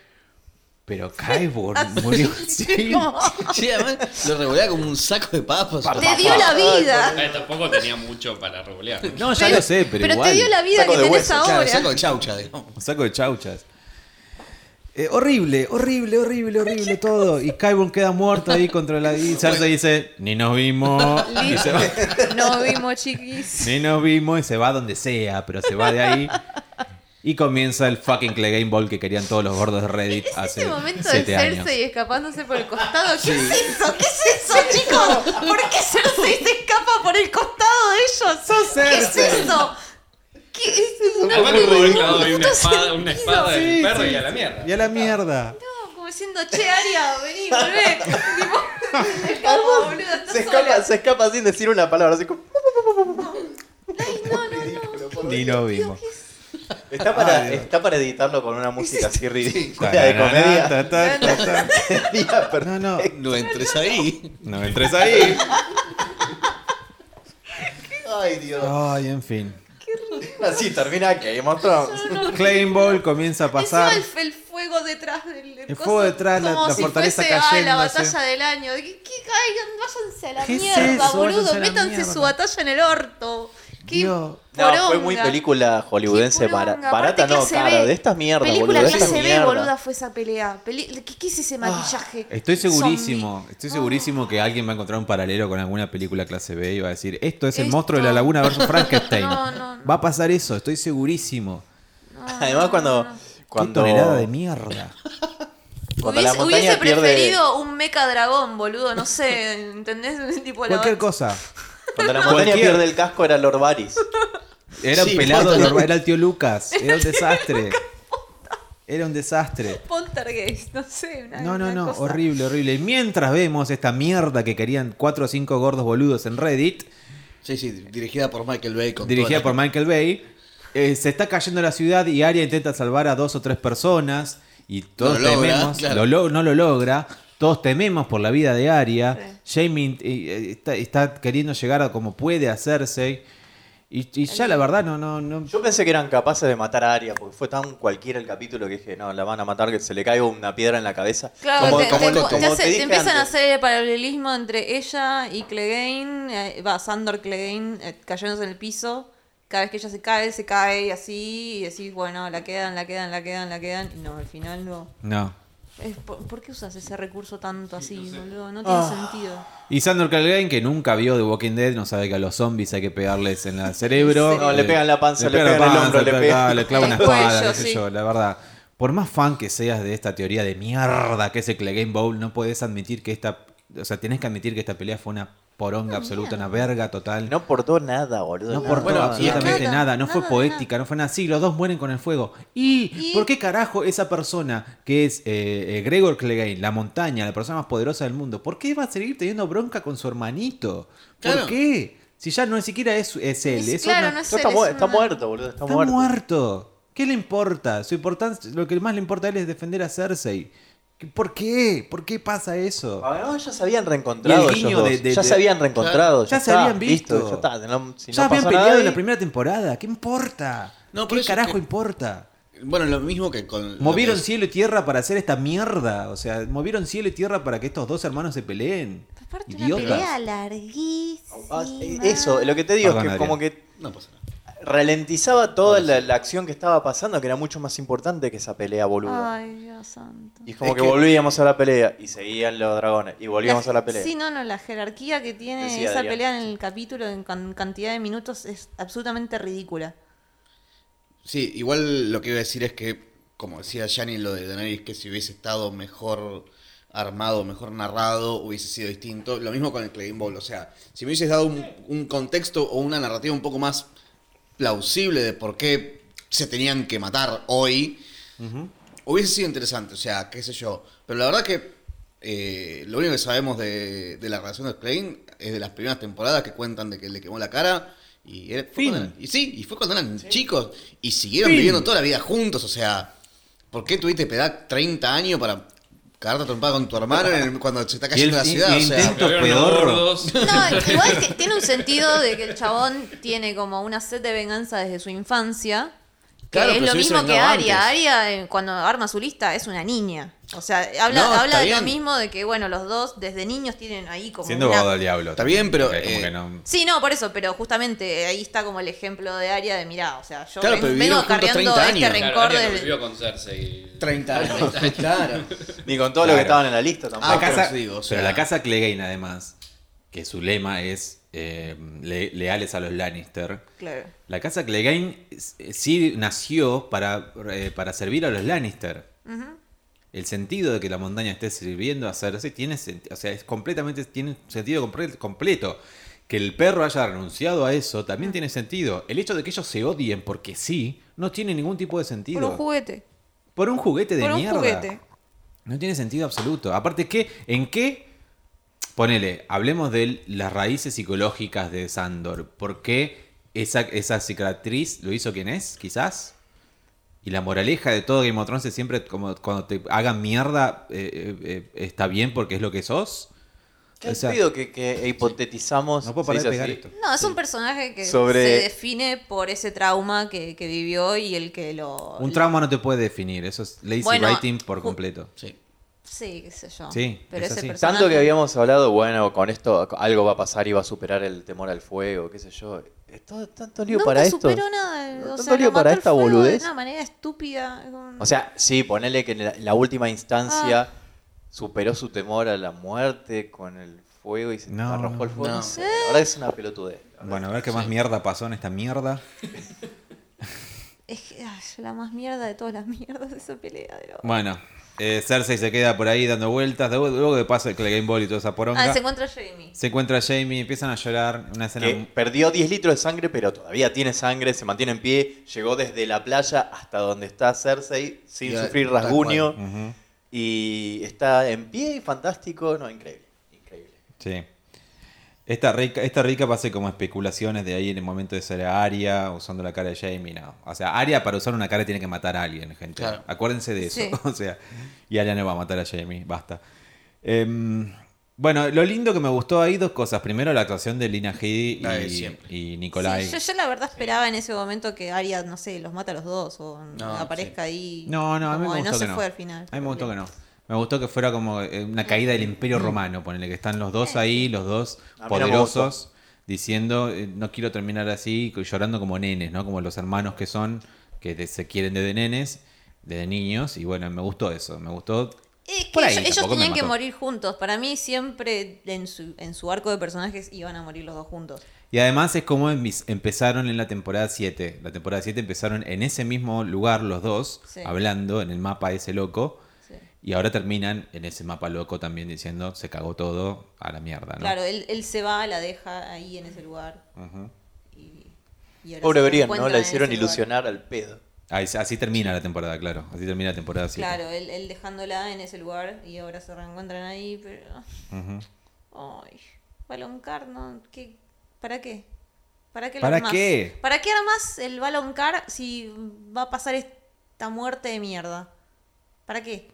Speaker 1: Pero Qyburn murió así.
Speaker 2: Sí, además lo revolea como un saco de papas.
Speaker 3: Te dio la vida.
Speaker 7: Eh, Tampoco tenía mucho para revolear.
Speaker 1: No, ya lo sé, pero, igual.
Speaker 3: te dio la vida
Speaker 4: Saco
Speaker 3: que
Speaker 4: de
Speaker 3: tenés
Speaker 4: hueso, claro,
Speaker 3: ahora.
Speaker 2: Claro, saco de chaucha, digamos.
Speaker 1: Un saco de chauchas. Eh, horrible, horrible, horrible, horrible todo. Y Qyburn queda muerto ahí contra la... Y Cersei dice, ni nos vimos. Y se va.
Speaker 3: Nos vimos, chiquis.
Speaker 1: Ni nos vimos y se va donde sea, pero se va de ahí. Y comienza el fucking Clegane Ball que querían todos los gordos de Reddit hace
Speaker 3: Ese este momento de
Speaker 1: siete
Speaker 3: Cersei
Speaker 1: años.
Speaker 3: escapándose por el costado, ¿qué es eso? ¿Qué es eso, chicos? ¿Por qué Cersei se escapa por el costado de ellos?
Speaker 1: ¡Sos
Speaker 3: ¿Qué es
Speaker 1: Cersei!
Speaker 3: eso? ¿Qué ¿Qué es? Una
Speaker 7: Además,
Speaker 3: película
Speaker 7: tuvo
Speaker 3: de
Speaker 7: un clavo y una
Speaker 3: justo
Speaker 7: espada, una
Speaker 3: sentido.
Speaker 7: espada del
Speaker 1: Sí,
Speaker 7: perro
Speaker 1: sí,
Speaker 7: y a la mierda.
Speaker 1: Y a la mierda.
Speaker 3: No, como diciendo, che, Aria, vení, volvé. Tipo, se escapa, boludo, está
Speaker 4: Se escapa,
Speaker 3: sola.
Speaker 4: se escapa sin decir una palabra. Así como,
Speaker 3: Ay, no, no, no.
Speaker 1: Ni lo
Speaker 3: Dios,
Speaker 1: vimos.
Speaker 3: ¿qué es?
Speaker 4: está, para,
Speaker 1: Ah, Dios.
Speaker 4: está para editarlo con una música así ridícula de
Speaker 1: Tararán,
Speaker 4: comedia.
Speaker 1: ta, ta, ta, ta.
Speaker 4: Sería perfecto.
Speaker 1: No, no.
Speaker 8: No entres ahí.
Speaker 1: No me entres ahí.
Speaker 4: Ay, Dios.
Speaker 1: Ay, en fin.
Speaker 4: Así termina Game of Thrones.
Speaker 1: Claim Ball comienza a
Speaker 3: Encima
Speaker 1: pasar.
Speaker 3: el, el fuego detrás del. del
Speaker 1: El
Speaker 3: coso,
Speaker 1: fuego detrás, la-
Speaker 3: como
Speaker 1: la
Speaker 3: si
Speaker 1: fortaleza
Speaker 3: fuese, ah, la
Speaker 1: cayéndose.
Speaker 3: batalla del año. ¿Qué, qué, ay, váyanse a la
Speaker 1: ¿Qué es
Speaker 3: mierda,
Speaker 1: eso? Váyanse
Speaker 3: boludo.
Speaker 1: a la
Speaker 3: Métanse
Speaker 1: mierda.
Speaker 3: su batalla en el orto. Qué
Speaker 1: Dios.
Speaker 4: No, fue muy
Speaker 3: poronga.
Speaker 4: película
Speaker 3: Qué
Speaker 4: hollywoodense
Speaker 3: poronga,
Speaker 4: bara-
Speaker 3: aparte
Speaker 4: barata, no,
Speaker 3: clase
Speaker 4: cara,
Speaker 3: B.
Speaker 4: de estas mierdas,
Speaker 3: Película
Speaker 4: boludo, de estas
Speaker 3: clase B,
Speaker 4: mierdas.
Speaker 3: boluda, fue esa pelea. Peli- ¿Qué, qué es ese maquillaje?
Speaker 1: Estoy segurísimo,
Speaker 3: Zombie.
Speaker 1: estoy segurísimo
Speaker 3: Oh.
Speaker 1: que alguien va a encontrar un paralelo con alguna película clase B y va a decir, esto es el
Speaker 3: Esto-
Speaker 1: monstruo de la laguna versus Frankenstein.
Speaker 3: No, no, no.
Speaker 1: Va a pasar eso, estoy segurísimo.
Speaker 4: Además cuando
Speaker 1: Qué
Speaker 4: cuando,
Speaker 1: tonelada de mierda.
Speaker 4: cuando la
Speaker 3: hubiese, hubiese
Speaker 4: montaña pierde
Speaker 3: preferido un mecha dragón, boludo, no sé, ¿entendés? tipo la-
Speaker 1: Cualquier cosa.
Speaker 4: cuando la montaña
Speaker 1: Cualquier-
Speaker 4: pierde el casco era Lord Varys.
Speaker 1: Era
Speaker 8: Sí,
Speaker 1: un pelado,
Speaker 8: bueno.
Speaker 1: normal, era el tío Lucas, era un desastre. Era un desastre.
Speaker 3: Poltergeist, no sé. Una,
Speaker 1: No, no,
Speaker 3: una
Speaker 1: no,
Speaker 3: cosa.
Speaker 1: horrible, horrible. Y mientras vemos esta mierda que querían cuatro o cinco gordos boludos en Reddit,
Speaker 2: Sí, sí, dirigida por Michael Bay. con
Speaker 1: dirigida por
Speaker 2: toda la-
Speaker 1: Michael Bay. eh, se está cayendo la ciudad y Arya intenta salvar a dos o tres personas y todos
Speaker 2: No lo logra,
Speaker 1: tememos,
Speaker 2: claro.
Speaker 1: lo lo- no lo logra, todos tememos por la vida de Arya. Jamie eh, está, está queriendo llegar a como puede hacerse y, y ya la verdad no no no
Speaker 4: Yo pensé que eran capaces de matar a Arya porque fue tan cualquiera el capítulo que dije, no, la van a matar que se le caiga una piedra en la cabeza.
Speaker 3: Claro,
Speaker 4: Como-
Speaker 3: te,
Speaker 4: como-
Speaker 3: te-
Speaker 4: como
Speaker 3: te hace-
Speaker 4: te
Speaker 3: te
Speaker 4: dije
Speaker 3: empiezan a
Speaker 4: antes.
Speaker 3: hacer el paralelismo entre ella y Clegane, eh, va, Sandor Clegane eh, cayéndose en el piso. Cada vez que ella se cae, se cae y así, y decís, bueno, la quedan, la quedan, la quedan, la quedan. Y no, al final no.
Speaker 1: no.
Speaker 3: Es, ¿por, por qué usas ese recurso tanto así, boludo? No tiene sentido.
Speaker 1: Y Sandor Calgren, que nunca vio The Walking Dead, no sabe que a los zombies hay que pegarles en el cerebro. Eh,
Speaker 4: No, le pegan la panza, le
Speaker 1: la
Speaker 4: pegan el
Speaker 1: panza,
Speaker 4: hombro, le pegan-
Speaker 1: acá, le clavan una
Speaker 3: El cuello,
Speaker 1: espada, qué sé
Speaker 3: sí.
Speaker 1: yo, la verdad. Por más fan que seas de esta teoría de mierda que es el Clegane Bowl, no podés admitir que esta. O sea, tenés que admitir que esta pelea fue una poronga absoluta, una verga total.
Speaker 4: No aportó nada, boludo.
Speaker 1: No
Speaker 4: nada.
Speaker 1: aportó
Speaker 4: Bueno, y es que-
Speaker 1: absolutamente
Speaker 3: nada,
Speaker 1: nada, no fue
Speaker 3: nada,
Speaker 1: poética, no fue nada. Sí, los dos mueren con el fuego. ¿Y,
Speaker 3: ¿Y?
Speaker 1: por qué carajo esa persona que es eh, eh, Gregor Clegane, la montaña, la persona más poderosa del mundo, por qué va a seguir teniendo bronca con su hermanito? ¿Por
Speaker 2: Claro.
Speaker 1: qué? Si ya no ni siquiera es, es él,
Speaker 3: Es-
Speaker 1: es
Speaker 3: claro,
Speaker 1: una-
Speaker 3: no es
Speaker 4: no, está,
Speaker 3: él,
Speaker 4: mu-
Speaker 3: es
Speaker 4: está
Speaker 3: una-
Speaker 4: muerto, boludo, está,
Speaker 1: está muerto.
Speaker 4: muerto.
Speaker 1: ¿Qué le importa? Su importancia, lo que más le importa a él es defender a Cersei. ¿Qué- ¿Por qué? ¿Por qué pasa eso?
Speaker 4: Además, Ah, ya se habían reencontrado.
Speaker 1: Y el
Speaker 4: ellos
Speaker 1: guiño
Speaker 4: dos.
Speaker 1: de- de-
Speaker 4: ya se
Speaker 1: de-
Speaker 4: habían reencontrado.
Speaker 1: Ya
Speaker 4: Ya,
Speaker 1: se
Speaker 4: está,
Speaker 1: habían visto.
Speaker 4: listo, ya está. no- si
Speaker 1: ya
Speaker 4: no
Speaker 1: habían
Speaker 4: pasa
Speaker 1: peleado
Speaker 4: nada
Speaker 1: en la
Speaker 4: ahí-
Speaker 1: primera temporada, ¿qué importa?
Speaker 2: No, por
Speaker 1: ¿Qué
Speaker 2: eso
Speaker 1: carajo
Speaker 2: que-
Speaker 1: importa?
Speaker 2: Bueno, lo mismo que con. lo
Speaker 1: Movieron
Speaker 2: que-
Speaker 1: cielo y tierra para hacer esta mierda. O sea, movieron cielo y tierra para que estos dos hermanos se peleen.
Speaker 3: Aparte, una pelea
Speaker 1: Idiotas.
Speaker 4: Ah, eh,
Speaker 3: larguísima.
Speaker 4: Eso, lo que te digo
Speaker 1: Perdón,
Speaker 4: es que
Speaker 1: Adrián.
Speaker 4: como que
Speaker 2: No pasa nada.
Speaker 4: ralentizaba toda la, la acción que estaba pasando, que era mucho más importante que esa pelea, boludo.
Speaker 3: Ay, Dios santo.
Speaker 4: Y es como
Speaker 2: Es
Speaker 4: que,
Speaker 2: que-
Speaker 4: volvíamos a la pelea y seguían los dragones y volvíamos
Speaker 3: La-
Speaker 4: a la pelea.
Speaker 3: Sí, no, no, la jerarquía que tiene
Speaker 4: Decía
Speaker 3: esa
Speaker 4: Adrián,
Speaker 3: pelea en el capítulo en can- cantidad de minutos es absolutamente ridícula.
Speaker 2: Sí, igual lo que iba a decir es que, como decía Gianni, lo de Daenerys, que si hubiese estado mejor armado, mejor narrado, hubiese sido distinto. Lo mismo con el Clegane Bowl. O sea, si me hubieses dado un, un contexto o una narrativa un poco más plausible de por qué se tenían que matar hoy, hubiese sido interesante. O sea, qué sé yo. Pero la verdad que eh, lo único que sabemos de, de la relación de Clegane es de las primeras temporadas que cuentan de que le quemó la cara. Y, era- fue
Speaker 1: Fin.
Speaker 2: cuando eran- y sí, y fue cuando eran chicos. Y siguieron viviendo toda la vida juntos. O sea, ¿por qué tuviste que esperar 30 años para cagarte a trompada con tu hermano en el- cuando se está
Speaker 1: Y el-
Speaker 2: cayendo la ciudad?
Speaker 1: y- y
Speaker 2: o sea,
Speaker 1: intento-
Speaker 7: Lo vieron
Speaker 1: pedorro.
Speaker 7: gordos.
Speaker 3: No, igual que tiene un sentido de que el chabón tiene como una sed de venganza desde su infancia. Que
Speaker 2: Claro,
Speaker 3: es
Speaker 2: pero
Speaker 3: lo
Speaker 2: se hubiese
Speaker 3: mismo que
Speaker 2: vengado
Speaker 3: Aria.
Speaker 2: antes.
Speaker 3: Aria, eh, cuando arma su lista, es una niña. O sea, habla,
Speaker 2: No,
Speaker 3: habla
Speaker 2: está
Speaker 3: de lo
Speaker 2: bien.
Speaker 3: mismo de que, bueno, los dos desde niños tienen ahí como.
Speaker 1: Siendo
Speaker 3: una-
Speaker 1: abogado al diablo.
Speaker 2: Está bien, pero,
Speaker 1: Porque como
Speaker 2: eh,
Speaker 1: que no-
Speaker 3: Sí, no, por eso, pero justamente ahí está como el ejemplo de Aria de mirá, o sea, yo
Speaker 2: Claro,
Speaker 3: ven-
Speaker 2: pero
Speaker 3: vengo
Speaker 2: vivieron juntos
Speaker 3: cargando
Speaker 2: 30
Speaker 3: este
Speaker 2: años.
Speaker 3: rencor
Speaker 7: Claro, Ariel
Speaker 3: del-
Speaker 7: lo vivió con Cersei.
Speaker 2: 30 años. claro.
Speaker 4: Ni con todo lo que
Speaker 1: Claro.
Speaker 4: estaban en la lista tampoco.
Speaker 1: La
Speaker 2: Ah,
Speaker 4: Pero-
Speaker 1: casa,
Speaker 2: pero digo, o
Speaker 1: pero
Speaker 2: sea-
Speaker 1: la casa Clegane, además, que su lema es eh, le- leales a los Lannister.
Speaker 3: Claro.
Speaker 1: La casa Clegane es- eh, sí nació para, eh, para servir a los Lannister. El sentido de que la montaña esté sirviendo a Cersei tiene, senti- o sea, es completamente, tiene un sentido comple- completo. que el perro haya renunciado a eso también tiene sentido. El hecho de que ellos se odien porque sí no tiene ningún tipo de sentido.
Speaker 6: Por un juguete.
Speaker 1: Por un juguete de
Speaker 6: Por un
Speaker 1: mierda.
Speaker 6: juguete.
Speaker 1: No tiene sentido absoluto. Aparte, ¿qué, ¿en qué? Ponele, hablemos de las raíces psicológicas de Sandor. ¿Por qué esa, esa cicatriz lo hizo quien es, quizás? Y la moraleja de todo Game of Thrones es siempre como cuando te hagan mierda eh, eh, eh, está bien porque es lo que sos.
Speaker 4: ¿Qué
Speaker 1: O sea,
Speaker 4: sentido que, que hipotetizamos?
Speaker 1: no puedo
Speaker 4: se
Speaker 1: parar de
Speaker 4: dice
Speaker 1: pegar
Speaker 4: así?
Speaker 1: esto.
Speaker 3: No, es un personaje que
Speaker 4: Sobre-
Speaker 3: se define por ese trauma que, que vivió y el que lo...
Speaker 1: Un trauma no te puede definir, eso es lazy
Speaker 3: Bueno,
Speaker 1: writing por
Speaker 3: ju-
Speaker 1: completo.
Speaker 2: Sí.
Speaker 3: Sí, qué sé yo.
Speaker 1: Sí,
Speaker 3: pero
Speaker 1: es
Speaker 3: ese
Speaker 1: así.
Speaker 3: personaje...
Speaker 4: Tanto que habíamos hablado, bueno, con esto algo va a pasar y va a superar el temor al fuego, qué sé yo. Es todo- tanto lío
Speaker 3: Nunca
Speaker 4: para esto.
Speaker 3: superó nada. O
Speaker 4: Tanto
Speaker 3: sea,
Speaker 4: lío
Speaker 3: lo mató
Speaker 4: para
Speaker 3: el
Speaker 4: esta
Speaker 3: fuego
Speaker 4: boludez.
Speaker 3: De una manera estúpida. con-
Speaker 4: O sea, sí, ponele que en la, en la última
Speaker 3: Ah.
Speaker 4: instancia superó su temor a la muerte con el fuego y se
Speaker 1: No,
Speaker 4: arrojó el fuego.
Speaker 2: no.
Speaker 4: No sé, la verdad es una pelotudez. la verdad.
Speaker 1: Bueno, a ver qué más mierda pasó en esta mierda.
Speaker 3: Es que, ay, la más mierda de todas las mierdas de esa pelea. de lo-
Speaker 1: Bueno, eh, Cersei se queda por ahí dando vueltas. Luego, luego de paso el Game Ball y toda esa poronga.
Speaker 3: Ah, se
Speaker 1: se,
Speaker 3: encuentra Jamie.
Speaker 1: encuentra a Jamie, empiezan a llorar. Una escena.
Speaker 4: Que perdió 10 litros de sangre, pero todavía tiene sangre, se mantiene en pie, llegó desde la playa hasta donde está Cersei sin
Speaker 2: Y a-
Speaker 4: sufrir
Speaker 2: tal
Speaker 4: rasguño
Speaker 1: Ujú,
Speaker 4: y está en pie, fantástico, no, increíble, increíble.
Speaker 1: Sí. Esta rica, esta rica pasé como especulaciones de ahí en el momento de ser Aria, usando la cara de Jamie. No. O sea, Aria para usar una cara tiene que matar a alguien, gente.
Speaker 2: Claro.
Speaker 1: Acuérdense de eso.
Speaker 3: Sí.
Speaker 1: O sea, y Aria no va a matar a Jamie, basta. Em, bueno, lo lindo que me gustó ahí dos cosas. Primero, la actuación de Lina Headey
Speaker 2: La de siempre.
Speaker 1: y, y Nicolai.
Speaker 3: Sí, yo, yo la verdad esperaba en ese momento que Arya, no sé, los mata a los dos o
Speaker 2: No,
Speaker 3: aparezca ahí.
Speaker 1: No, no, a mí
Speaker 3: como,
Speaker 1: me
Speaker 3: "Ay,
Speaker 1: gustó
Speaker 3: no
Speaker 1: que
Speaker 3: se
Speaker 1: no.
Speaker 3: fue al final.
Speaker 1: A mí me gustó que no. Me gustó que fuera como eh, una caída del Imperio Romano, ponele que están los dos ahí, los dos
Speaker 4: Mm. A mí no me
Speaker 1: poderosos, diciendo eh, no quiero terminar así, co- llorando como nenes, ¿no? Como los hermanos que son, que de- se quieren desde nenes, desde niños, y bueno, me gustó eso, me gustó.
Speaker 3: Es que
Speaker 1: Por ahí
Speaker 3: ellos, ellos
Speaker 1: tampoco me
Speaker 3: tenían que
Speaker 1: mató.
Speaker 3: morir juntos. Para mí siempre en su, en su arco de personajes iban a morir los dos juntos.
Speaker 1: Y además es como en mis- empezaron en la temporada 7. La temporada 7 empezaron en ese mismo lugar los dos,
Speaker 3: Sí.
Speaker 1: hablando en el mapa ese loco.
Speaker 3: Sí.
Speaker 1: Y ahora terminan en ese mapa loco también diciendo se cagó todo a la mierda, ¿no?
Speaker 3: Claro, él, él se va, la deja ahí en ese lugar.
Speaker 1: Ujú.
Speaker 3: Y, y ahora
Speaker 4: Pobre
Speaker 3: se
Speaker 4: Brian, ¿no?
Speaker 3: encuentran
Speaker 4: La
Speaker 3: en
Speaker 4: hicieron
Speaker 3: ese lugar.
Speaker 4: ilusionar al pedo.
Speaker 1: Ahí- así termina la temporada, claro. Así termina la temporada 7.
Speaker 3: Claro, él, él dejándola en ese lugar y ahora se reencuentran ahí, pero... Ay, baloncar, ¿no? ¿Qué? ¿Para qué? ¿Para qué lo
Speaker 1: ¿Para
Speaker 3: armás?
Speaker 1: qué?
Speaker 3: ¿Para qué armás el baloncar si va a pasar esta muerte de mierda? ¿Para qué?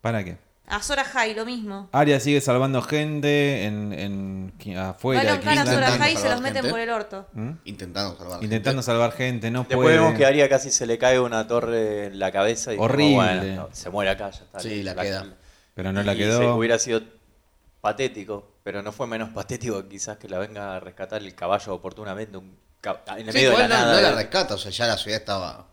Speaker 1: ¿Para qué?
Speaker 3: Azora High, lo mismo.
Speaker 1: Aria sigue salvando gente en, en qui- afuera. de
Speaker 3: Baloncar a
Speaker 1: Kingsland,
Speaker 3: Azora
Speaker 2: Intentando
Speaker 3: High se los
Speaker 2: salvar
Speaker 3: meten
Speaker 2: gente.
Speaker 3: por el orto.
Speaker 1: ¿Mm?
Speaker 2: Intentando salvar.
Speaker 1: Intentando salvar gente, no
Speaker 4: Después
Speaker 1: puede.
Speaker 4: vemos que Aria casi se le cae una torre en la cabeza y dijimos,
Speaker 1: Horrible.
Speaker 4: bueno, no, se muere acá, ya está.
Speaker 2: Sí, la queda.
Speaker 1: Pero no la
Speaker 4: Y
Speaker 1: quedó.
Speaker 4: se- hubiera sido patético, pero no fue menos patético quizás que la venga a rescatar el caballo oportunamente. un ca- en el
Speaker 2: Sí,
Speaker 4: medio de la
Speaker 2: igual no,
Speaker 4: nada.
Speaker 2: no la
Speaker 4: eh.
Speaker 2: rescata, o sea, ya la ciudad estaba.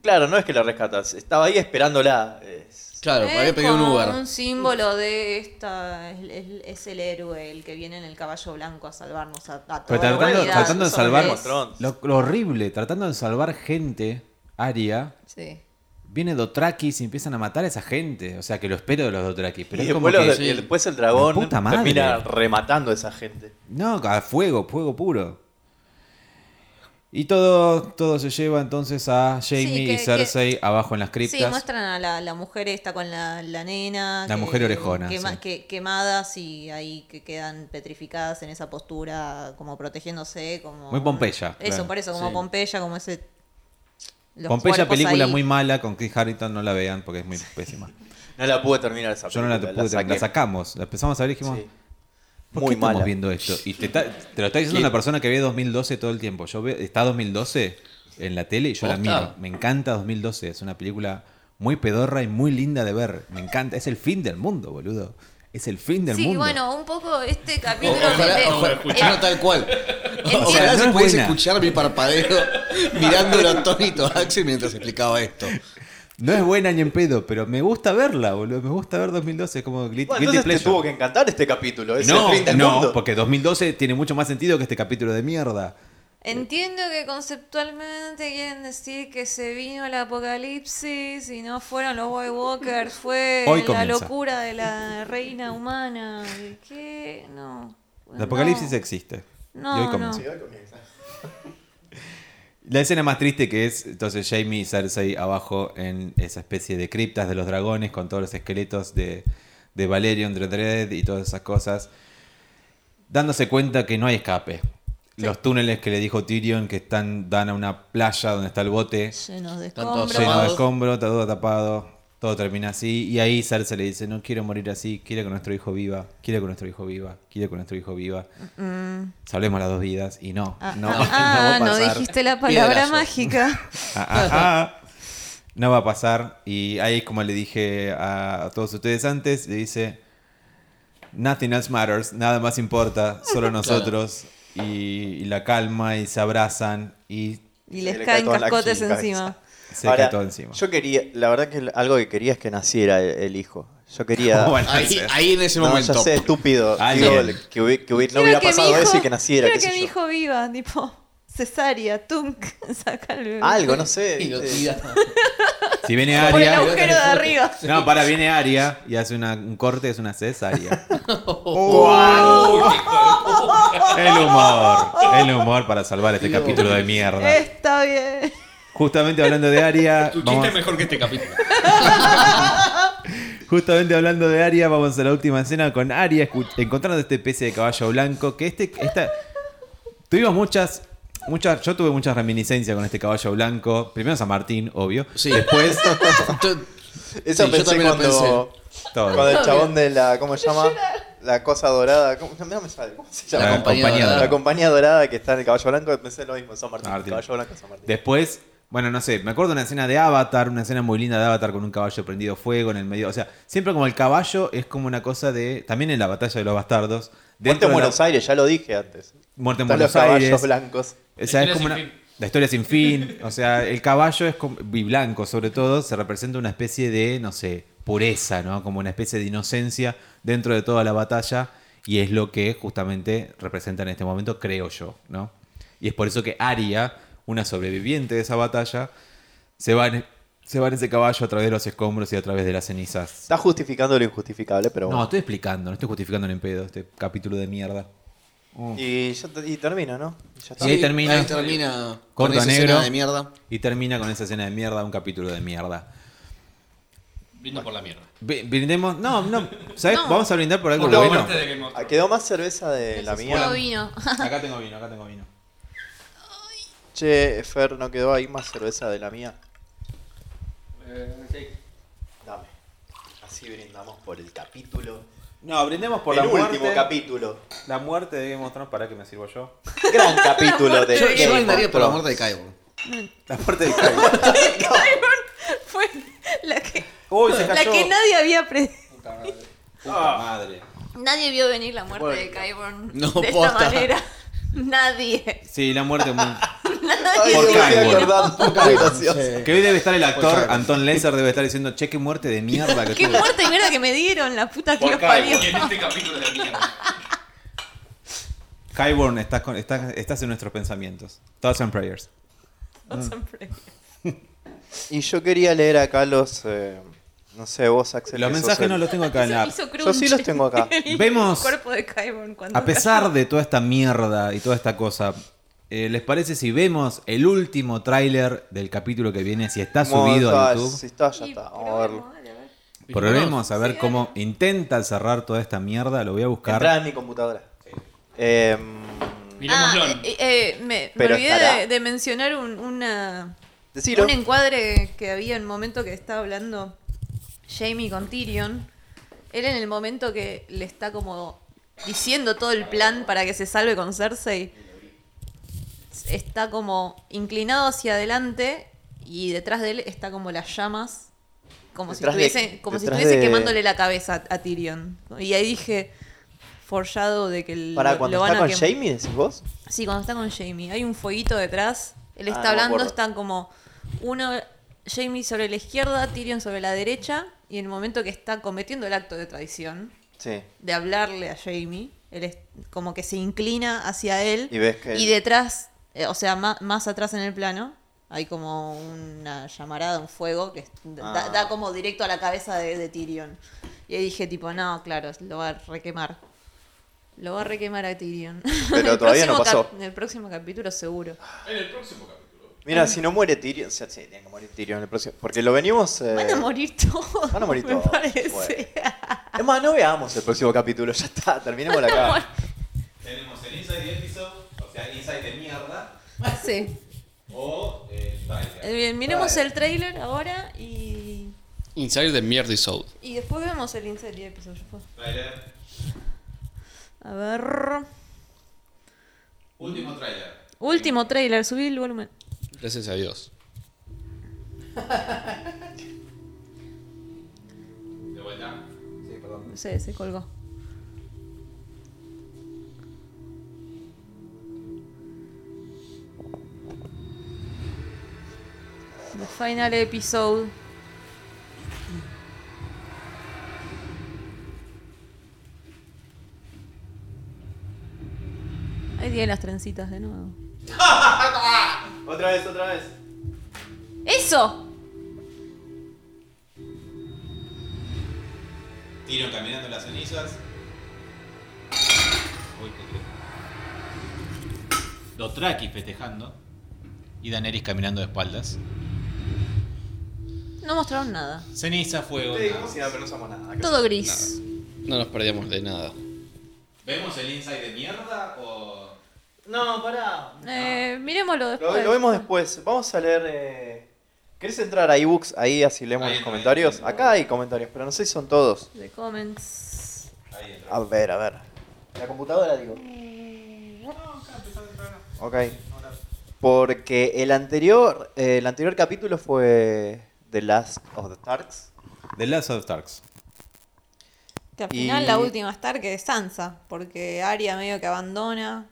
Speaker 4: Claro, no es que la rescatas, estaba ahí esperándola. eh, es-
Speaker 2: Claro,
Speaker 3: Es
Speaker 2: me había pedido un
Speaker 3: como
Speaker 2: Uber.
Speaker 3: un símbolo de esta. Es, es- es el héroe, el que viene en el caballo blanco a salvarnos a, a toda
Speaker 1: Pero
Speaker 3: la
Speaker 1: tratando,
Speaker 3: humanidad,
Speaker 1: tratando de
Speaker 3: sus
Speaker 1: salvar.
Speaker 4: hombres.
Speaker 1: Lo, lo horrible, tratando de salvar gente, Aria.
Speaker 3: Sí.
Speaker 1: Viene Dothrakis y empiezan a matar a esa gente. O sea, que lo espero de los Dothrakis. Pero
Speaker 4: y
Speaker 1: es como
Speaker 4: después, los-
Speaker 1: que-
Speaker 4: y después el dragón
Speaker 1: La puta madre.
Speaker 4: termina rematando a esa gente.
Speaker 1: No, a fuego, fuego puro. Y todo, todo se lleva entonces a Jamie
Speaker 3: Sí, que-
Speaker 1: y Cersei abajo en las criptas.
Speaker 3: Sí, muestran a la, la mujer esta con la, la nena.
Speaker 1: La mujer orejona,
Speaker 3: quema-
Speaker 1: sí.
Speaker 3: que- quemadas y ahí que quedan petrificadas en esa postura, como protegiéndose. como
Speaker 1: Muy Pompeya,
Speaker 3: Eso,
Speaker 1: claro.
Speaker 3: por eso, como
Speaker 2: Sí.
Speaker 3: Pompeya, como ese. los
Speaker 1: Pompeya,
Speaker 3: cuerpos
Speaker 1: película
Speaker 3: ahí.
Speaker 1: muy mala con Chris Harrington, no la vean porque es muy pésima.
Speaker 4: No la pude terminar esa
Speaker 1: Yo no la
Speaker 4: película,
Speaker 1: pude terminar, la
Speaker 4: saqué.
Speaker 1: sacamos, la empezamos a ver y dijimos,
Speaker 4: Sí.
Speaker 1: ¿por
Speaker 4: Muy
Speaker 1: qué estamos
Speaker 4: mala.
Speaker 1: viendo esto? Y te, está- te lo está diciendo una persona que ve 2012 todo el tiempo. Yo veo, está 2012 en la tele y yo la
Speaker 2: Posta.
Speaker 1: miro. Me encanta 2012, es una película muy pedorra y muy linda de ver. Me encanta, es el fin del mundo, boludo. Es el fin del
Speaker 3: Sí,
Speaker 1: mundo.
Speaker 3: bueno, un poco este
Speaker 2: O-
Speaker 3: capítulo.
Speaker 2: Ojalá,
Speaker 3: de-
Speaker 2: ojalá,
Speaker 3: eh,
Speaker 2: no tal cual.
Speaker 3: no
Speaker 2: Ojalá
Speaker 1: es
Speaker 2: se pudiese
Speaker 1: buena.
Speaker 2: escuchar mi parpadeo mirándolo a atónito a Axel mientras explicaba esto.
Speaker 1: No es buena ni en pedo, pero me gusta verla, boludo. Me gusta ver 2012, es como glit- guilty
Speaker 4: Bueno, entonces te
Speaker 1: pleasure.
Speaker 4: tuvo que encantar este capítulo. Es
Speaker 1: No,
Speaker 4: el fin del
Speaker 1: no,
Speaker 4: mundo.
Speaker 1: porque 2012 tiene mucho más sentido que este capítulo de mierda.
Speaker 3: Entiendo que conceptualmente quieren decir que se vino el apocalipsis y no fueron los White Walkers, fue
Speaker 1: Hoy
Speaker 3: la
Speaker 1: comienza.
Speaker 3: locura de la reina humana. ¿Qué? No.
Speaker 1: El apocalipsis
Speaker 3: no.
Speaker 1: existe.
Speaker 3: No,
Speaker 1: y hoy
Speaker 3: no.
Speaker 1: comienza. La escena más triste que es entonces Jamie y Cersei abajo en esa especie de criptas de los dragones con todos los esqueletos de, de Valerion, de Dread y todas esas cosas, dándose cuenta que no hay escape. Los túneles que le dijo Tyrion que están dan a una playa donde está el bote,
Speaker 3: Llenos de
Speaker 2: Están todos
Speaker 3: escombros.
Speaker 1: lleno de
Speaker 2: Tapados.
Speaker 1: escombro, está todo tapado, todo termina así. Y ahí Cersei le dice, no quiero morir así, quiero que nuestro hijo viva, quiero que nuestro hijo viva, quiero que nuestro hijo viva. Salvemos las dos vidas y no,
Speaker 3: Ah,
Speaker 1: no,
Speaker 3: ah,
Speaker 1: no va
Speaker 3: ah,
Speaker 1: a
Speaker 3: no
Speaker 1: pasar.
Speaker 3: dijiste la palabra
Speaker 2: Piedrazo.
Speaker 3: mágica.
Speaker 1: Ah, ah, ah. No va a pasar. Y ahí es como le dije a, a todos ustedes antes, le dice, nothing else matters, nada más importa, solo nosotros. Y, y la calma y se abrazan y
Speaker 3: Y
Speaker 4: Se
Speaker 3: les
Speaker 4: le cae
Speaker 3: caen
Speaker 4: toda la
Speaker 3: cascotes
Speaker 4: cabeza.
Speaker 3: encima.
Speaker 1: se
Speaker 4: Ahora,
Speaker 1: cae todo encima.
Speaker 4: Yo quería, la verdad que algo que quería es que naciera el, el hijo. Yo quería.
Speaker 1: ¿Cómo van a
Speaker 2: Ahí,
Speaker 1: hacer?
Speaker 2: ahí en ese
Speaker 4: no,
Speaker 2: momento.
Speaker 4: ya sé, estúpido.
Speaker 1: Alguien.
Speaker 4: Digo, que hubi- que hubi-
Speaker 3: Quiero
Speaker 4: no hubiera
Speaker 3: que mi
Speaker 4: pasado
Speaker 3: hijo-
Speaker 4: eso y que naciera,
Speaker 3: quiero
Speaker 4: qué
Speaker 3: que
Speaker 4: sé
Speaker 3: mi
Speaker 4: yo.
Speaker 3: hijo viva, tipo, cesárea, tunk, saca el bebé.
Speaker 4: Algo, no sé.
Speaker 2: Y lo
Speaker 4: eh,
Speaker 2: tira.
Speaker 1: Si viene
Speaker 3: Por el
Speaker 1: Aria...
Speaker 3: agujero de arriba.
Speaker 1: No, para, viene Aria y hace una- un corte, es una cesárea.
Speaker 4: "Uh,
Speaker 1: El humor, el humor para salvar este capítulo de mierda.
Speaker 3: Está bien.
Speaker 1: Justamente hablando de Aria...
Speaker 7: Eh. Tu chiste
Speaker 1: vamos-
Speaker 7: es mejor que este capítulo.
Speaker 1: Justamente hablando de Aria, vamos a la última escena con Aria escu- encontrando este especie de caballo blanco. Que este, esta. Tuvimos muchas. muchas yo tuve muchas reminiscencias con este caballo blanco. Primero San Martín, obvio.
Speaker 2: Sí.
Speaker 1: Después,
Speaker 2: Yo-
Speaker 4: Eso
Speaker 2: Sí, yo
Speaker 4: pensé
Speaker 2: también lo
Speaker 4: cuando,
Speaker 1: todo.
Speaker 4: cuando el chabón de la, ¿cómo se llama? La cosa dorada, ¿cómo, no, no me sale, ¿cómo se llama?
Speaker 2: La compañía dorada.
Speaker 4: La compañía dorada que está en el caballo blanco, pensé lo mismo, San Martín,
Speaker 1: Martín.
Speaker 4: caballo blanco, San Martín.
Speaker 1: Después, bueno, no sé, me acuerdo de una escena de Avatar, una escena muy linda de Avatar con un caballo prendido fuego en el medio. O sea, siempre como el caballo es como una cosa de. También en la batalla de los bastardos.
Speaker 4: Muerte
Speaker 1: Dentro de la-
Speaker 4: en este Buenos Aires, ya lo dije antes.
Speaker 1: Muerte en
Speaker 4: Están los
Speaker 1: Buenos
Speaker 4: caballos
Speaker 1: Aires.
Speaker 4: blancos.
Speaker 1: O sea,
Speaker 7: La
Speaker 1: es
Speaker 7: historia
Speaker 1: como
Speaker 7: sin
Speaker 1: una,
Speaker 7: fin.
Speaker 1: la historia sin fin. O sea, el caballo es como- y blanco, sobre todo, se representa una especie de, no sé, pureza, ¿no? Como una especie de inocencia dentro de toda la batalla. Y es lo que justamente representa en este momento, creo yo, ¿no? Y es por eso que Aria, una sobreviviente de esa batalla, se va en, e-, se va en ese caballo a través de los escombros y a través de las cenizas.
Speaker 4: Está justificando lo injustificable, pero
Speaker 1: No,
Speaker 4: bueno.
Speaker 1: estoy explicando, no estoy justificando en pedo este capítulo de mierda. Mm.
Speaker 4: Y, ya te- y termina, ¿no? Y ya está.
Speaker 1: Sí. ahí termina.
Speaker 2: Ahí termina. con
Speaker 1: Corto a
Speaker 2: esa escena
Speaker 1: negro.
Speaker 2: de mierda.
Speaker 1: Y termina con esa escena de mierda, un capítulo de mierda.
Speaker 7: Brindo por la mierda.
Speaker 1: Bri- Brindemos. No, no. ¿Sabes?
Speaker 3: No.
Speaker 1: Vamos a brindar por algo
Speaker 7: Por la
Speaker 1: bueno.
Speaker 7: muerte de Game of
Speaker 4: Ah,
Speaker 7: Thrones.
Speaker 4: Quedó más cerveza de la mía.
Speaker 3: Puro vino.
Speaker 1: Acá tengo vino, acá tengo vino.
Speaker 4: Che, Fer, ¿no quedó ahí más cerveza de la mía?
Speaker 7: Eh, sí.
Speaker 4: Dame. Así brindamos por el capítulo.
Speaker 1: No, brindemos por
Speaker 4: el
Speaker 1: la
Speaker 4: último
Speaker 1: muerte.
Speaker 4: capítulo.
Speaker 1: La muerte de Game of Thrones, para que me sirvo yo.
Speaker 4: Gran capítulo de
Speaker 2: Yo,
Speaker 4: Game
Speaker 2: yo
Speaker 4: of
Speaker 2: brindaría por la
Speaker 4: Thrones.
Speaker 2: muerte de Kyborn.
Speaker 1: La muerte de Kylo.
Speaker 3: Fue la que,
Speaker 1: Uy, se
Speaker 3: la
Speaker 1: cayó.
Speaker 3: que nadie había pre-
Speaker 1: Puta madre.
Speaker 3: Nadie vio venir la muerte de Kyborn
Speaker 2: No,
Speaker 3: de esta
Speaker 2: posta.
Speaker 3: manera. Nadie.
Speaker 1: Sí, la muerte. muy-
Speaker 4: Ay,
Speaker 3: Nadie.
Speaker 1: Por
Speaker 3: vio
Speaker 4: me estoy
Speaker 1: Kylo.
Speaker 3: venir.
Speaker 4: acordando, muy gracioso.
Speaker 1: Que hoy debe estar el actor
Speaker 2: Kylo.
Speaker 1: Anton Lesser, debe estar diciendo, che, qué muerte de mierda que
Speaker 3: Qué
Speaker 1: tuve.
Speaker 3: muerte mierda que me dieron, la puta que
Speaker 1: Por
Speaker 3: los parió.
Speaker 7: Y en este capítulo de mierda.
Speaker 1: Kyborn, estás, con- estás, estás en nuestros pensamientos. Thoughts and prayers.
Speaker 4: Y yo quería leer acá los. eh, no sé, vos, Axel.
Speaker 1: Los
Speaker 4: que sos
Speaker 1: mensajes
Speaker 4: el-
Speaker 1: no los tengo acá en la. app.
Speaker 3: Hizo
Speaker 4: Yo sí
Speaker 3: crunch
Speaker 4: los tengo acá.
Speaker 3: el
Speaker 1: Vemos-
Speaker 3: cuerpo de Kyborn cuando
Speaker 1: A pesar de toda esta mierda y toda esta cosa, eh, ¿les parece si vemos el último tráiler del capítulo que viene? Si está
Speaker 4: Como-
Speaker 1: subido
Speaker 4: ah,
Speaker 1: a YouTube.
Speaker 4: Si está, ya
Speaker 3: Sí,
Speaker 4: está. Vamos a
Speaker 3: probemos,
Speaker 4: verlo.
Speaker 3: dale, a ver.
Speaker 1: Probemos a ver
Speaker 3: Sí,
Speaker 1: cómo intentan cerrar toda esta mierda. Lo voy a
Speaker 4: Entrada
Speaker 1: buscar.
Speaker 4: en mi computadora. Em,
Speaker 7: Miremoslo.
Speaker 3: Ah, eh, eh, me, me
Speaker 4: Pero
Speaker 3: olvidé
Speaker 4: estará.
Speaker 3: de, de mencionar un, una,
Speaker 4: decilo.
Speaker 3: un encuadre que había en el momento que estaba hablando Jamie con Tyrion. Él en el momento que le está como diciendo todo el plan para que se salve con Cersei, está como inclinado hacia adelante y detrás de él está como las llamas, como
Speaker 4: Detrás
Speaker 3: si
Speaker 4: de-
Speaker 3: estuviese, como si
Speaker 4: detrás
Speaker 3: estuviese
Speaker 4: de-
Speaker 3: quemándole la cabeza a Tyrion. Y ahí dije, forjado de que el-
Speaker 4: Para
Speaker 3: lo-
Speaker 4: cuando
Speaker 3: lo van
Speaker 4: está
Speaker 3: a
Speaker 4: con
Speaker 3: quem-
Speaker 4: Jamie, decís vos.
Speaker 3: Sí, cuando está con Jamie. Hay un fueguito detrás. Él
Speaker 4: Ah,
Speaker 3: está
Speaker 4: no me
Speaker 3: hablando,
Speaker 4: acuerdo.
Speaker 3: están como uno, Jamie sobre la izquierda, Tyrion sobre la derecha. Y en el momento que está cometiendo el acto de traición,
Speaker 4: Sí.
Speaker 3: de hablarle a Jamie, él es como que se inclina hacia él.
Speaker 4: Y ves que-
Speaker 3: y detrás, eh, o sea, ma- más, atrás en el plano, hay como una llamarada, un fuego que es- da,
Speaker 4: Ah.
Speaker 3: da como directo a la cabeza de, de Tyrion. Y ahí dije, tipo, no, claro, lo va a requemar. Lo va a requemar a Tyrion.
Speaker 4: Pero
Speaker 3: El
Speaker 4: todavía no
Speaker 3: próximo
Speaker 4: pasó.
Speaker 3: cap- En el próximo capítulo seguro.
Speaker 7: En el próximo capítulo.
Speaker 3: Em.
Speaker 4: Mira, si no muere Tyrion, o sea, sí, tiene que morir Tyrion en el próximo. Porque lo venimos. eh,
Speaker 3: Van a morir todos.
Speaker 4: van a morir todos,
Speaker 3: Me parece.
Speaker 4: bueno. Es más, no veamos el próximo capítulo, ya está, terminémoslo
Speaker 3: Bueno,
Speaker 4: acá.
Speaker 1: Tenemos el Inside the Episode, o sea, Inside de mierda,
Speaker 3: sí.
Speaker 1: o el
Speaker 3: Eh, bien, miremos el trailer ahora y.
Speaker 7: Inside the Mierda Soul.
Speaker 3: Y después vemos el insert episodio. A ver.
Speaker 1: Último trailer.
Speaker 3: Último trailer, subí el volumen.
Speaker 7: Gracias a Dios.
Speaker 1: De vuelta.
Speaker 3: Se, se colgó. The final episode. Ahí tiene las trencitas de nuevo.
Speaker 4: Otra vez, otra vez.
Speaker 3: ¡Eso!
Speaker 1: Tiro caminando en las cenizas. Uy, ¿qué crees? Los Trakis festejando. Y Daenerys caminando de espaldas.
Speaker 3: No mostraron nada.
Speaker 1: Ceniza, fuego.
Speaker 4: Sí,
Speaker 1: nada.
Speaker 4: como si nada, pero no somos nada. ¿qué
Speaker 3: Todo gris.
Speaker 7: No nos perdíamos de nada.
Speaker 1: ¿Vemos el inside de mierda o.?
Speaker 4: No, pará.
Speaker 3: Eh, miremoslo
Speaker 4: Lo,
Speaker 3: después.
Speaker 4: lo vemos después. Vamos a leer. Eh... ¿Querés entrar a ebooks ahí así leemos
Speaker 1: Ahí
Speaker 4: los
Speaker 1: entra,
Speaker 4: comentarios?
Speaker 1: ahí entra.
Speaker 4: Acá hay comentarios, pero no sé si son todos.
Speaker 3: The comments.
Speaker 1: Ahí entra.
Speaker 4: A ver, a ver. La computadora, digo. Ok. Porque el anterior, eh, el anterior capítulo fue The Last of the Starks.
Speaker 1: The Last of Starks.
Speaker 3: Que al
Speaker 4: Y-
Speaker 3: final la última Stark es Sansa, porque Arya medio que abandona.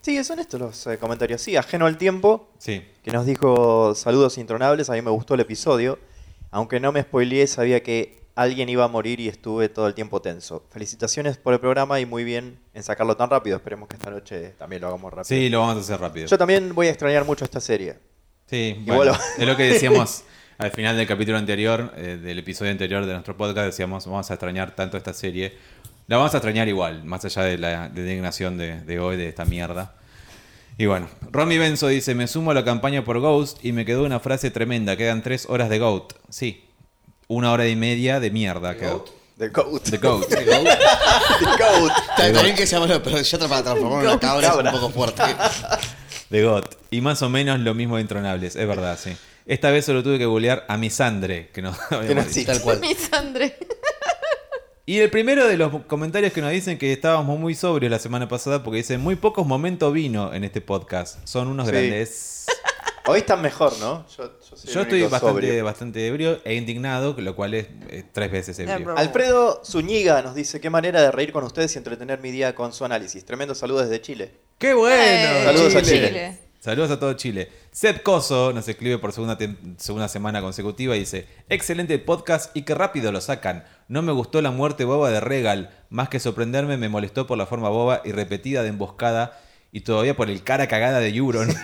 Speaker 4: Sí, son estos los eh, comentarios. Sí, ajeno al tiempo,
Speaker 1: Sí.
Speaker 4: que nos dijo saludos intronables. A mí me gustó el episodio. Aunque no me spoileé, sabía que alguien iba a morir y estuve todo el tiempo tenso. Felicitaciones por el programa y muy bien en sacarlo tan rápido. Esperemos que esta noche también lo hagamos rápido.
Speaker 1: Sí, lo vamos a hacer rápido.
Speaker 4: Yo también voy a extrañar mucho esta serie.
Speaker 1: Sí,
Speaker 4: Igual
Speaker 1: bueno,
Speaker 4: lo-
Speaker 1: es lo que decíamos al final del capítulo anterior, eh, del episodio anterior de nuestro podcast, decíamos, vamos a extrañar tanto esta serie. La vamos a extrañar igual, más allá de la designación de, de hoy, de esta mierda. Y bueno, Romy Benzo dice, me sumo a la campaña por Ghost y me quedó una frase tremenda, quedan tres horas de Goat. Sí, una hora y media de mierda quedó.
Speaker 4: The Goat.
Speaker 1: De Goat.
Speaker 4: The Goat.
Speaker 2: Está, está bien que sea malo, pero ya tra- para transformar una cabra es un
Speaker 4: Cabra.
Speaker 2: poco fuerte.
Speaker 1: De GOT. Y más o menos lo mismo de Intronables, es verdad, sí. Esta vez solo tuve que googlear a Misandre, que no...
Speaker 4: Que no existe.
Speaker 2: Tal cual.
Speaker 3: Misandre.
Speaker 1: Y el primero de los comentarios que nos dicen que estábamos muy sobrios la semana pasada porque dicen muy pocos momentos vino en este podcast. Son unos
Speaker 4: Sí.
Speaker 1: grandes.
Speaker 4: Hoy están mejor, ¿no? Yo, yo soy el
Speaker 1: Yo estoy
Speaker 4: único
Speaker 1: bastante,
Speaker 4: sobrio.
Speaker 1: bastante ebrio e indignado, lo cual es eh, tres veces ebrio.
Speaker 3: bro.
Speaker 4: Alfredo Zúñiga nos dice, qué manera de reír con ustedes y entretener mi día con su análisis. Tremendo saludo desde Chile.
Speaker 1: ¡Qué
Speaker 3: Eh,
Speaker 1: bueno!
Speaker 4: Saludos a Chile.
Speaker 1: Saludos a todo Chile. Seb Coso nos escribe por segunda, tem- segunda semana consecutiva y dice: Excelente podcast y qué rápido lo sacan. No me gustó la muerte boba de Regal. Más que sorprenderme, me molestó por la forma boba y repetida de emboscada y todavía por el cara cagada de Euron.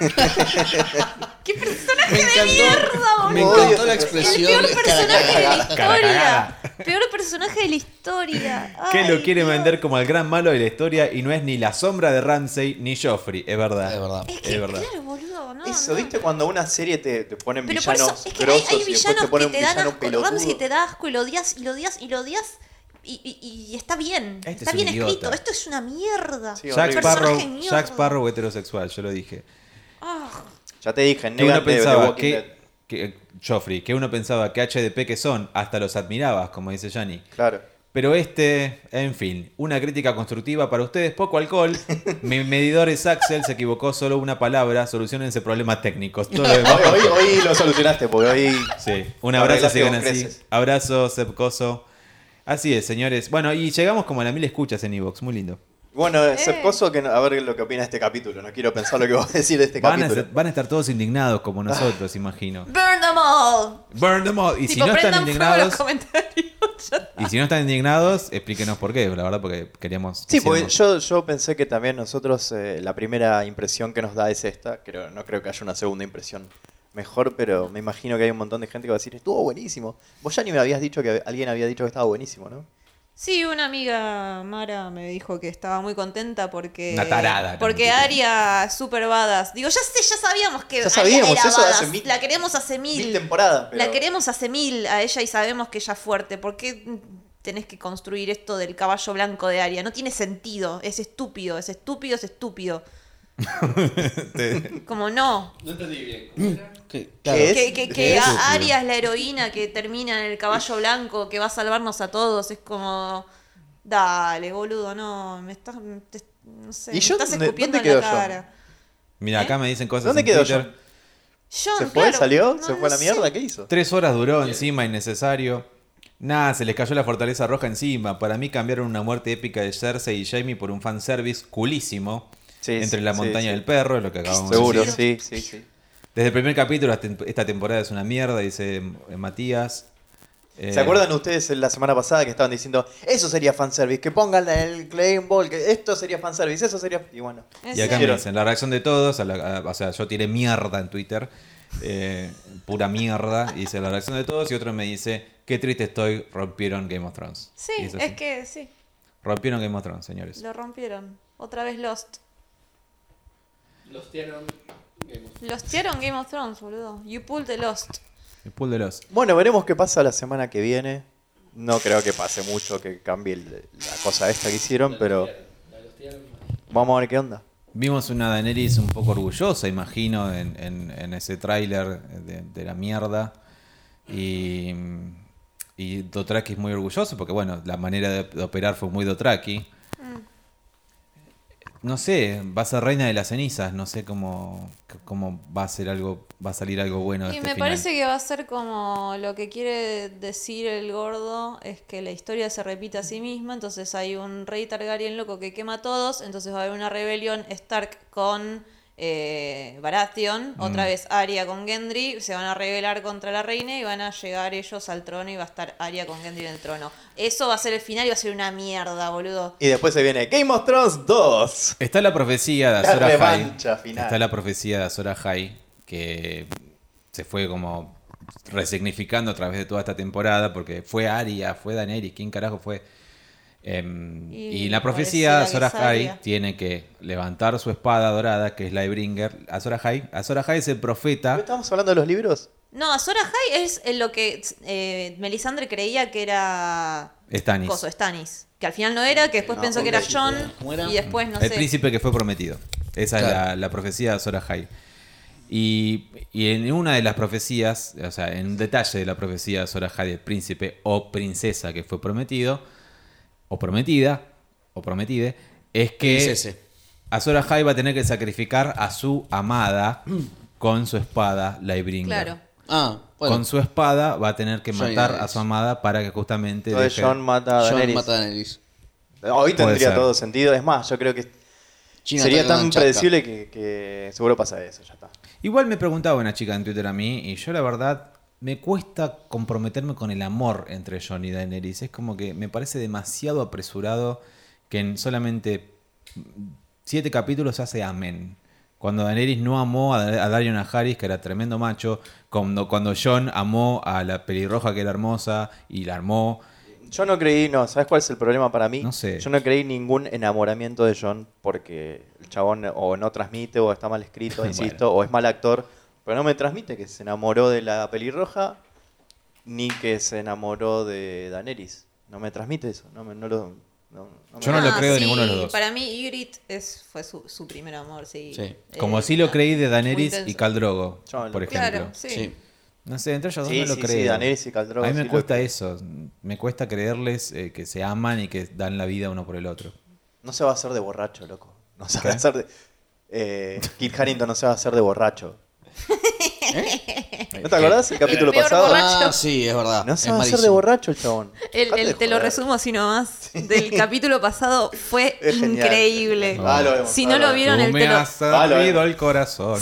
Speaker 3: ¡Qué personaje
Speaker 2: Me
Speaker 3: de mierda,
Speaker 2: encantó, me
Speaker 3: boludo!
Speaker 2: encantó la
Speaker 3: El
Speaker 2: expresión.
Speaker 3: peor
Speaker 2: es cara a
Speaker 3: personaje de
Speaker 2: cara.
Speaker 3: la
Speaker 1: Cara cagada.
Speaker 3: historia. Peor personaje de la historia.
Speaker 1: que
Speaker 3: Ay,
Speaker 1: lo quiere
Speaker 3: Dios.
Speaker 1: vender como el gran malo de la historia y no es ni la sombra de Ramsey ni Joffrey. Es verdad.
Speaker 2: Es verdad.
Speaker 3: Es
Speaker 1: Es
Speaker 3: que,
Speaker 1: verdad.
Speaker 3: claro, boludo, no.
Speaker 4: Eso,
Speaker 3: no.
Speaker 4: ¿viste? Cuando una serie te, te ponen
Speaker 3: Pero por eso,
Speaker 4: villanos
Speaker 3: es que hay,
Speaker 4: grosos
Speaker 3: hay
Speaker 4: y después
Speaker 3: villanos
Speaker 4: te ponen
Speaker 3: que te
Speaker 4: un
Speaker 3: dan
Speaker 4: villano
Speaker 3: asco. Ramsey
Speaker 4: pelotudo.
Speaker 3: te da asco y lo odias y lo odias y lo odias. Y, y- y está bien.
Speaker 1: Este
Speaker 3: está
Speaker 1: es un
Speaker 3: bien
Speaker 1: idiota.
Speaker 3: escrito. Esto es una mierda.
Speaker 4: Sí,
Speaker 1: Jack
Speaker 4: horrible.
Speaker 1: Sparrow,
Speaker 3: Personaje mierda.
Speaker 1: Jack Sparrow heterosexual, yo lo dije.
Speaker 3: Ah,
Speaker 4: Ya te dije,
Speaker 1: Que uno
Speaker 4: negate de The
Speaker 1: pensaba
Speaker 4: Walking
Speaker 1: que,
Speaker 4: Dead.
Speaker 1: que- eh, Joffrey, que uno pensaba que HDP que son, hasta los admirabas, como dice Yanni.
Speaker 4: Claro.
Speaker 1: Pero este, en fin, una crítica constructiva para ustedes, poco alcohol. Mi medidor es Axel, se equivocó solo una palabra, solucionense problemas técnicos. Todo lo demás-
Speaker 4: Hoy, hoy, hoy lo solucionaste, porque hoy...
Speaker 1: Sí, un
Speaker 4: La
Speaker 1: abrazo se
Speaker 4: relación
Speaker 1: gana así.
Speaker 4: creces.
Speaker 1: Abrazo, Seb Coso. Así es, señores. Bueno, y llegamos como a la mil escuchas en Evox, muy lindo.
Speaker 4: Bueno,
Speaker 3: Eh.
Speaker 4: ese coso que no- a ver lo que opina este capítulo. No quiero pensar lo que vas a decir de este
Speaker 1: Van a,
Speaker 4: capítulo.
Speaker 1: ser- van a estar todos indignados como nosotros, imagino.
Speaker 3: Burn them all.
Speaker 1: Burn them all. Y si
Speaker 3: Tipo,
Speaker 1: no están
Speaker 3: prendan fuego
Speaker 1: indignados,
Speaker 3: los comentarios. Ya-
Speaker 1: y si no están indignados, explíquenos por qué, la verdad, porque queríamos.
Speaker 4: Sí, porque
Speaker 1: quisiéramos-
Speaker 4: yo, yo pensé que también nosotros eh, la primera impresión que nos da es esta. Creo, no creo que haya una segunda impresión mejor, pero me imagino que hay un montón de gente que va a decir, estuvo buenísimo. Vos ya ni me habías dicho que alguien había dicho que estaba buenísimo, ¿no?
Speaker 3: Sí, una amiga Mara me dijo que estaba muy contenta porque.
Speaker 1: Una tarada,
Speaker 3: Porque
Speaker 1: Carmen.
Speaker 3: Aria es super badass. Digo, ya sé, ya sabíamos que.
Speaker 4: Ya
Speaker 3: Arya
Speaker 4: sabíamos,
Speaker 3: era
Speaker 4: eso hace
Speaker 3: badass.
Speaker 4: mil-
Speaker 3: La queremos hace mil.
Speaker 4: Mil temporadas, pero-
Speaker 3: La queremos hace mil a ella y sabemos que ella es fuerte. ¿Por qué tenés que construir esto del caballo blanco de Aria? No tiene sentido. Es estúpido, es estúpido, es estúpido. Como no.
Speaker 5: No entendí bien. ¿Cómo
Speaker 3: Mm.
Speaker 5: era?
Speaker 2: Que,
Speaker 4: ¿Qué es?
Speaker 3: Que, que, que
Speaker 4: Es
Speaker 3: a-
Speaker 4: estúpido.
Speaker 3: Aria es la heroína que termina en el caballo blanco, que va a salvarnos a todos. Es como. Dale, boludo, no. Me estás. me- te- no sé.
Speaker 4: ¿Y
Speaker 3: me
Speaker 4: John?
Speaker 3: estás
Speaker 4: ¿Dónde-
Speaker 3: escupiendo
Speaker 4: dónde
Speaker 3: en la
Speaker 4: quedó John?
Speaker 3: cara.
Speaker 1: Mira, acá me dicen cosas.
Speaker 4: ¿Dónde
Speaker 1: en
Speaker 4: quedó
Speaker 1: Twitter.
Speaker 3: John,
Speaker 4: John? ¿Se fue?
Speaker 3: claro,
Speaker 4: ¿Salió?
Speaker 3: no-
Speaker 4: ¿Se
Speaker 3: no
Speaker 4: fue a la
Speaker 3: sé.
Speaker 4: mierda? ¿Qué hizo?
Speaker 1: Tres horas duró encima, innecesario. Nada, se les cayó la fortaleza roja encima. Para mí cambiaron una muerte épica de Cersei y Jaime por un fanservice culísimo.
Speaker 4: Sí,
Speaker 1: entre
Speaker 4: sí,
Speaker 1: la
Speaker 4: sí,
Speaker 1: montaña
Speaker 4: sí.
Speaker 1: del perro, es lo que acabamos de decir.
Speaker 4: Seguro, sí, sí, sí.
Speaker 1: Desde el primer capítulo, hasta en- esta temporada es una mierda, dice eh, Matías. Eh,
Speaker 4: ¿Se acuerdan ustedes la semana pasada que estaban diciendo, eso sería fanservice, que pongan el claim ball, que esto sería fanservice, eso sería... Y bueno,
Speaker 1: Y
Speaker 3: Ese-
Speaker 1: acá me
Speaker 4: Hicieron.
Speaker 1: dicen, la reacción de todos, a la- a- o sea, yo tiré mierda en Twitter, eh, pura mierda, y dice la reacción de todos, y otro me dice, qué triste estoy, rompieron Game of Thrones.
Speaker 3: Sí,
Speaker 1: Y
Speaker 3: es,
Speaker 1: así.
Speaker 3: que sí.
Speaker 1: Rompieron Game of Thrones, señores.
Speaker 3: Lo rompieron. Otra vez Lost.
Speaker 5: Los tiraron.
Speaker 7: eh,
Speaker 3: Lostearon Game of Thrones, boludo. You pulled the Lost.
Speaker 1: El pool de los...
Speaker 4: bueno, veremos qué pasa la semana que viene. No creo que pase mucho que cambie el- la cosa esta que hicieron, pero vamos a ver qué onda.
Speaker 1: Vimos una Daenerys un poco orgullosa, imagino, en, en- en ese tráiler de, de la mierda. Y, y Dothraki es muy orgulloso porque, bueno, la manera de, de operar fue muy Dothraki.
Speaker 3: Mm.
Speaker 1: No sé, va a ser reina de las cenizas, no sé cómo, cómo va a ser algo, va a salir algo bueno de
Speaker 3: Y
Speaker 1: este
Speaker 3: me
Speaker 1: final.
Speaker 3: parece que va a ser como lo que quiere decir el gordo, es que la historia se repite a sí misma, entonces hay un rey Targaryen loco que quema a todos, entonces va a haber una rebelión Stark con eh, Baratheon,
Speaker 1: Mm.
Speaker 3: otra vez Arya con Gendry, se van a rebelar contra la reina y van a llegar ellos al trono y va a estar Arya con Gendry en el trono. Eso va a ser el final y va a ser una mierda, boludo.
Speaker 4: Y después se viene Game of Thrones 2.
Speaker 1: Está la profecía de
Speaker 4: La
Speaker 1: Azor Ahai.
Speaker 4: revancha final.
Speaker 1: Está la profecía de Azor Ahai que se fue como resignificando a través de toda esta temporada porque fue Aria, fue Daenerys, quién carajo fue. Em, y,
Speaker 3: Y
Speaker 1: la profecía de Azor
Speaker 3: pareciera que es
Speaker 1: Ahai
Speaker 3: Aria.
Speaker 1: tiene que levantar su espada dorada que es la de Bringer. Azor Ahai, Azor Ahai es el profeta.
Speaker 4: ¿Estamos hablando de los libros?
Speaker 3: No, Azor Ahai es en lo que eh, Melisandre creía que era
Speaker 1: Stannis.
Speaker 3: Coso, Stannis. Que al final no era, que después
Speaker 2: No,
Speaker 3: pensó que era
Speaker 2: porque-
Speaker 3: John.
Speaker 2: ¿Cómo era?
Speaker 3: Y después, Pues no
Speaker 1: el
Speaker 3: sé.
Speaker 1: príncipe que fue prometido. Esa es
Speaker 2: Claro.
Speaker 1: la, la profecía de Azor Ahai. Y, y en una de las profecías, o sea, en un detalle de la profecía de Azor Ahai, el príncipe o princesa que fue prometido, o prometida, o prometide, es que
Speaker 2: Princese.
Speaker 1: Azor Ahai va a tener que sacrificar a su amada
Speaker 2: Mm.
Speaker 1: con su espada, Lightbringer.
Speaker 3: Claro.
Speaker 2: Ah, bueno.
Speaker 1: Con su espada va a tener que
Speaker 2: Johnny
Speaker 1: matar
Speaker 2: Depp.
Speaker 1: a su amada para que justamente...
Speaker 4: Entonces
Speaker 1: deje-
Speaker 4: John mata a
Speaker 2: John
Speaker 4: Daenerys.
Speaker 2: mata a Daenerys.
Speaker 4: Hoy
Speaker 1: Puede
Speaker 4: tendría
Speaker 1: ser.
Speaker 4: todo sentido. Es más, yo creo que
Speaker 2: China
Speaker 4: sería
Speaker 2: ataca
Speaker 4: tan
Speaker 2: con Chaka.
Speaker 4: predecible que, que seguro pasa eso, ya está.
Speaker 1: Igual me preguntaba una chica en Twitter a mí, y yo la verdad me cuesta comprometerme con el amor entre John y Daenerys. Es como que me parece demasiado apresurado que en solamente siete capítulos se hace amén. Cuando Daenerys no amó a, a Darion Harris, que era tremendo macho, cuando, cuando John amó a la pelirroja que era hermosa y la armó.
Speaker 4: Yo no creí, no, ¿sabes cuál es el problema para mí?
Speaker 1: No sé.
Speaker 4: Yo no creí ningún enamoramiento de John porque el chabón o no transmite o está mal escrito,
Speaker 1: Bueno.
Speaker 4: insisto, o es mal actor, pero no me transmite que se enamoró de la pelirroja ni que se enamoró de Daenerys. No me transmite eso, no me no lo no- no me-
Speaker 1: Yo no lo
Speaker 3: Ah,
Speaker 1: creo de
Speaker 3: sí,
Speaker 1: ninguno de los dos.
Speaker 3: Para mí, Ygritte es, fue su, su primer amor, sí.
Speaker 2: Sí.
Speaker 1: Como
Speaker 3: Eh,
Speaker 1: sí lo creí de Daenerys
Speaker 3: intenso.
Speaker 1: y Caldrogo,
Speaker 4: John.
Speaker 1: por ejemplo.
Speaker 3: Claro, sí.
Speaker 2: Sí.
Speaker 1: No sé, entre ellos dos
Speaker 4: Sí,
Speaker 1: no lo
Speaker 4: sí,
Speaker 1: creo.
Speaker 4: sí, Daenerys y Khal Drogo
Speaker 1: A mí
Speaker 4: sí
Speaker 1: me
Speaker 4: lo
Speaker 1: cuesta
Speaker 4: creo.
Speaker 1: eso. Me cuesta creerles eh, que se aman y que dan la vida uno por el otro.
Speaker 4: No se va a hacer de borracho, loco. No se va a hacer de eh, Kit Harington no se va a hacer de borracho.
Speaker 1: ¿Eh?
Speaker 4: ¿No te acordás el capítulo
Speaker 3: peor
Speaker 4: pasado?
Speaker 3: borracho.
Speaker 2: Ah, sí, es verdad.
Speaker 4: No
Speaker 2: es
Speaker 4: se va a hacer de
Speaker 2: malísimo.
Speaker 4: borracho el chabón.
Speaker 3: El-
Speaker 4: Dejate
Speaker 3: el-
Speaker 4: de
Speaker 3: te lo
Speaker 4: joder.
Speaker 3: resumo así nomás. Del capítulo pasado fue
Speaker 4: Es genial.
Speaker 3: increíble.
Speaker 4: Ah, lo vemos,
Speaker 3: si
Speaker 4: ah,
Speaker 3: no
Speaker 4: lo
Speaker 3: lo
Speaker 4: vemos.
Speaker 3: vieron, el
Speaker 1: Tú me
Speaker 3: telo-
Speaker 1: has
Speaker 4: Ah, lo
Speaker 1: abierto
Speaker 4: vemos.
Speaker 1: el corazón.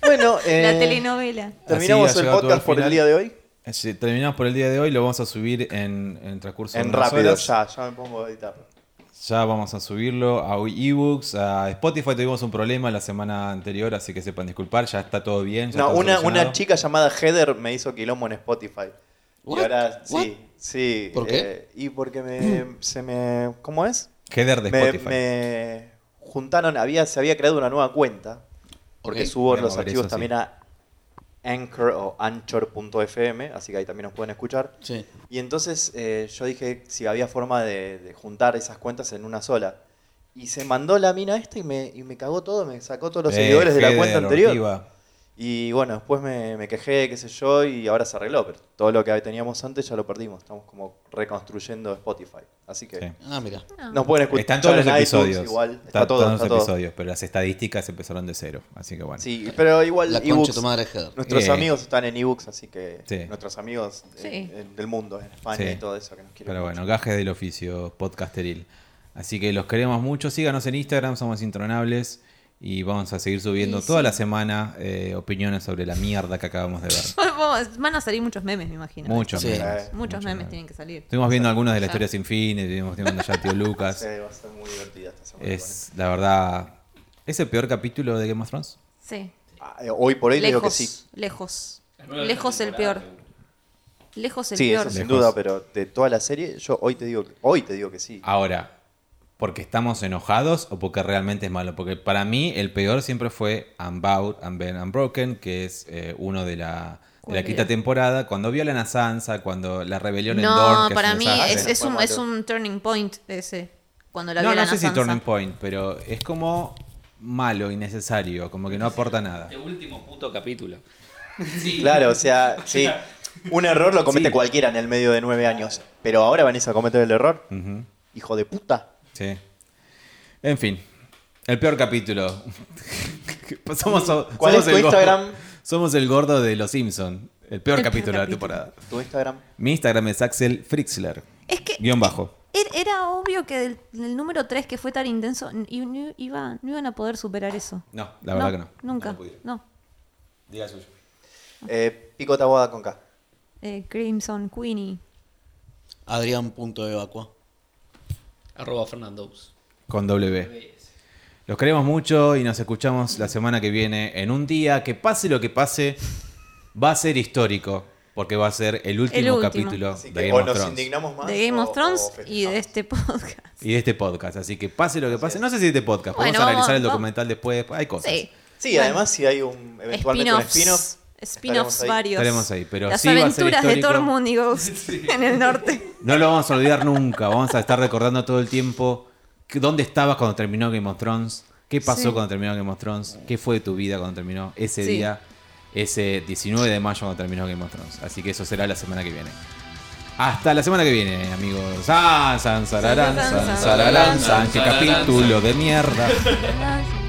Speaker 4: Bueno, eh,
Speaker 3: la telenovela.
Speaker 4: terminamos
Speaker 1: Así ha
Speaker 4: el
Speaker 1: llegado todo
Speaker 4: podcast
Speaker 1: al
Speaker 4: por el
Speaker 1: final.
Speaker 4: día de hoy.
Speaker 1: Así, Terminamos por el día de hoy. Lo vamos a subir en, en el transcurso de
Speaker 4: En
Speaker 1: unas
Speaker 4: rápido,
Speaker 1: horas.
Speaker 4: ya, ya me pongo a editarlo.
Speaker 1: Ya vamos a subirlo a ebooks, a Spotify. Tuvimos un problema la semana anterior, así que sepan disculpar. Ya está todo bien. ya
Speaker 4: No,
Speaker 1: está
Speaker 4: una,
Speaker 1: solucionado.
Speaker 4: una chica llamada Heather me hizo quilombo en Spotify. Y ahora,
Speaker 7: What?
Speaker 4: sí, sí.
Speaker 7: ¿Por
Speaker 4: eh, y porque me, se me... ¿Cómo es?
Speaker 1: Header Mm. de
Speaker 4: me,
Speaker 1: Spotify.
Speaker 4: me juntaron, había, se había creado una nueva cuenta, porque
Speaker 7: Ok,
Speaker 4: subo
Speaker 1: voy a
Speaker 4: los
Speaker 1: mover
Speaker 4: archivos
Speaker 1: eso,
Speaker 4: también
Speaker 1: sí.
Speaker 4: a Anchor o Anchor.fm, así que ahí también nos pueden escuchar.
Speaker 7: Sí.
Speaker 4: Y entonces eh, yo dije si había forma de, de juntar esas cuentas en una sola. Y se mandó la mina esta y me, y me cagó todo, me sacó todos los
Speaker 1: Eh,
Speaker 4: seguidores de la
Speaker 1: Header,
Speaker 4: cuenta anterior.
Speaker 1: Ortiva.
Speaker 4: Y bueno, después me, me quejé, qué sé yo, y ahora se arregló, pero todo lo que teníamos antes ya lo perdimos. Estamos como reconstruyendo Spotify. Así que...
Speaker 1: Sí.
Speaker 7: Ah, mira.
Speaker 4: Nos pueden escuchar.
Speaker 1: Están todos los
Speaker 4: en iTunes
Speaker 1: episodios.
Speaker 4: Igual. Está,
Speaker 1: Están
Speaker 4: todo,
Speaker 1: todos
Speaker 4: está
Speaker 1: los
Speaker 4: todo.
Speaker 1: episodios, pero las estadísticas empezaron de cero. Así que bueno.
Speaker 4: Sí, pero igual
Speaker 2: La concha
Speaker 4: ebooks.
Speaker 2: de tu madre es Heather.
Speaker 4: Nuestros
Speaker 1: Eh.
Speaker 4: amigos están en ebooks, así que
Speaker 1: Sí.
Speaker 4: nuestros amigos eh,
Speaker 3: Sí.
Speaker 4: eh, del mundo, en España
Speaker 1: Sí.
Speaker 4: y todo eso que nos quieren.
Speaker 1: Pero
Speaker 4: mucho.
Speaker 1: bueno, gajes del oficio podcasteril. Así que los queremos mucho. Síganos en Instagram, somos intronables. Y vamos a seguir subiendo
Speaker 3: Y
Speaker 1: toda
Speaker 3: sí.
Speaker 1: la semana eh, opiniones sobre la mierda que acabamos de ver.
Speaker 3: Vamos- Van a salir muchos memes, me imagino.
Speaker 1: Muchos
Speaker 2: Sí.
Speaker 1: memes.
Speaker 4: Eh,
Speaker 3: Muchos, memes tienen que salir.
Speaker 1: Estuvimos viendo algunos de la
Speaker 3: Ya.
Speaker 1: historia sin fin, estuvimos viendo ya a Tío Lucas.
Speaker 4: Sí, va a ser muy divertida esta semana.
Speaker 1: Es, la verdad, ¿es el peor capítulo de Game of Thrones?
Speaker 3: Sí.
Speaker 4: con esto. Ah, eh, hoy por hoy digo
Speaker 3: Lejos,
Speaker 4: que sí.
Speaker 3: lejos.
Speaker 5: La nueva
Speaker 3: Lejos el
Speaker 5: temporada,
Speaker 3: peor.
Speaker 5: seguro.
Speaker 3: Lejos el
Speaker 4: Sí,
Speaker 3: peor.
Speaker 4: eso sin
Speaker 1: Lejos. Ah.
Speaker 4: duda, pero de toda la serie, yo hoy te digo que, hoy te digo que sí.
Speaker 1: Ahora, ¿porque estamos enojados o porque realmente es malo? Porque para mí el peor siempre fue Unbound, Unbent, Unbroken, que es eh, uno de la, de
Speaker 3: ¿Cuál
Speaker 1: la
Speaker 3: era?
Speaker 1: quinta temporada. Cuando violan a Sansa, cuando la rebelión en
Speaker 3: No,
Speaker 1: Dorne. que
Speaker 3: para
Speaker 1: un
Speaker 3: mí
Speaker 1: desastre.
Speaker 3: es, es un,
Speaker 4: Fue
Speaker 3: es un turning point ese. Cuando la
Speaker 1: No,
Speaker 3: violan
Speaker 1: no sé
Speaker 3: a
Speaker 1: si
Speaker 3: Sansa.
Speaker 1: turning point, pero es como malo, innecesario, como que no aporta nada.
Speaker 5: Este último puto capítulo. Sí.
Speaker 4: Claro, o sea, sí. Un error lo comete
Speaker 1: Sí.
Speaker 4: cualquiera en el medio de nueve años. Pero ahora Vanessa comete el error.
Speaker 1: Ujú,
Speaker 4: Hijo de puta.
Speaker 1: sí. En fin, el peor capítulo. somos,
Speaker 4: ¿Cuál
Speaker 1: somos
Speaker 4: es tu
Speaker 1: el gordo-
Speaker 4: Instagram?
Speaker 1: Somos el gordo de los Simpsons. El peor
Speaker 3: El peor
Speaker 1: capítulo de la
Speaker 3: capítulo.
Speaker 1: temporada.
Speaker 4: Tu Instagram.
Speaker 1: Mi Instagram es Axel Frixler.
Speaker 3: Es que
Speaker 1: Guión bajo.
Speaker 3: er- era obvio que del, del número 3 que fue tan intenso, n- y no, iba, no iban a poder superar eso.
Speaker 1: No, la verdad que no.
Speaker 3: Nunca.
Speaker 1: No lo pudieron.
Speaker 3: No.
Speaker 1: Diga suyo.
Speaker 4: Eh, Pico Taboada con K.
Speaker 3: Eh, Crimson Queenie.
Speaker 2: Adrián.evacua.
Speaker 7: Arroba Fernandos.
Speaker 1: Con W. Los queremos mucho y nos escuchamos la semana que viene en un día que pase lo que pase, va a ser histórico, porque va a ser el último,
Speaker 3: último.
Speaker 1: capítulo
Speaker 4: Así
Speaker 1: de
Speaker 4: que
Speaker 1: Game
Speaker 4: o
Speaker 1: of
Speaker 4: nos
Speaker 1: Thrones
Speaker 4: indignamos más.
Speaker 3: De Game
Speaker 4: o-
Speaker 3: of Thrones
Speaker 4: o
Speaker 3: y de
Speaker 4: festejamos.
Speaker 3: este podcast.
Speaker 1: y de este podcast. Así que pase lo que pase.
Speaker 4: es.
Speaker 1: No sé si este podcast,
Speaker 3: Bueno,
Speaker 1: podemos analizar
Speaker 3: vamos-
Speaker 1: el
Speaker 3: vamos.
Speaker 1: documental después, hay cosas.
Speaker 3: Sí.
Speaker 4: Sí,
Speaker 3: Bueno.
Speaker 4: además si hay un eventualmente
Speaker 3: Spin-offs.
Speaker 4: un spin-off. estaremos
Speaker 3: Spin-offs
Speaker 4: ahí.
Speaker 3: varios.
Speaker 1: Estaremos ahí, pero
Speaker 3: Las
Speaker 1: sí va a ser
Speaker 3: aventuras de
Speaker 1: histórico.
Speaker 3: Tormund y Ghost en el norte.
Speaker 1: No lo vamos a olvidar nunca. Vamos a estar recordando todo el tiempo que- dónde estabas cuando terminó Game of Thrones, qué pasó
Speaker 3: Sí.
Speaker 1: cuando terminó Game of Thrones, qué fue de tu vida cuando terminó ese
Speaker 3: Sí.
Speaker 1: día, ese 19 de mayo cuando terminó Game of Thrones. Así que eso será la semana que viene. Hasta la semana que viene, amigos. Ah, san, sararán, san, sararán, san, qué capítulo de mierda.
Speaker 3: Gracias.